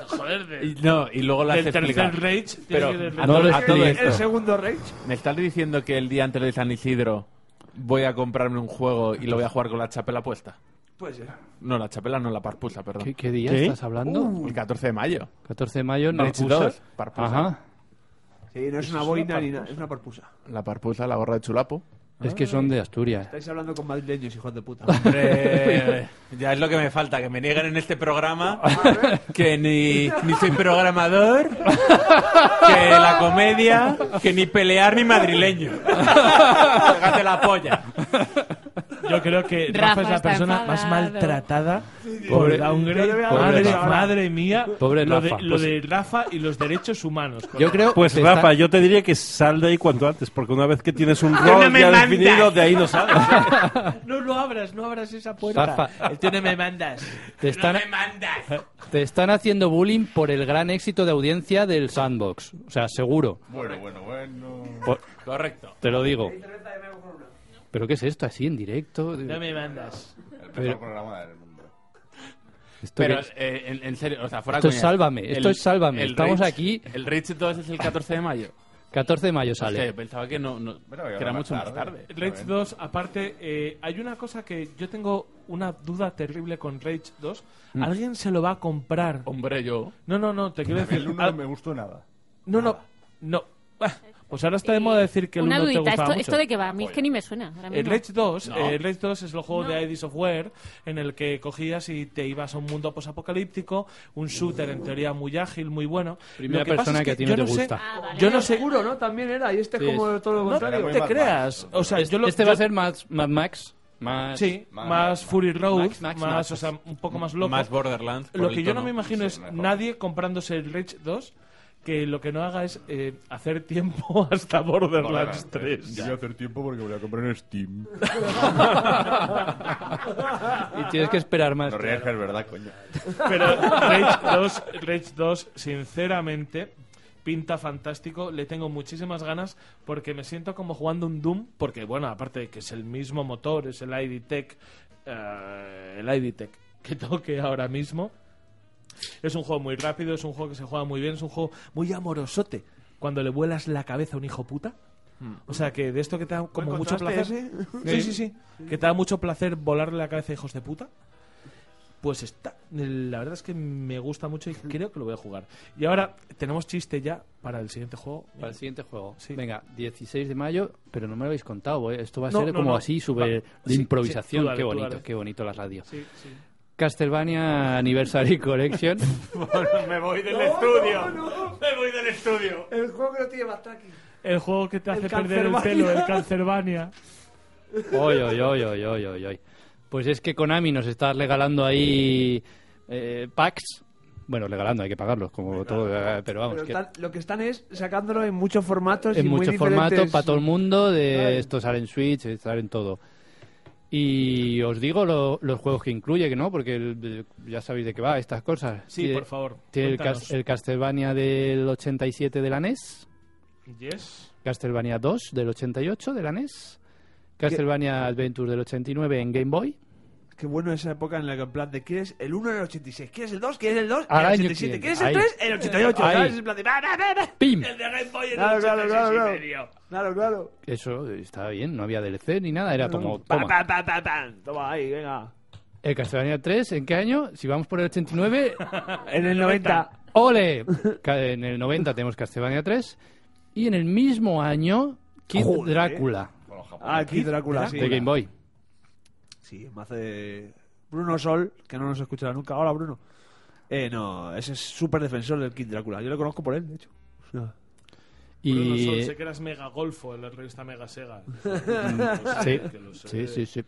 Joder, de-
Y- No, y luego la
del
hace
tercer
explicar.
Reich, tiene
Pero
que del-
a todo-
del-
a todo
el- el
esto.
segundo Reich.
¿Me estás diciendo que el día antes de San Isidro voy a comprarme un juego y lo voy a jugar con la chapela puesta?
Pues
Puede ser.
No, la chapela no, la parpusa, perdón.
¿Qué- qué día estás hablando?
Uh, el 14 de mayo.
14 de mayo, no.
Reich
puso.
2, parpusa.
Ajá.
Sí, no es
Eso
una
es
boina
una
ni nada, es una parpusa.
La parpusa, la gorra de chulapo.
Es que son de Asturias.
Estáis hablando con madrileños, hijos de puta.
Hombre, ya es lo que me falta, que me niegan en este programa que ni, ni soy programador, que la comedia, que ni pelear ni madrileño. Hágate la polla.
Yo creo que
Rafa
Rafa es la
está
persona más
enfadado.
maltratada
Pobre-
por Downgrade.
Yo le voy a-
madre,
Pobre Rafa.
madre mía.
Pobre
lo
Rafa,
De, lo
pues-
de Rafa y los derechos humanos.
Pues Rafa, yo te diría que sal de ahí cuanto antes, porque una vez que tienes un
Ah,
rol
no me
ya
mandas.
definido, de ahí no sales.
No lo abras, no abras esa
puerta. Rafa.
Tú no me mandas.
Te están, te están haciendo bullying por el gran éxito de audiencia del Sandbox. O sea, seguro.
Bueno, bueno, bueno.
Por-
Correcto.
Te lo digo. ¿Pero qué es esto? ¿Así en directo?
No me mandas.
El
Pero-
peor programa del mundo.
Esto
Pero
que es-
eh, en, en serio, o sea, fuera
Esto es
coñas,
Sálvame, esto es Sálvame, estamos
Rich-
aquí-
El Rich 2 es el 14 de mayo.
14 de mayo
Es
sale.
que pensaba que, no, no- que era mucho más tarde.
Rage 2, aparte, eh, hay una cosa que yo tengo una duda terrible con Rage 2.
Mm.
¿Alguien se lo va a comprar?
Hombre, yo.
No, no, no, te quiero
A mí
decir.
el uno
al-
no me gustó nada.
No, no, no. Ah, Pues ahora está de moda decir que el
Una
1 te
dudita,
gustaba
esto,
mucho.
¿esto de qué va? A mí es que ni me suena. ahora
El
mismo.
Rage 2,
No.
eh, el Rage 2 es el juego de ID Software en el que cogías y te ibas a un mundo posapocalíptico, un shooter en teoría muy ágil, muy bueno.
Primera
Lo que pasa
persona
es
que a ti no
yo
te
sé-
gusta. Ah,
Yo no sé
seguro, ¿no? También era, y este
Sí,
es como
es-
todo lo
No,
contrario.
te creas. O sea, yo lo-
Este va a
yo-
ser más, más Max. Más,
sí, más, Fury Road,
Max, Max,
más,
Max.
o sea, un poco más loco.
Más Borderlands por
Lo
el
que yo
tono. pues,
no me imagino es nadie comprándose el Rage 2 que lo que no haga es eh, hacer tiempo hasta Borderlands 3.
Yo voy a hacer tiempo porque me voy a comprar en Steam.
Y tienes que esperar más.
No rías, que es verdad, coño.
Pero Rage 2, Rage 2, sinceramente, pinta fantástico. Le tengo muchísimas ganas porque me siento como jugando un Doom. Porque, bueno, aparte de que es el mismo motor, es el ID Tech, eh, el ID Tech que toque ahora mismo. Es un juego muy rápido, es un juego que se juega muy bien, es un juego muy amorosote. Cuando le vuelas la cabeza a un hijo puta. O sea que de esto que te da como mucho placer.
contraste
Sí,
ese.
sí, sí. Que te da mucho placer volarle la cabeza a hijos de puta. Pues está. La verdad es que me gusta mucho y creo que lo voy a jugar. Y ahora tenemos chiste ya para el siguiente juego.
Para el siguiente juego. Venga, 16 de mayo, pero no me lo habéis contado. ¿eh? Esto va a
No,
ser
no,
como
no.
así,
Va.
sobre
Sí,
de
sí,
improvisación.
tú dale,
qué
tú
bonito,
dale.
qué bonito la radio.
Sí, sí.
Castlevania Anniversary Collection.
me voy del
No,
estudio.
no, no.
Me voy del estudio.
El juego que no tiene más tracking.
El juego que te
El
hace perder el pelo, el Cancervania.
Oy, oy, oy, oy, oy, oy, oy. Pues es que Konami nos está regalando ahí eh, packs. Bueno, regalando, hay que pagarlos, como todo. eh, Pero vamos,
Pero
que
están- lo que están es sacándolo en muchos formatos. y
en
muy
muchos formatos,
diferentes.
para todo el mundo. De esto sale en Switch, esto sale en todo. Y os digo lo- los juegos que incluye, que no, porque el- ya sabéis de qué va estas cosas.
Sí, por favor,
Tiene el,
cuéntanos.
cas- el Castlevania del 87 de la E NES.
Yes.
Castlevania 2 del 88 de la NES, Castlevania Adventure del 89 en Game Boy.
Qué bueno esa época en la que en plan de quieres el 1 en el 86, quieres el 2, quieres el 2,
Ahora
el
yo
87,
quiero-
quieres el
ahí.
3, el 88,
Ahí.
¿sabes? En plan de va, va, va, va.
¡Pim!
El de Game Boy en
Claro,
el
claro,
86
claro,
y medio. Claro, claro.
Eso eh, estaba bien, no había DLC ni nada, era como
Pa,
toma.
pa, pa, pa, pam. Toma ahí, venga.
El Castlevania 3, ¿en qué año? Si vamos por el 89,
En el 90.
¡ole! Ca- En el 90 tenemos Castlevania 3 y en el mismo año Kid
Joder. ¿eh?
Drácula
Ah, aquí Drácula, sí.
de Game Boy.
Sí, me hace Bruno Sol, que no nos escuchará nunca. Hola, Bruno. Eh, no, ese es súper defensor del Kid Drácula. Yo lo conozco por él, de hecho. O sea,
Bruno Sol,
Y Mm,
sé que eras mega golfo en la revista Mega Sega. Pues
sí,
que lo sé.
sí, sí, sí.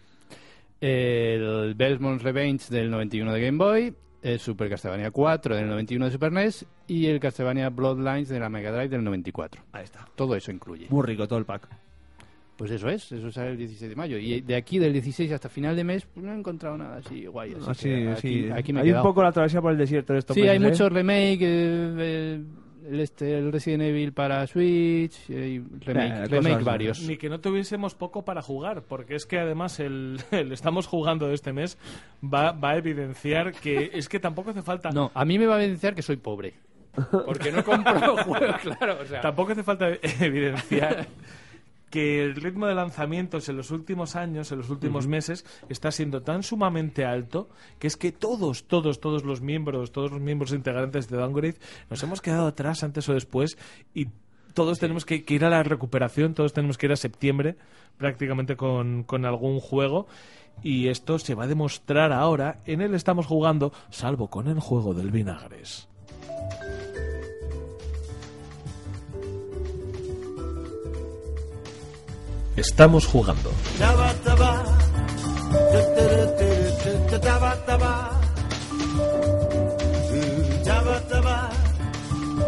El Belmont Revenge del 91 de Game Boy, el Super Castlevania 4 del 91 de Super NES y el Castlevania Bloodlines de la Mega Drive del 94.
Ahí está.
Todo eso incluye.
Muy rico todo el pack.
Pues eso es, eso sale el 16 de mayo. Y de aquí del 16 hasta final de mes pues, no he encontrado nada así guay. Así
Así,
que Ah, aquí,
sí.
aquí me he
Hay un
quedado.
poco la travesía por el desierto de estos
Sí, hay
meses, ¿eh?
muchos remake, eh, eh, el, este, el Resident Evil para Switch, eh, y remake, remake varios.
Ni que no tuviésemos poco para jugar, porque es que además el, el estamos jugando de este mes va, va a evidenciar que es que tampoco hace falta.
No, a mí me va a evidenciar que soy pobre.
Porque no compro juegos, claro. o sea. Tampoco hace falta evidenciar que el ritmo de lanzamientos en los últimos años, en los últimos
Ujú.
meses, está siendo tan sumamente alto que es que todos, todos, todos los miembros, todos los miembros integrantes de Downgrade nos hemos quedado atrás antes o después y todos tenemos que, que ir a la recuperación, todos tenemos que ir a septiembre prácticamente con, con algún juego y esto se va a demostrar ahora en el estamos jugando, salvo con el juego del vinagres. Estamos jugando.
Taba, taba. Tu, tu, tu, tu, tu, taba, taba. Mm, taba, taba.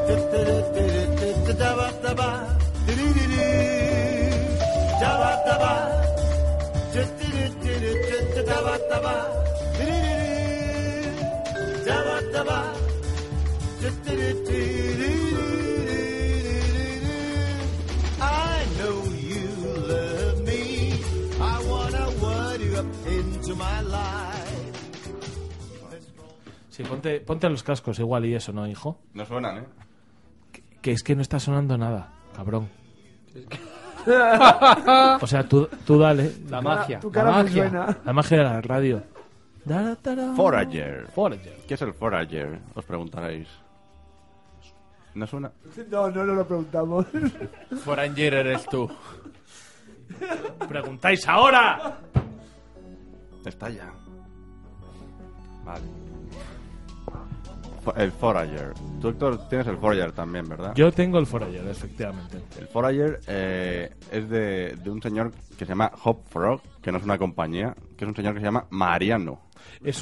Tu, tu, tu, tu, tu, taba, taba. Di-di-di-di. Taba, taba. Tu, tu, tu, tu, tu, tu, taba, taba. Di-di-di-di. Taba, taba. Tu, tu, tu, tu, di-di-di-di-di-di. I know you love me. I wanna word you up into my life.
Sí, ponte, ponte los cascos igual y eso, ¿no, hijo?
No suenan, ¿eh?
Que es que no está sonando nada, cabrón. O
o
sea, tú, tú dale.
La magia. Tu cara
la
me
magia.
suena.
La magia de la radio. Da, da, da.
Forager.
Forager.
¿Qué es el Forager? Os preguntaréis. ¿No suena?
No, no, no lo preguntamos.
Foranger eres tú.
¡Preguntáis ahora!
Está ya. Vale. Fo- El Forager. Tú, Héctor, tienes el Forager también, ¿verdad?
Yo tengo el Forager, efectivamente.
El Forager eh, es de, de un señor que se llama Hop Frog, que no es una compañía, que es un señor que se llama Mariano.
Es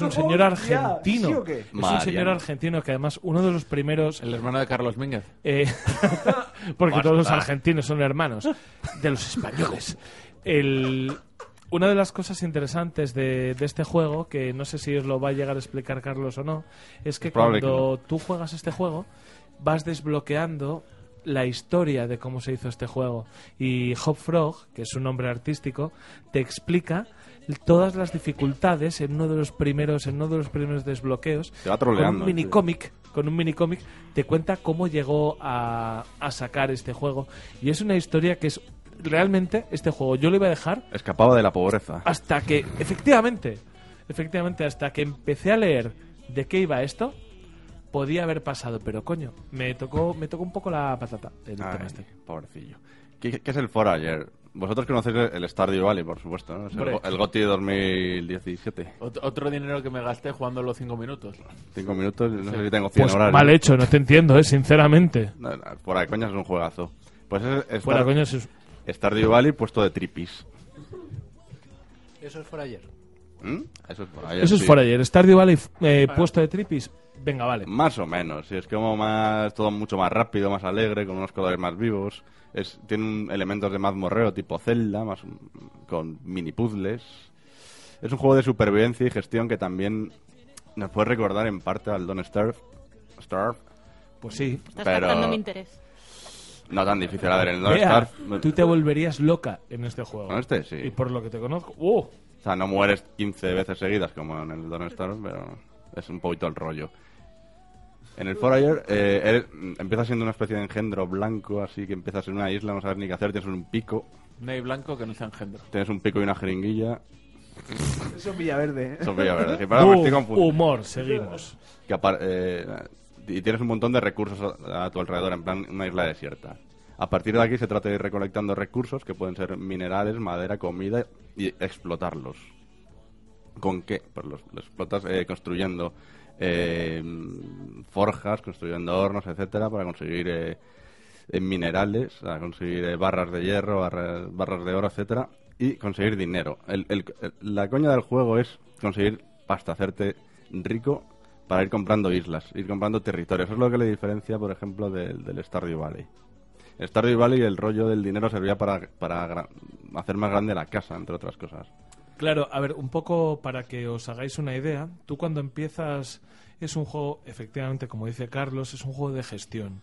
un señor
Hostia,
argentino.
¿sí o qué?
Es un
Mariano.
señor argentino que además uno de los primeros.
El hermano de Carlos Mínguez.
Eh, porque todos los
Basta.
argentinos son hermanos de los españoles. El- una de las cosas interesantes de, de este juego, que no sé si os lo va a llegar a explicar Carlos o no, es que
Es probable que
cuando tú juegas este juego vas desbloqueando la historia de cómo se hizo este juego. Y Hop Frog, que es un nombre artístico, te explica todas las dificultades en uno de los primeros, en uno de los primeros desbloqueos
Te va
con
troleando,
un
el tío.
minicómic, con un minicómic, te cuenta cómo llegó a, a sacar este juego. Y es una historia que es realmente este juego. Yo lo iba a dejar
Escapaba de la pobreza.
hasta que, efectivamente, efectivamente, hasta que empecé a leer de qué iba esto, podía haber pasado, pero coño, me tocó, me tocó un poco la patata el
Ay,
tema este.
pobrecillo. ¿Qué, qué es el Forager? Vosotros conocéis el Stardew Valley, por supuesto, ¿no? Es el,
Hombre.
go- el GOTY de 2017.
Ot- otro dinero que me gasté jugando los cinco minutos.
Cinco minutos, no sé si tengo 100
Pues
horas.
mal hecho, no te entiendo, eh, sinceramente.
No, no, fuera de coñas es un juegazo. Pues es, es Star-
Fuera de coñas es-
Stardew Valley puesto de tripis.
Eso es Forager.
¿Mm? Eso es Forager.
Eso es
sí.
Forager. Stardew Valley, eh, puesto de tripis. Venga, vale.
Más o menos, sí, es como más, todo mucho más rápido, más alegre, con unos colores más vivos. Es, tiene un- elementos de mazmorreo tipo Zelda, más, un- con mini puzzles. Es un juego de supervivencia y gestión que también nos puede recordar en parte al Don't Starve. Starve.
Pues sí.
Estás captando
pero
mi interés.
no tan difícil. A ver, en el Don't
Bea,
Starve...
tú te volverías loca en este juego.
Con este, sí.
Y por lo que te conozco, ¡uh!
O sea, no mueres 15 veces seguidas como en el Don't Starve, pero es un poquito el rollo. En el Forager eh, eres- mm, empiezas siendo una especie de engendro blanco, así que empiezas en una isla, no sabes ni qué hacer, tienes un pico,
No hay blanco que no sea engendro.
tienes un pico y una jeringuilla.
Eso es Villaverde.
Eso es Villaverde, sí,
¡uh!
pero me estoy confundiendo.
humor, ¿eh? seguimos.
Que apar- eh, y tienes un montón de recursos a, a tu alrededor, en plan una isla desierta. A partir de aquí se trata de ir recolectando recursos que pueden ser minerales, madera, comida y explotarlos. ¿Con qué? Pues los, los explotas eh, construyendo eh, forjas, construyendo hornos, etcétera, para conseguir eh, eh, minerales, para conseguir eh, barras de hierro, barra- barras de oro, etcétera, y conseguir dinero. El- el- el- la coña del juego es conseguir pasta, hacerte rico para ir comprando islas, ir comprando territorios. Eso es lo que le diferencia, por ejemplo, del, del Stardew Valley. El Stardew Valley, el rollo del dinero servía para, para gra- hacer más grande la casa, entre otras cosas.
Claro, a ver, un poco para que os hagáis una idea, tú cuando empiezas es un juego, efectivamente, como dice Carlos, es un juego de gestión.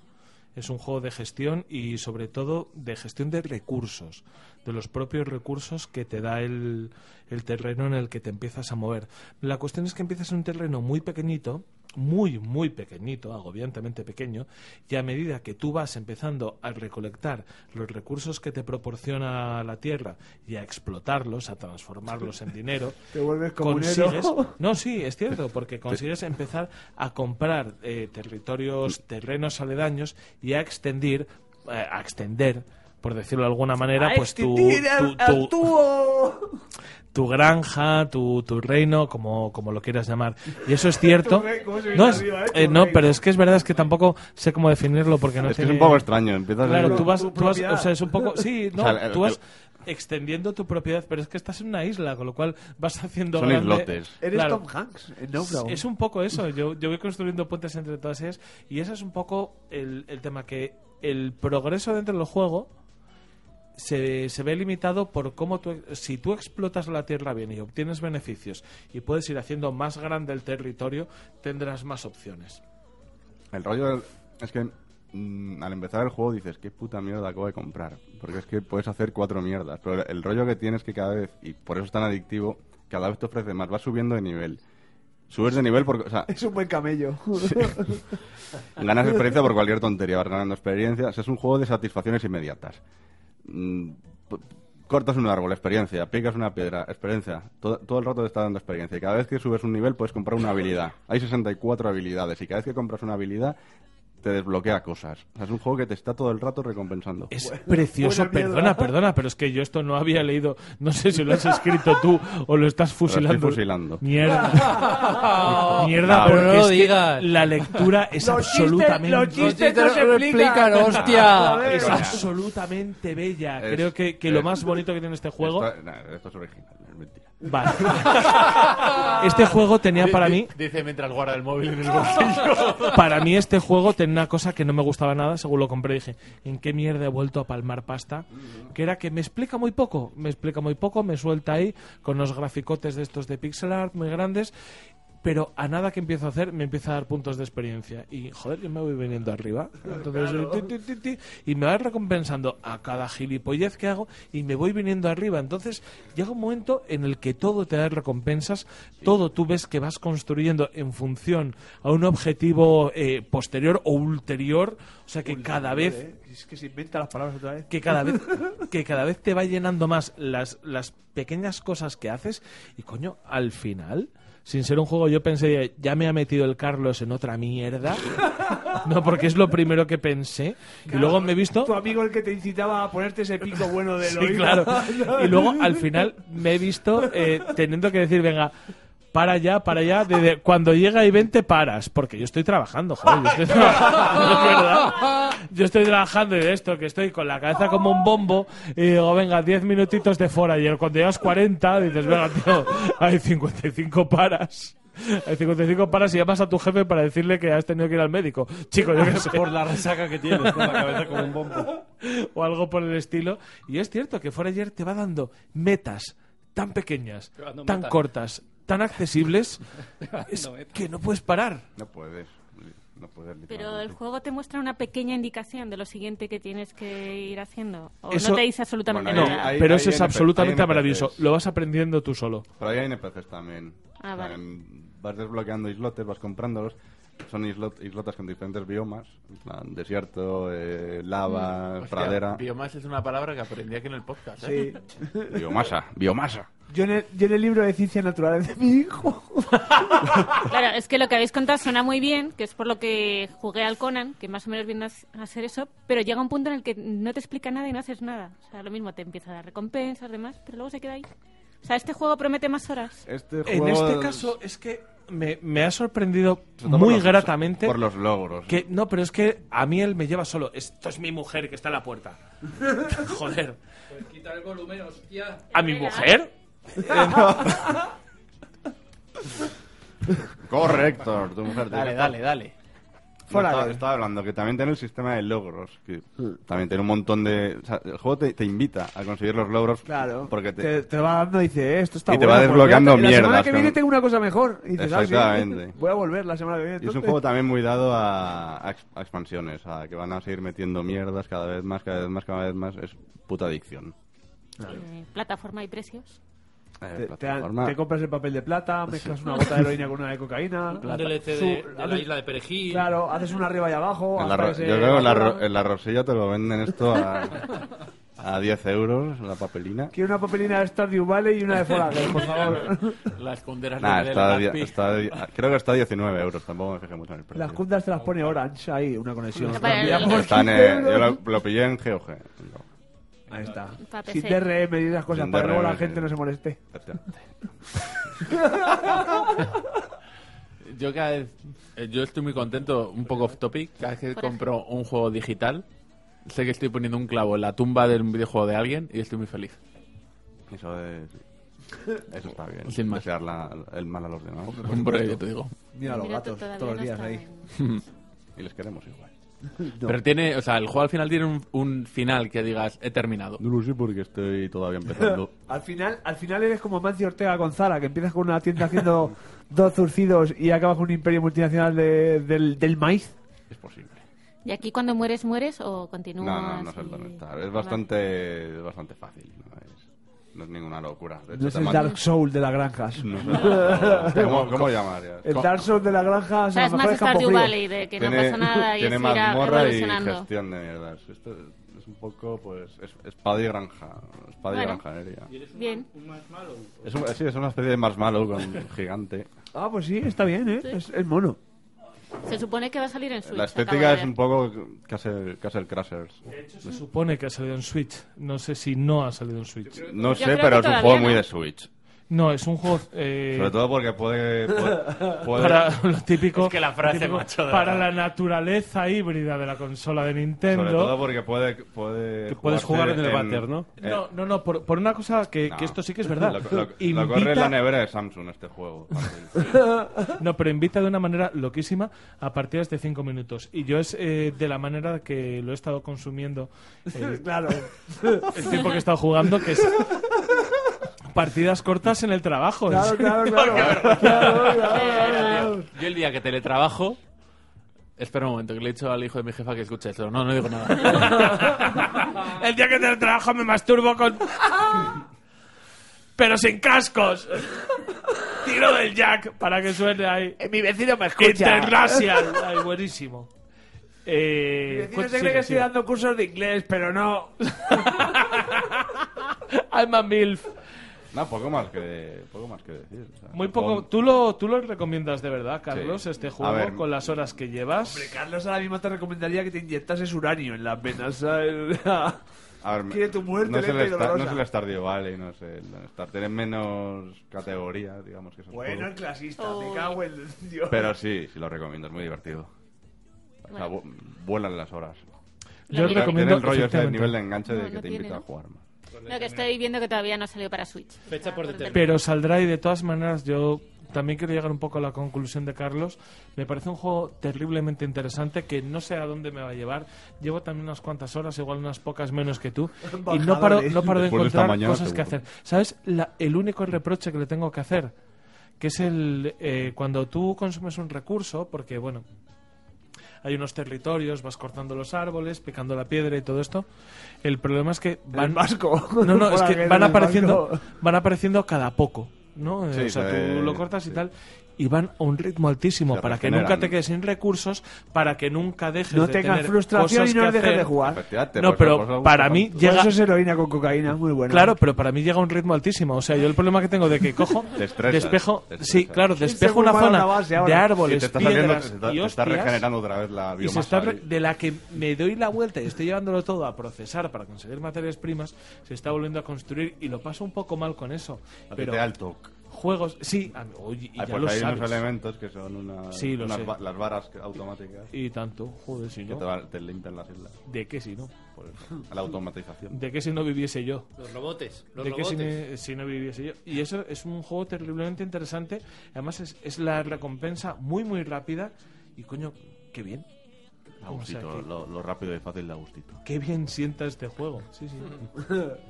Es un juego de gestión y sobre todo de gestión de recursos, de los propios recursos que te da el, el terreno en el que te empiezas a mover. La cuestión es que empiezas en un terreno muy pequeñito, muy, muy pequeñito, agobiantemente pequeño, y a medida que tú vas empezando a recolectar los recursos que te proporciona la tierra y a explotarlos, a transformarlos en dinero,
Te vuelves comunero.
consigues... No, sí, es cierto, porque consigues empezar a comprar eh, territorios, terrenos aledaños y a extender, eh, a extender, por decirlo de alguna manera,
A
pues tu,
extinguir al-
tu-
al
tu-
tubo.
tu granja, tu, tu reino, como, como lo quieras llamar. Y eso es cierto.
Tu rey- ¿cómo se
no,
viene
es-
arriba, eh?
eh,
Tu
no,
reino.
pero es que es verdad, es que tampoco sé cómo definirlo porque no
Es que es un
tiene-
poco extraño, empiezas a-
Claro, tú vas,
Tu
tú vas-
propiedad.
o sea, es un poco, sí, no,
O sea, el-
tú
el-
vas extendiendo tu propiedad, pero es que estás en una isla, con lo cual vas haciendo
Son
grande-
islotes.
Eres Tom Hanks eh, en Náufrago.
Es un poco eso, yo, yo voy construyendo puentes entre todas ellas y ese es un poco el, el tema, que el progreso dentro del juego se, se ve limitado por cómo tú, si tú explotas la tierra bien y obtienes beneficios y puedes ir haciendo más grande el territorio, tendrás más opciones.
El rollo del- es que mm, al empezar el juego dices, qué puta mierda acabo de comprar. Porque es que puedes hacer cuatro mierdas. Pero el rollo que tienes que cada vez, y por eso es tan adictivo, cada vez te ofrece más. Vas subiendo de nivel. Subes de nivel porque, o sea,
Es un buen camello.
ganas experiencia por cualquier tontería. Vas ganando experiencia. O sea, es un juego de satisfacciones inmediatas. Mm, p- cortas un árbol, experiencia. Picas una piedra, experiencia. Todo, todo el rato te está dando experiencia. Y cada vez que subes un nivel puedes comprar una habilidad. Hay 64 habilidades. Y cada vez que compras una habilidad te desbloquea cosas. O sea, es un juego que te está todo el rato recompensando.
Es Precioso, perdona, perdona, pero es que yo esto no había leído, no sé si lo has escrito tú o lo estás fusilando.
fusilando.
Mierda. Mierda,
No,
porque
no lo
es que
digas.
la lectura es
Los chistes-
absolutamente
los chistes no se explican,
hostia.
Es
Coño.
absolutamente bella.
Es-
Creo que, que lo
es-
más bonito que tiene este juego.
Esto, no, esto es original, es mentira.
Vale. Este juego tenía
Di-
para
di-
mí-
Dice mientras guarda el móvil en el bolsillo.
Para mí este juego tenía una cosa que no me gustaba nada, según lo compré dije, ¿en qué mierda he vuelto a palmar pasta? Que era que me explica muy poco, me explica muy poco, me suelta ahí con los graficotes de estos de pixel art muy grandes, pero a nada que empiezo a hacer me empieza a dar puntos de experiencia y joder, yo me voy viniendo arriba. Entonces,
Claro.
ti, ti, ti, ti, y me va recompensando a cada gilipollez que hago y me voy viniendo arriba. Entonces llega un momento en el que todo te da recompensas, todo tú ves que vas construyendo en función a un objetivo eh, posterior o ulterior, o sea que cada vez
Eh, Es que se inventa las palabras otra vez.
que cada vez que cada vez te va llenando más las, las pequeñas cosas que haces y coño al final sin ser un juego yo pensé ya me ha metido el Carlos en otra mierda no porque es lo primero que pensé y luego me he visto
Tu amigo el que te incitaba a ponerte ese pico bueno del
Sí,
oído.
claro. Y luego al final me he visto eh, teniendo que decir, venga, para ya, para ya. Desde cuando llega y ven te paras, porque yo estoy trabajando, joder. Yo estoy trabajando, es verdad. Yo estoy trabajando y de esto, que estoy con la cabeza como un bombo. Y digo, venga, 10 minutitos de fuera. Y el- cuando llegas 40, dices, venga, tío, hay 55 paras. Hay 55 paras y llamas a tu jefe para decirle que has tenido que ir al médico. Chico, yo qué sé.
Por la resaca que tienes, con la cabeza como un bombo.
o algo por el estilo. Y es cierto que Forager te va dando metas tan pequeñas,
Te va dando
tan
metas.
cortas, tan accesibles,
va
es
dando metas.
que no puedes parar.
No puedes. No puedes
Pero
literalmente.
el juego te muestra una pequeña indicación de lo siguiente que tienes que ir haciendo. O
Eso-
no te dice absolutamente
Bueno, ahí-
nada.
ahí-
Pero eso
hay
es
NPC,
absolutamente
hay NPCs.
maravilloso. Lo vas aprendiendo tú solo.
Pero ahí hay NPCs también.
Ah,
O sea,
vale.
en- Vas desbloqueando islotes, vas comprándolos. Son islot- islotas con diferentes biomas. En plan, desierto, eh,
Mm.
lava,
Hostia,
pradera.
Biomasa es una palabra que aprendí aquí en el podcast. ¿eh?
Biomasa, biomasa.
Yo en, el, yo en el libro de ciencias naturales de mi hijo.
Claro, es que lo que habéis contado suena muy bien, que es por lo que jugué al Conan, que más o menos viene a s- a hacer eso, pero llega un punto en el que no te explica nada y no haces nada. O sea, lo mismo te empieza a dar recompensas, demás, pero luego se queda ahí. O sea, este juego promete más horas.
Este
En
juego
este caso es que me, me ha sorprendido
Sobre todo
muy
por los-
gratamente.
por los logros. ¿eh?
Que, no, pero es que a mí él me lleva solo. Esto es mi mujer que está en la puerta. Joder.
Pues quita el volumen, hostia.
¿A mi mujer? Eh,
Correcto, tu mujer.
Dale,
tiene-
dale, dale.
Fuera
estaba,
de- Mm.
estaba hablando que también tiene el sistema de logros, que también tiene un montón de... o sea, el juego te, te invita a conseguir los logros
Claro.
porque te,
Te, te va dando y dice, eh, esto está
Y te
bueno,
va
pues
desbloqueando
mira, La semana
mierdas,
que viene
cabrón.
tengo una cosa mejor. Y dices, ah, sí,
Exactamente.
voy a volver la semana que viene.
Y es un
entonces.
juego también muy dado a, a ex- a expansiones, a que van a seguir metiendo mierdas cada vez más, cada vez más, cada vez más. Es puta adicción.
Eh, plataforma y precios.
Te, te-
plataforma.
te compras el papel de plata, mezclas una gota de heroína con una de cocaína.
Un DLC
Su-
de- de la
haces-
isla de Perejil.
Claro, haces una arriba y abajo.
En la
hasta
ro-
que se
yo creo que en la, ro-
evapora.
en la Rosella te lo venden esto a, a 10 euros, la papelina.
Quiero una papelina de Stardew Valley y una de Forager, por favor.
La esconderás
Nah,
de
está, a
la
die-
Gaspi.
está a die- creo que está a 19 euros, tampoco me fijé mucho en el precio.
Las cundas te las pone Orange ahí, una conexión.
Para el-
Mira, por
Están,
15
eh, yo
euros.
lo, lo pillé en GOG.
Ahí está.
Pa'
Sin
PC.
DRM y esas cosas,
Sin
para que luego
DRM,
la gente
sí.
no se moleste.
Yo cada vez- eh, yo estoy muy contento, un poco off topic, cada vez que compro un juego digital, sé que estoy poniendo un clavo en la tumba del videojuego de alguien y estoy muy feliz.
Eso es... Eso está bien.
Sin más.
Desear la- el mal a los demás.
Hombre, yo te digo.
Mira los
Mira, tú todavía
gatos todos los
no
días
está
ahí.
Y les queremos igual.
Pero tiene, o sea, el juego al final tiene un, un final que digas, he terminado.
No lo sé porque estoy todavía empezando.
Al final, al final eres como Mancio Ortega Gonzala, que empiezas con una tienda haciendo dos zurcidos y acabas con un imperio multinacional de- del, del maíz.
Es posible.
¿Y aquí cuando mueres, mueres o
No,
continúas?
no, no sé
y-
dónde está. Es bastante, es bastante fácil. No es, no es ninguna locura. De hecho,
No es
te
el
matan-
Dark Soul de las granjas.
No, no, no. ¿Cómo- cómo llamar ya?
El Dark Soul de las granjas.
O sea, es más Stardew Valley, de que no pasa nada y
tiene
es ir a-
mazmorra y
evolucionando.
gestión de mierdas. Esto es un poco, pues, es, espada y granja. Espada y
Bueno.
granjanería.
Bien.
Es un- sí, es una especie de marshmallow con gigante.
Ah, pues sí, está bien, ¿eh? Es, es mono.
Se supone que va a salir en Switch.
La
acabo
estética
de
es
ver.
un poco Castle, Castle Crashers.
Se supone que ha salido en Switch. No sé si no ha salido en Switch.
No
Yo
sé,
creo que
pero es un
todavía
juego
no.
muy de Switch.
No, es un juego... eh,
Sobre todo porque puede... puede- puede-
Para lo típico...
Es que la frase, macho, de
Para
verdad.
la naturaleza híbrida de la consola de Nintendo...
Sobre todo porque puede... puede
Que puedes jugar en el váter,
¿no?
No, no, no, por, por una cosa que, que esto sí que es verdad.
Lo, lo- lo
Invita-
corre en la nevera de Samsung este juego.
No, pero invita de una manera loquísima a partidas de 5 minutos. Y yo es eh, de la manera que lo he estado consumiendo eh,
Claro.
el tiempo que he estado jugando, que es partidas cortas en el trabajo.
Claro, claro, claro.
Yo el día que teletrabajo, espera un momento, que le he dicho al hijo de mi jefa que escuche esto. No, no digo nada.
el día que teletrabajo me masturbo con... Pero sin cascos. Tiro del jack para que suene ahí.
Eh, Mi vecino me
escucha. International. Ay, buenísimo. Eh,
Mi vecino
cu-
se cree
sigue,
que estoy
sigue.
dando cursos de inglés, pero no.
I'm a MILF.
No, poco más que, poco más que decir. o sea,
Muy
supongo-
poco. ¿Tú lo, ¿Tú lo recomiendas de verdad, Carlos,
Sí.
este
A
juego
ver.
con las horas que llevas?
Carlos ahora mismo te recomendaría que te inyectases uranio en las venas. ¿sabes?
A ver,
Quiere tu muerte
no es, el
lenta y
Star- no
dolorosa.
es el Stardew Valley, no es el Star. Tiene menos categoría, digamos que esos
Bueno, el
juegos.
clasista,
Oh.
me cago en Dios.
Pero sí, sí lo recomiendo, es muy divertido. O sea, vu- vuelan las horas.
Yo
Tiene- Tiene
recomiendo,
el rollo ese
efectivamente.
nivel de enganche
No,
de que
no
te
tiene,
invita
¿no?
a jugar más.
No, que estoy viendo que todavía no ha salido para Switch.
Fecha por determinar.
Pero saldrá y de todas maneras yo también quiero llegar un poco a la conclusión de Carlos. Me parece un juego terriblemente interesante que no sé a dónde me va a llevar. Llevo también unas cuantas horas, igual unas pocas menos que tú. Y no paro, no paro de
Después de esta
encontrar
mañana,
cosas que
seguro.
hacer. ¿Sabes? La- el único reproche que le tengo que hacer, que es el eh, cuando tú consumes un recurso, porque bueno, hay unos territorios, vas cortando los árboles, picando la piedra y todo esto. El problema es que van
vasco.
No, no, es
Para
que
que
van
el
apareciendo,
vasco.
van apareciendo cada poco, ¿no? Eh,
Sí,
o sea,
eh,
tú lo cortas y tal y van a un ritmo altísimo
Se
para que
regeneran.
nunca te quedes sin recursos, para que nunca dejes
No
de
tengas
tener
frustración
cosas
y no
que
dejes de
hacer.
jugar.
Efectivamente,
No,
pues, pues,
pero
pues,
para mí
Por
llega
Eso es heroína con cocaína, muy bueno.
Claro, pero para mí llega a un ritmo altísimo. O sea, yo el problema que tengo de que cojo,
Te estresas,
despejo,
te
sí,
estresas.
claro, despejo una zona de
Y
árboles,
te está saliendo-
piedras
te está-
y
te está
hostias,
regenerando otra vez la
y
biomasa.
se está re-
ahí.
de la que me doy la vuelta y estoy llevándolo todo a procesar para conseguir materias primas, se está volviendo a construir y lo paso un poco mal con eso.
A ti
Pero
te da el toque.
juegos, sí, a mí- oye, y
Ah,
ya
pues
lo
hay unos
sabes.
elementos que son una-
Sí, lo
unas
sé.
va- las varas que- automáticas.
Y tanto, joder, si
que
no.
te, va- te limpian las islas.
¿De qué si no?
Por eso, la automatización.
¿De qué si no viviese yo?
Los robotes, los
¿De qué si,
robotes.
me- si no viviese yo? Y eso es un juego terriblemente interesante. Además, es, es la recompensa muy, muy rápida. Y coño, qué bien.
Agustito,
O sea, que-
lo, lo rápido y fácil de Agustito.
Qué bien sienta este juego. Sí, sí.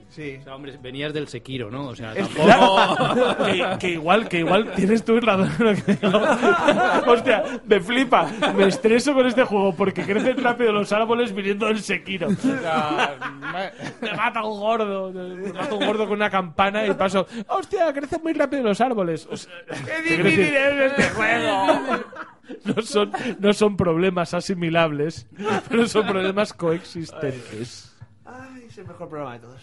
sí.
O sea, hombre, venías del Sekiro, ¿no? O sea,
Es-
tampoco...
que, que igual, que igual tienes tú razón. en lo que digo. Hostia, me flipa. Me estreso con este juego porque crecen rápido los árboles viniendo del Sekiro. me mata un gordo. Me mata un gordo con una campana y paso. Hostia, crecen muy rápido los árboles. O sea,
¡Qué
quiero
difícil
decir,
es este juego!
no, son, no son problemas asimilables, pero son problemas coexistentes.
Ay, es el mejor programa de todos.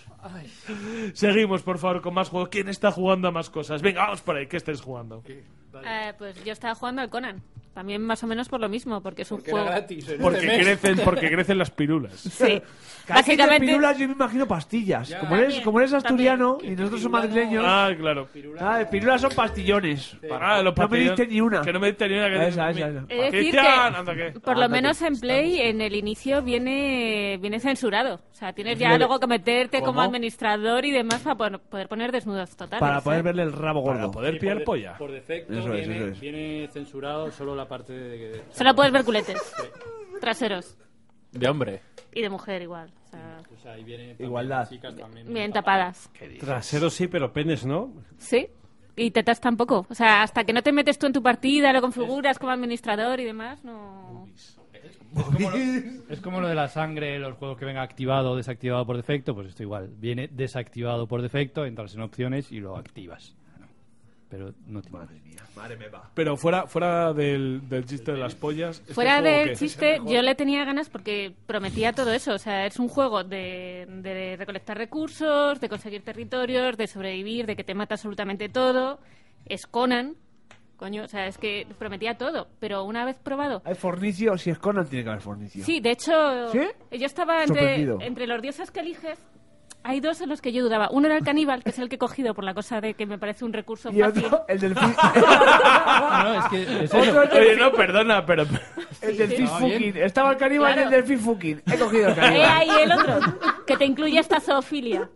Seguimos, por favor, con más juegos. ¿Quién está jugando a más cosas? Venga, vamos por ahí. ¿Qué estáis jugando?
Eh, pues yo estaba jugando al Conan. También más o menos por lo mismo, porque es un
Porque era
juego...
gratis, ¿eh? Porque
¿Este
crecen- porque crecen las pirulas.
Sí.
Casi de
Básicamente-
pirulas yo me imagino pastillas.
Ya.
Como eres,
También,
como eres asturiano y nosotros somos madrileños.
Ah, claro.
Ah, de pirulas son pastillones.
Ah, los
no me
pastillones.
diste ni una.
Que no me diste ni una. Que
Esa, esa, esa.
Es decir
Cristian,
que,
anda que-
por
Ah,
lo menos en Play, en el inicio viene, viene censurado. O sea, tienes ya
Vale.
luego que meterte como
¿Cómo?
administrador y demás para pon- poder poner desnudos totales.
Para
¿eh?
poder verle el rabo gordo. Para
poder pillar polla.
Por defecto
Eso es,
viene,
eso es.
viene censurado solo la parte de...
Solo puedes ver culetes. Traseros.
De hombre.
Y de mujer igual. O sea,
O sea, pues ahí viene también
Igualdad.
chicas también.
bien tapadas.
Trasero sí, pero penes no.
Sí. Y tetas tampoco. O sea, hasta que no te metes tú en tu partida, lo configuras como administrador y demás, no...
Es como lo de la sangre, los juegos que venga activado o desactivado por defecto, pues esto igual. Viene desactivado por defecto, entras en opciones y lo activas. Pero no te
Madre me va.
Pero fuera, fuera del, del chiste de las pollas. ¿este
Fuera
juego
del
qué?
chiste, yo le tenía ganas porque prometía todo eso. O sea, es un juego de, de recolectar recursos, de conseguir territorios, de sobrevivir, de que te mata absolutamente todo. Es Conan. Coño, o sea, es que prometía todo. Pero una vez probado...
Hay fornicio, si es Conan tiene que haber fornicio.
Sí, de hecho,
¿Sí?
yo estaba entre,
Sorprendido.
entre los dioses que eliges. Hay dos en los que yo dudaba. Uno era el caníbal, que es el que he cogido por la cosa de que me parece un recurso
Y
fácil.
otro, el del fu-
Otro-
Otro es el
Oye,
fi-
no, perdona, pero.
el del
sí.
fish
Ah, bien.
fucking. Estaba el caníbal
Claro.
y el del fish fucking. He cogido el
Eh,
caníbal.
ahí el otro, que te incluye esta zoofilia.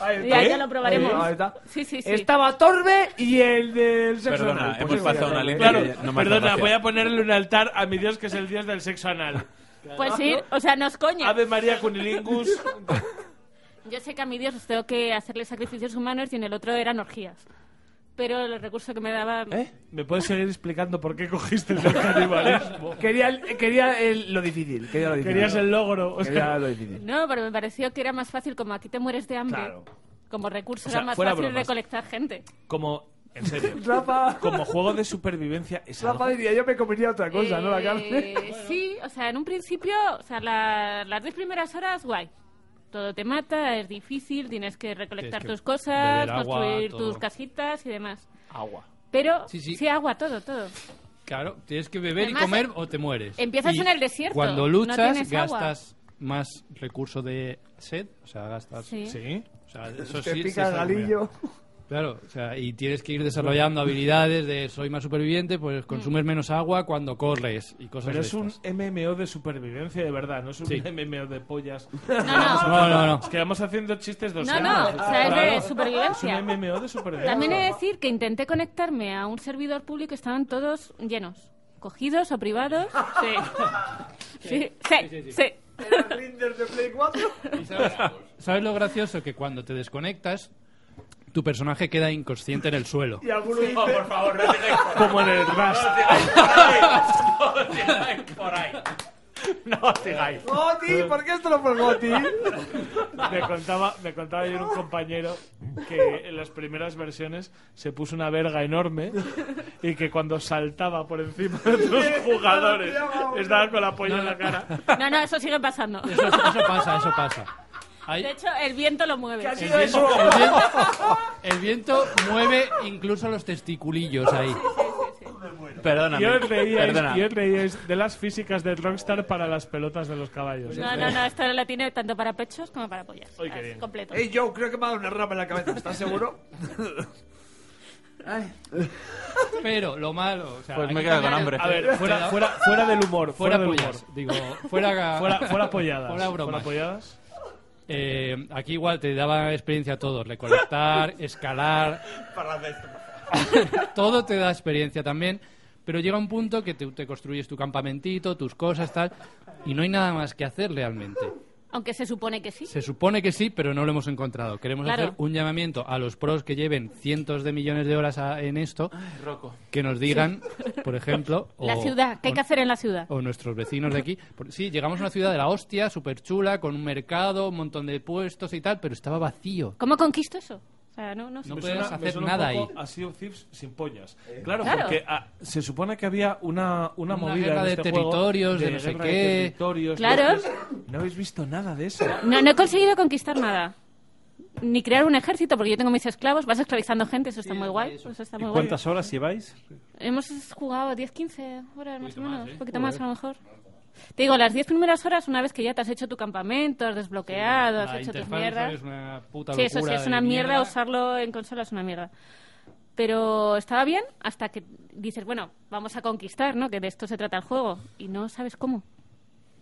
Ah,
Ya, ya lo probaremos.
Ahí Eh, ah, está.
Sí, sí, sí.
Estaba Torbe y el del sexo
Perdona,
eh.
anal.
hemos
Pues sí,
pasado
ya
una
está.
línea
Claro,
que no me hace
perdona,
gracia.
voy a ponerle un altar a mi dios que es el dios del sexo anal.
Pues sí, o sea, no es coña.
Ave María Cunilingus.
Yo sé que a mi dios os tengo que hacerle sacrificios humanos y en el otro eran orgías. Pero el recurso que me daba...
¿Me puedes seguir explicando por qué cogiste el del canibalismo?
Quería, el- quería el- lo difícil. Quería lo difícil.
Querías el logro. o sea.
Quería lo difícil.
No, pero me pareció que era más fácil, como aquí te mueres de hambre.
Claro.
Como recurso
O sea,
era más
fuera
fácil
bromas.
recolectar gente.
Como, en serio.
Rafa.
Como juego de supervivencia es
Rafa
algo-
diría, Pues, yo me comería otra
Pues
cosa, ¿no? La
Eh,
carne.
Sí, o sea, en un principio, o sea, la- las diez primeras horas, guay. Todo te mata, es difícil, tienes que recolectar
Tienes
tus
que
cosas,
beber agua,
construir
todo.
tus casitas y demás.
Agua.
Pero
Sí,
sí,
sí.
agua, todo, todo.
Claro, tienes que beber
Además,
y comer
eh,
o te mueres.
empiezas
Y
en el desierto,
Cuando
no
luchas,
tienes agua.
gastas más recurso de sed. O sea, gastas.
Sí.
O sea, eso
Te
sí- sí
pica
es
el
algo
galillo.
real. Claro, o sea, y tienes que ir desarrollando habilidades de soy más superviviente, pues consumes menos agua cuando corres y cosas
Pero
de
es un
estas.
MMO de supervivencia de verdad, no es un
Pues Sí.
MMO de pollas.
no. No, no, no.
Es que vamos haciendo chistes dos
No,
años.
no, o sea, es de supervivencia.
Es un MMO de supervivencia.
También he de decir que intenté conectarme a un servidor público y estaban todos llenos. Cogidos o privados. Sí. Sí, sí, sí.
Grinders de Play 4.
¿Sabes lo gracioso? Que cuando te desconectas, tu personaje queda inconsciente en el suelo.
Y alguno dice... por favor, no
Como en el Rust. No digáis.
Goti, ¿por qué esto no fue Goti?
Me contaba, me contaba ayer un compañero que en las primeras versiones se puso una verga enorme y que cuando saltaba por encima de los jugadores estaba con la polla en la cara.
No, no, eso sigue pasando.
Eso, eso pasa, eso pasa. Ahí-
De hecho, el viento lo mueve.
el, viento, el viento- el viento mueve incluso los testiculillos ahí.
Perdóname.
Y os reíais,
Perdona.
y os reíais de las físicas de Rockstar para las pelotas de los caballos.
No, no, no, esto la tiene tanto para pechos como para pollas.
Uy, qué
Así,
bien.
Completo.
Ey, Joe, creo que me ha dado una rama en la cabeza, ¿estás seguro? Ay.
Pero lo malo. o sea,
Pues
hay
me he
que
quedado con
cambiar
hambre.
el-
A ver, fuera, fuera, fuera del humor,
Fuera
fuera, del humor.
pollas, digo, fuera-
fuera, fuera polladas.
fuera bromas.
polladas.
Eh, aquí igual te daba experiencia a todos: recolectar, escalar,
Para la de esto.
todo te da experiencia también. Pero llega un punto que te, te construyes tu campamentito, tus cosas, tal, y no hay nada más que hacer realmente.
Aunque se supone que sí.
Se supone que sí, pero no lo hemos encontrado. Queremos
Claro.
hacer un llamamiento a los pros que lleven cientos de millones de horas a- en esto, que nos digan, por ejemplo, o,
la ciudad, ¿qué hay que hacer en la ciudad?
o nuestros vecinos de aquí. Por- Sí, llegamos a una ciudad de la hostia, súper chula, con un mercado, un montón de puestos y tal, pero estaba vacío.
¿Cómo conquisto eso? O sea, no, no, sé.
No puedes hacer nada ahí.
Ha sido Thieves sin pollas.
Claro,
Claro.
porque ah, se supone que había una, una,
Una
movida
guerra
en
de
este juego
territorios, de no sé
guerra
qué.
territorios,
Claro.
de- No habéis visto nada de eso.
No, no he conseguido conquistar nada. Ni crear un ejército, porque yo tengo mis esclavos, vas esclavizando gente, eso está muy guay. Eso está muy guay.
¿Cuántas horas lleváis?
Hemos jugado 10, 15 horas más o
Ah,
menos, un
Joder.
poquito más a lo mejor. Te digo, las 10 primeras horas, una vez que ya te has hecho tu campamento, has desbloqueado,
la
has hecho tus
interfaz
mierdas.
es una puta
sí, eso sí,
locura
es
de
una mierda,
mierda.
usarlo en consola es una mierda. Pero estaba bien hasta que dices, bueno, vamos a conquistar, ¿no? Que de esto se trata el juego. Y no sabes cómo.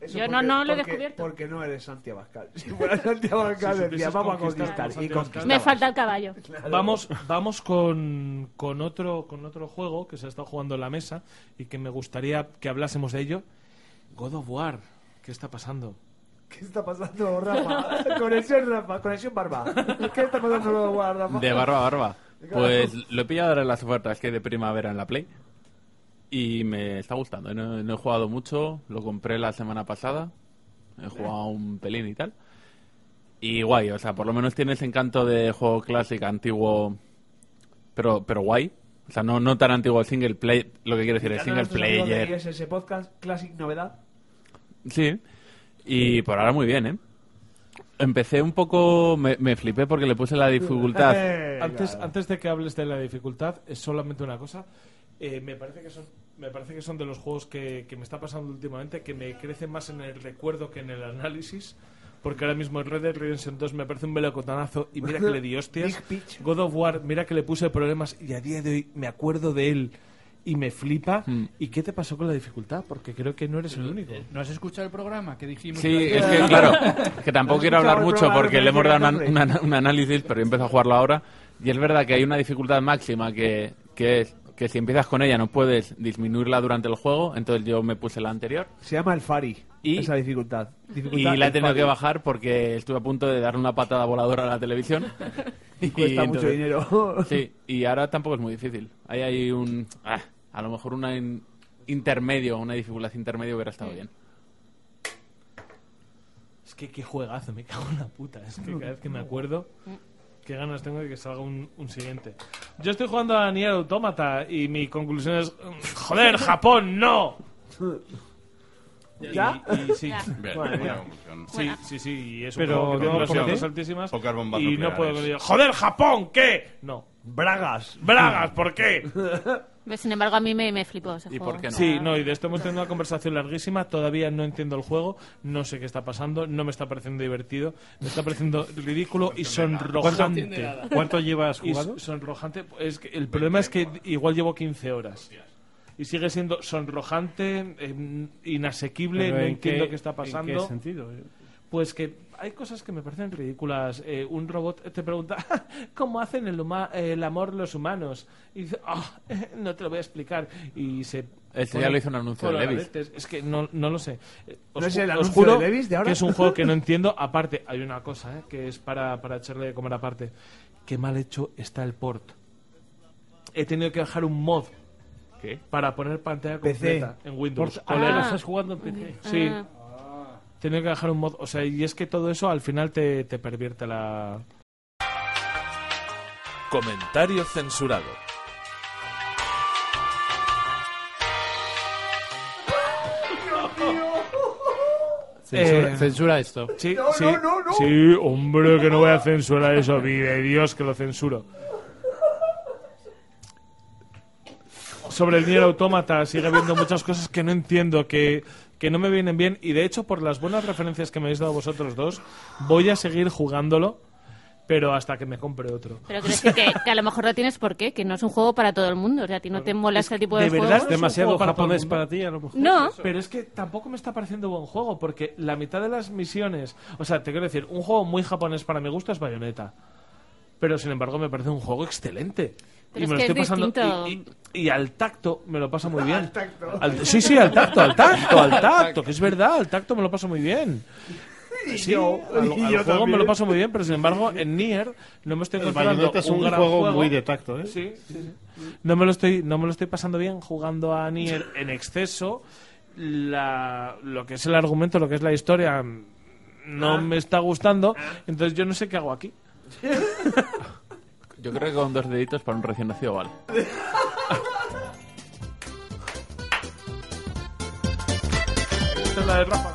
Eso
yo no,
porque-
no lo he
porque-
descubierto.
Porque no eres Santiago Bascal. Si fuera Santiago Bascal,
Si
decía,
supieses
vamos a
conquistar
conquistar.
como
Y
Santiago
conquistar.
Me falta el caballo.
Vamos, vamos con, con, otro, con otro juego que se ha estado jugando en la mesa y que me gustaría que hablásemos de ello. God of War. ¿Qué está pasando?
¿Qué está pasando, Rafa? Conexión, Rafa. Conexión, Barba. ¿Qué está pasando, Rafa?
De barba a barba. Pues lo he pillado ahora en las ofertas que hay de primavera en la Play. Y me está gustando. No, no he jugado mucho. Lo compré la semana pasada. He jugado un pelín y tal. Y guay, o sea, por lo menos tiene ese encanto de juego clásico, antiguo. Pero, pero guay. O sea, no, no tan antiguo single player. Lo que quiero decir es
Invitando a
single
nuestros amigos de
player.
ISS Podcast, Classic Novedad.
Sí. Y por ahora muy bien, ¿eh? Empecé un poco. Me, me flipé porque le puse la dificultad.
Eh. antes, antes de que hables de la dificultad, es solamente una cosa. Eh, me parece que son me parece que son de los juegos que, que me está pasando últimamente que me crecen más en el recuerdo que en el análisis. Porque ahora mismo el Red Dead Redemption 2 me parece un melocotanazo y mira que le di hostias. God of War, mira que le puse problemas y a día de hoy me acuerdo de él y me flipa. ¿Y qué te pasó con la dificultad? Porque creo que no eres el único.
¿No has escuchado el programa que dijimos?
Sí, es que claro, que tampoco quiero hablar mucho porque le hemos dado una-
una
una- un análisis, pero yo empiezo a jugarlo ahora. Y es verdad que hay una dificultad máxima que, que es que si empiezas con ella no puedes disminuirla durante el juego, entonces yo me puse la anterior.
Se llama el Fari. Esa dificultad.
Y
Dificultad
la he
el
tenido
Fari.
que bajar porque estuve a punto de darle una patada voladora a la televisión. Y
cuesta mucho dinero.
Sí, y ahora tampoco es muy difícil. Ahí hay un... ah, a lo mejor una in- intermedio, una dificultad intermedio hubiera estado bien.
Es que qué juegazo, me cago en la puta. Es que cada vez que me acuerdo, qué ganas tengo de que salga un, un siguiente. Yo estoy jugando a Nier Automata y mi conclusión es: mm, ¡Joder, Japón, no!
¿Ya?
Y, y sí.
Ya.
Bien,
Madre
buena
mía.
conclusión.
Sí,
Buena.
sí, sí. Y es
Pero,
un juego que tiene
¿por
unas
qué?
notas altísimas.
Pocas bombas
y no
nucleares.
puedo decir: ¡Joder, Japón, qué! No.
Bragas.
Bragas, ¿por qué?
Pero, sin embargo, a mí me, me flipó ese juego.
Sí, no, y de esto hemos tenido una conversación larguísima. Todavía no entiendo el juego, no sé qué está pasando, no me está pareciendo divertido, me está pareciendo ridículo y
¿Cuánto,
sonrojante.
cuánto llevas
Y
jugado?
sonrojante, es que el problema es que igual llevo 15 horas. Y sigue siendo sonrojante, eh, inasequible,
Pero
no
¿en
entiendo
qué-
qué, está pasando.
¿En qué sentido?
Pues que hay cosas que me parecen ridículas. Eh, un robot te pregunta, ¿cómo hacen el, huma- el amor los humanos? Y dice, "Ah, no te lo voy a explicar. Y se...
Este
pone
ya lo hizo un anuncio de
colorado.
Levi's.
Es que no, no lo sé. Eh,
¿No es el
ju-
anuncio
juro
de Levi's de ahora?
que es un juego que no entiendo. Aparte, hay una cosa, eh, que es para, para echarle de comer aparte. Qué mal hecho está el port. He tenido que bajar un mod
¿Qué?
para poner pantalla
PC.
completa en Windows.
Port- ah,
colega.
lo estás jugando en PC.
Sí.
Ah.
Tenía que bajar un mod. O sea, y es que todo eso al final te, te pervierte la.
Comentario censurado.
Censura,
Eh,
censura esto.
Sí, sí, sí, hombre, que no voy a censurar eso. Vive Dios que lo censuro. Sobre el Nier Automata sigue habiendo muchas cosas que no entiendo, que, que no me vienen bien. Y de hecho, por las buenas referencias que me habéis dado vosotros dos, voy a seguir jugándolo, pero hasta que me compre otro.
Pero quiero decir que, que a lo mejor no tienes por qué, que no es un juego para todo el mundo. O sea, a ti no te mola ese tipo de,
de verdad
juegos.
es demasiado
Demasiado
juego para todo el
japonés
mundo.
para ti, a lo mejor.
No.
Pero es que tampoco me está pareciendo buen juego, porque la mitad de las misiones. O sea, te quiero decir, un juego muy japonés para mi gusto es Bayonetta. Pero sin embargo, me parece un juego excelente.
Pero
y
es
me
que
lo estoy
es
pasando.
distinto.
y- y- y al tacto me lo paso muy bien.
Al tacto.
Al- sí, sí, al tacto, al tacto, al tacto, que es verdad, al tacto me lo paso muy bien.
Y
Sí,
yo-
al,
y
al
yo
juego
también.
me lo paso muy bien, pero sin embargo en Nier no me estoy
El
encontrando
Bayonetta es
un,
un
gran
juego muy de tacto, ¿eh?
Sí, sí, sí. No me lo estoy, no me lo estoy pasando bien jugando a Nier en exceso. La- lo que es el argumento, lo que es la historia, mm, no me está gustando. Entonces yo no sé qué hago aquí.
Yo creo que con dos deditos para un recién nacido vale.
Esta es la de Rafa.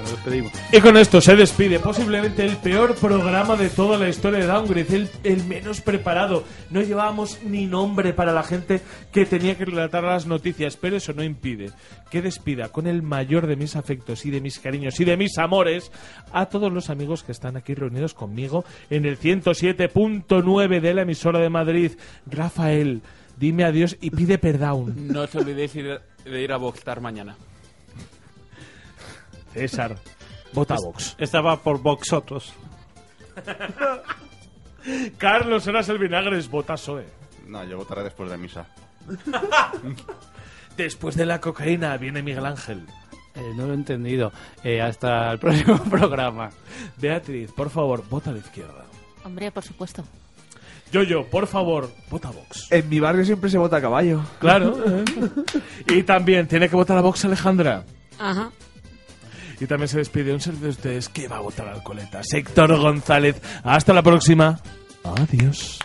Nos despedimos.
Y con esto se despide posiblemente el peor programa de toda la historia de Downgrade, el, el menos preparado. No llevábamos ni nombre para la gente que tenía que relatar las noticias, pero eso no impide que despida con el mayor de mis afectos y de mis cariños y de mis amores a todos los amigos que están aquí reunidos conmigo en el 107.9 de la emisora de Madrid. Rafael, dime adiós y pide perdón.
No os olvidéis ir- de ir a Boxstar mañana.
César, vota Vox.
Estaba por Voxotos.
Carlos, serás el vinagres, vota SOE.
No, yo votaré después de misa.
Después de la cocaína viene Miguel Ángel.
Eh, no lo he entendido. Eh, hasta el próximo programa.
Beatriz, por favor, vota a la izquierda.
Hombre, por supuesto.
Yoyo, por favor, vota a Vox.
En mi barrio siempre se vota a caballo.
Claro. ¿eh? y también tiene que votar a Vox Alejandra.
Ajá.
Y también se despide un ser de ustedes que va a votar al coleta, Sector González. Hasta la próxima. Adiós.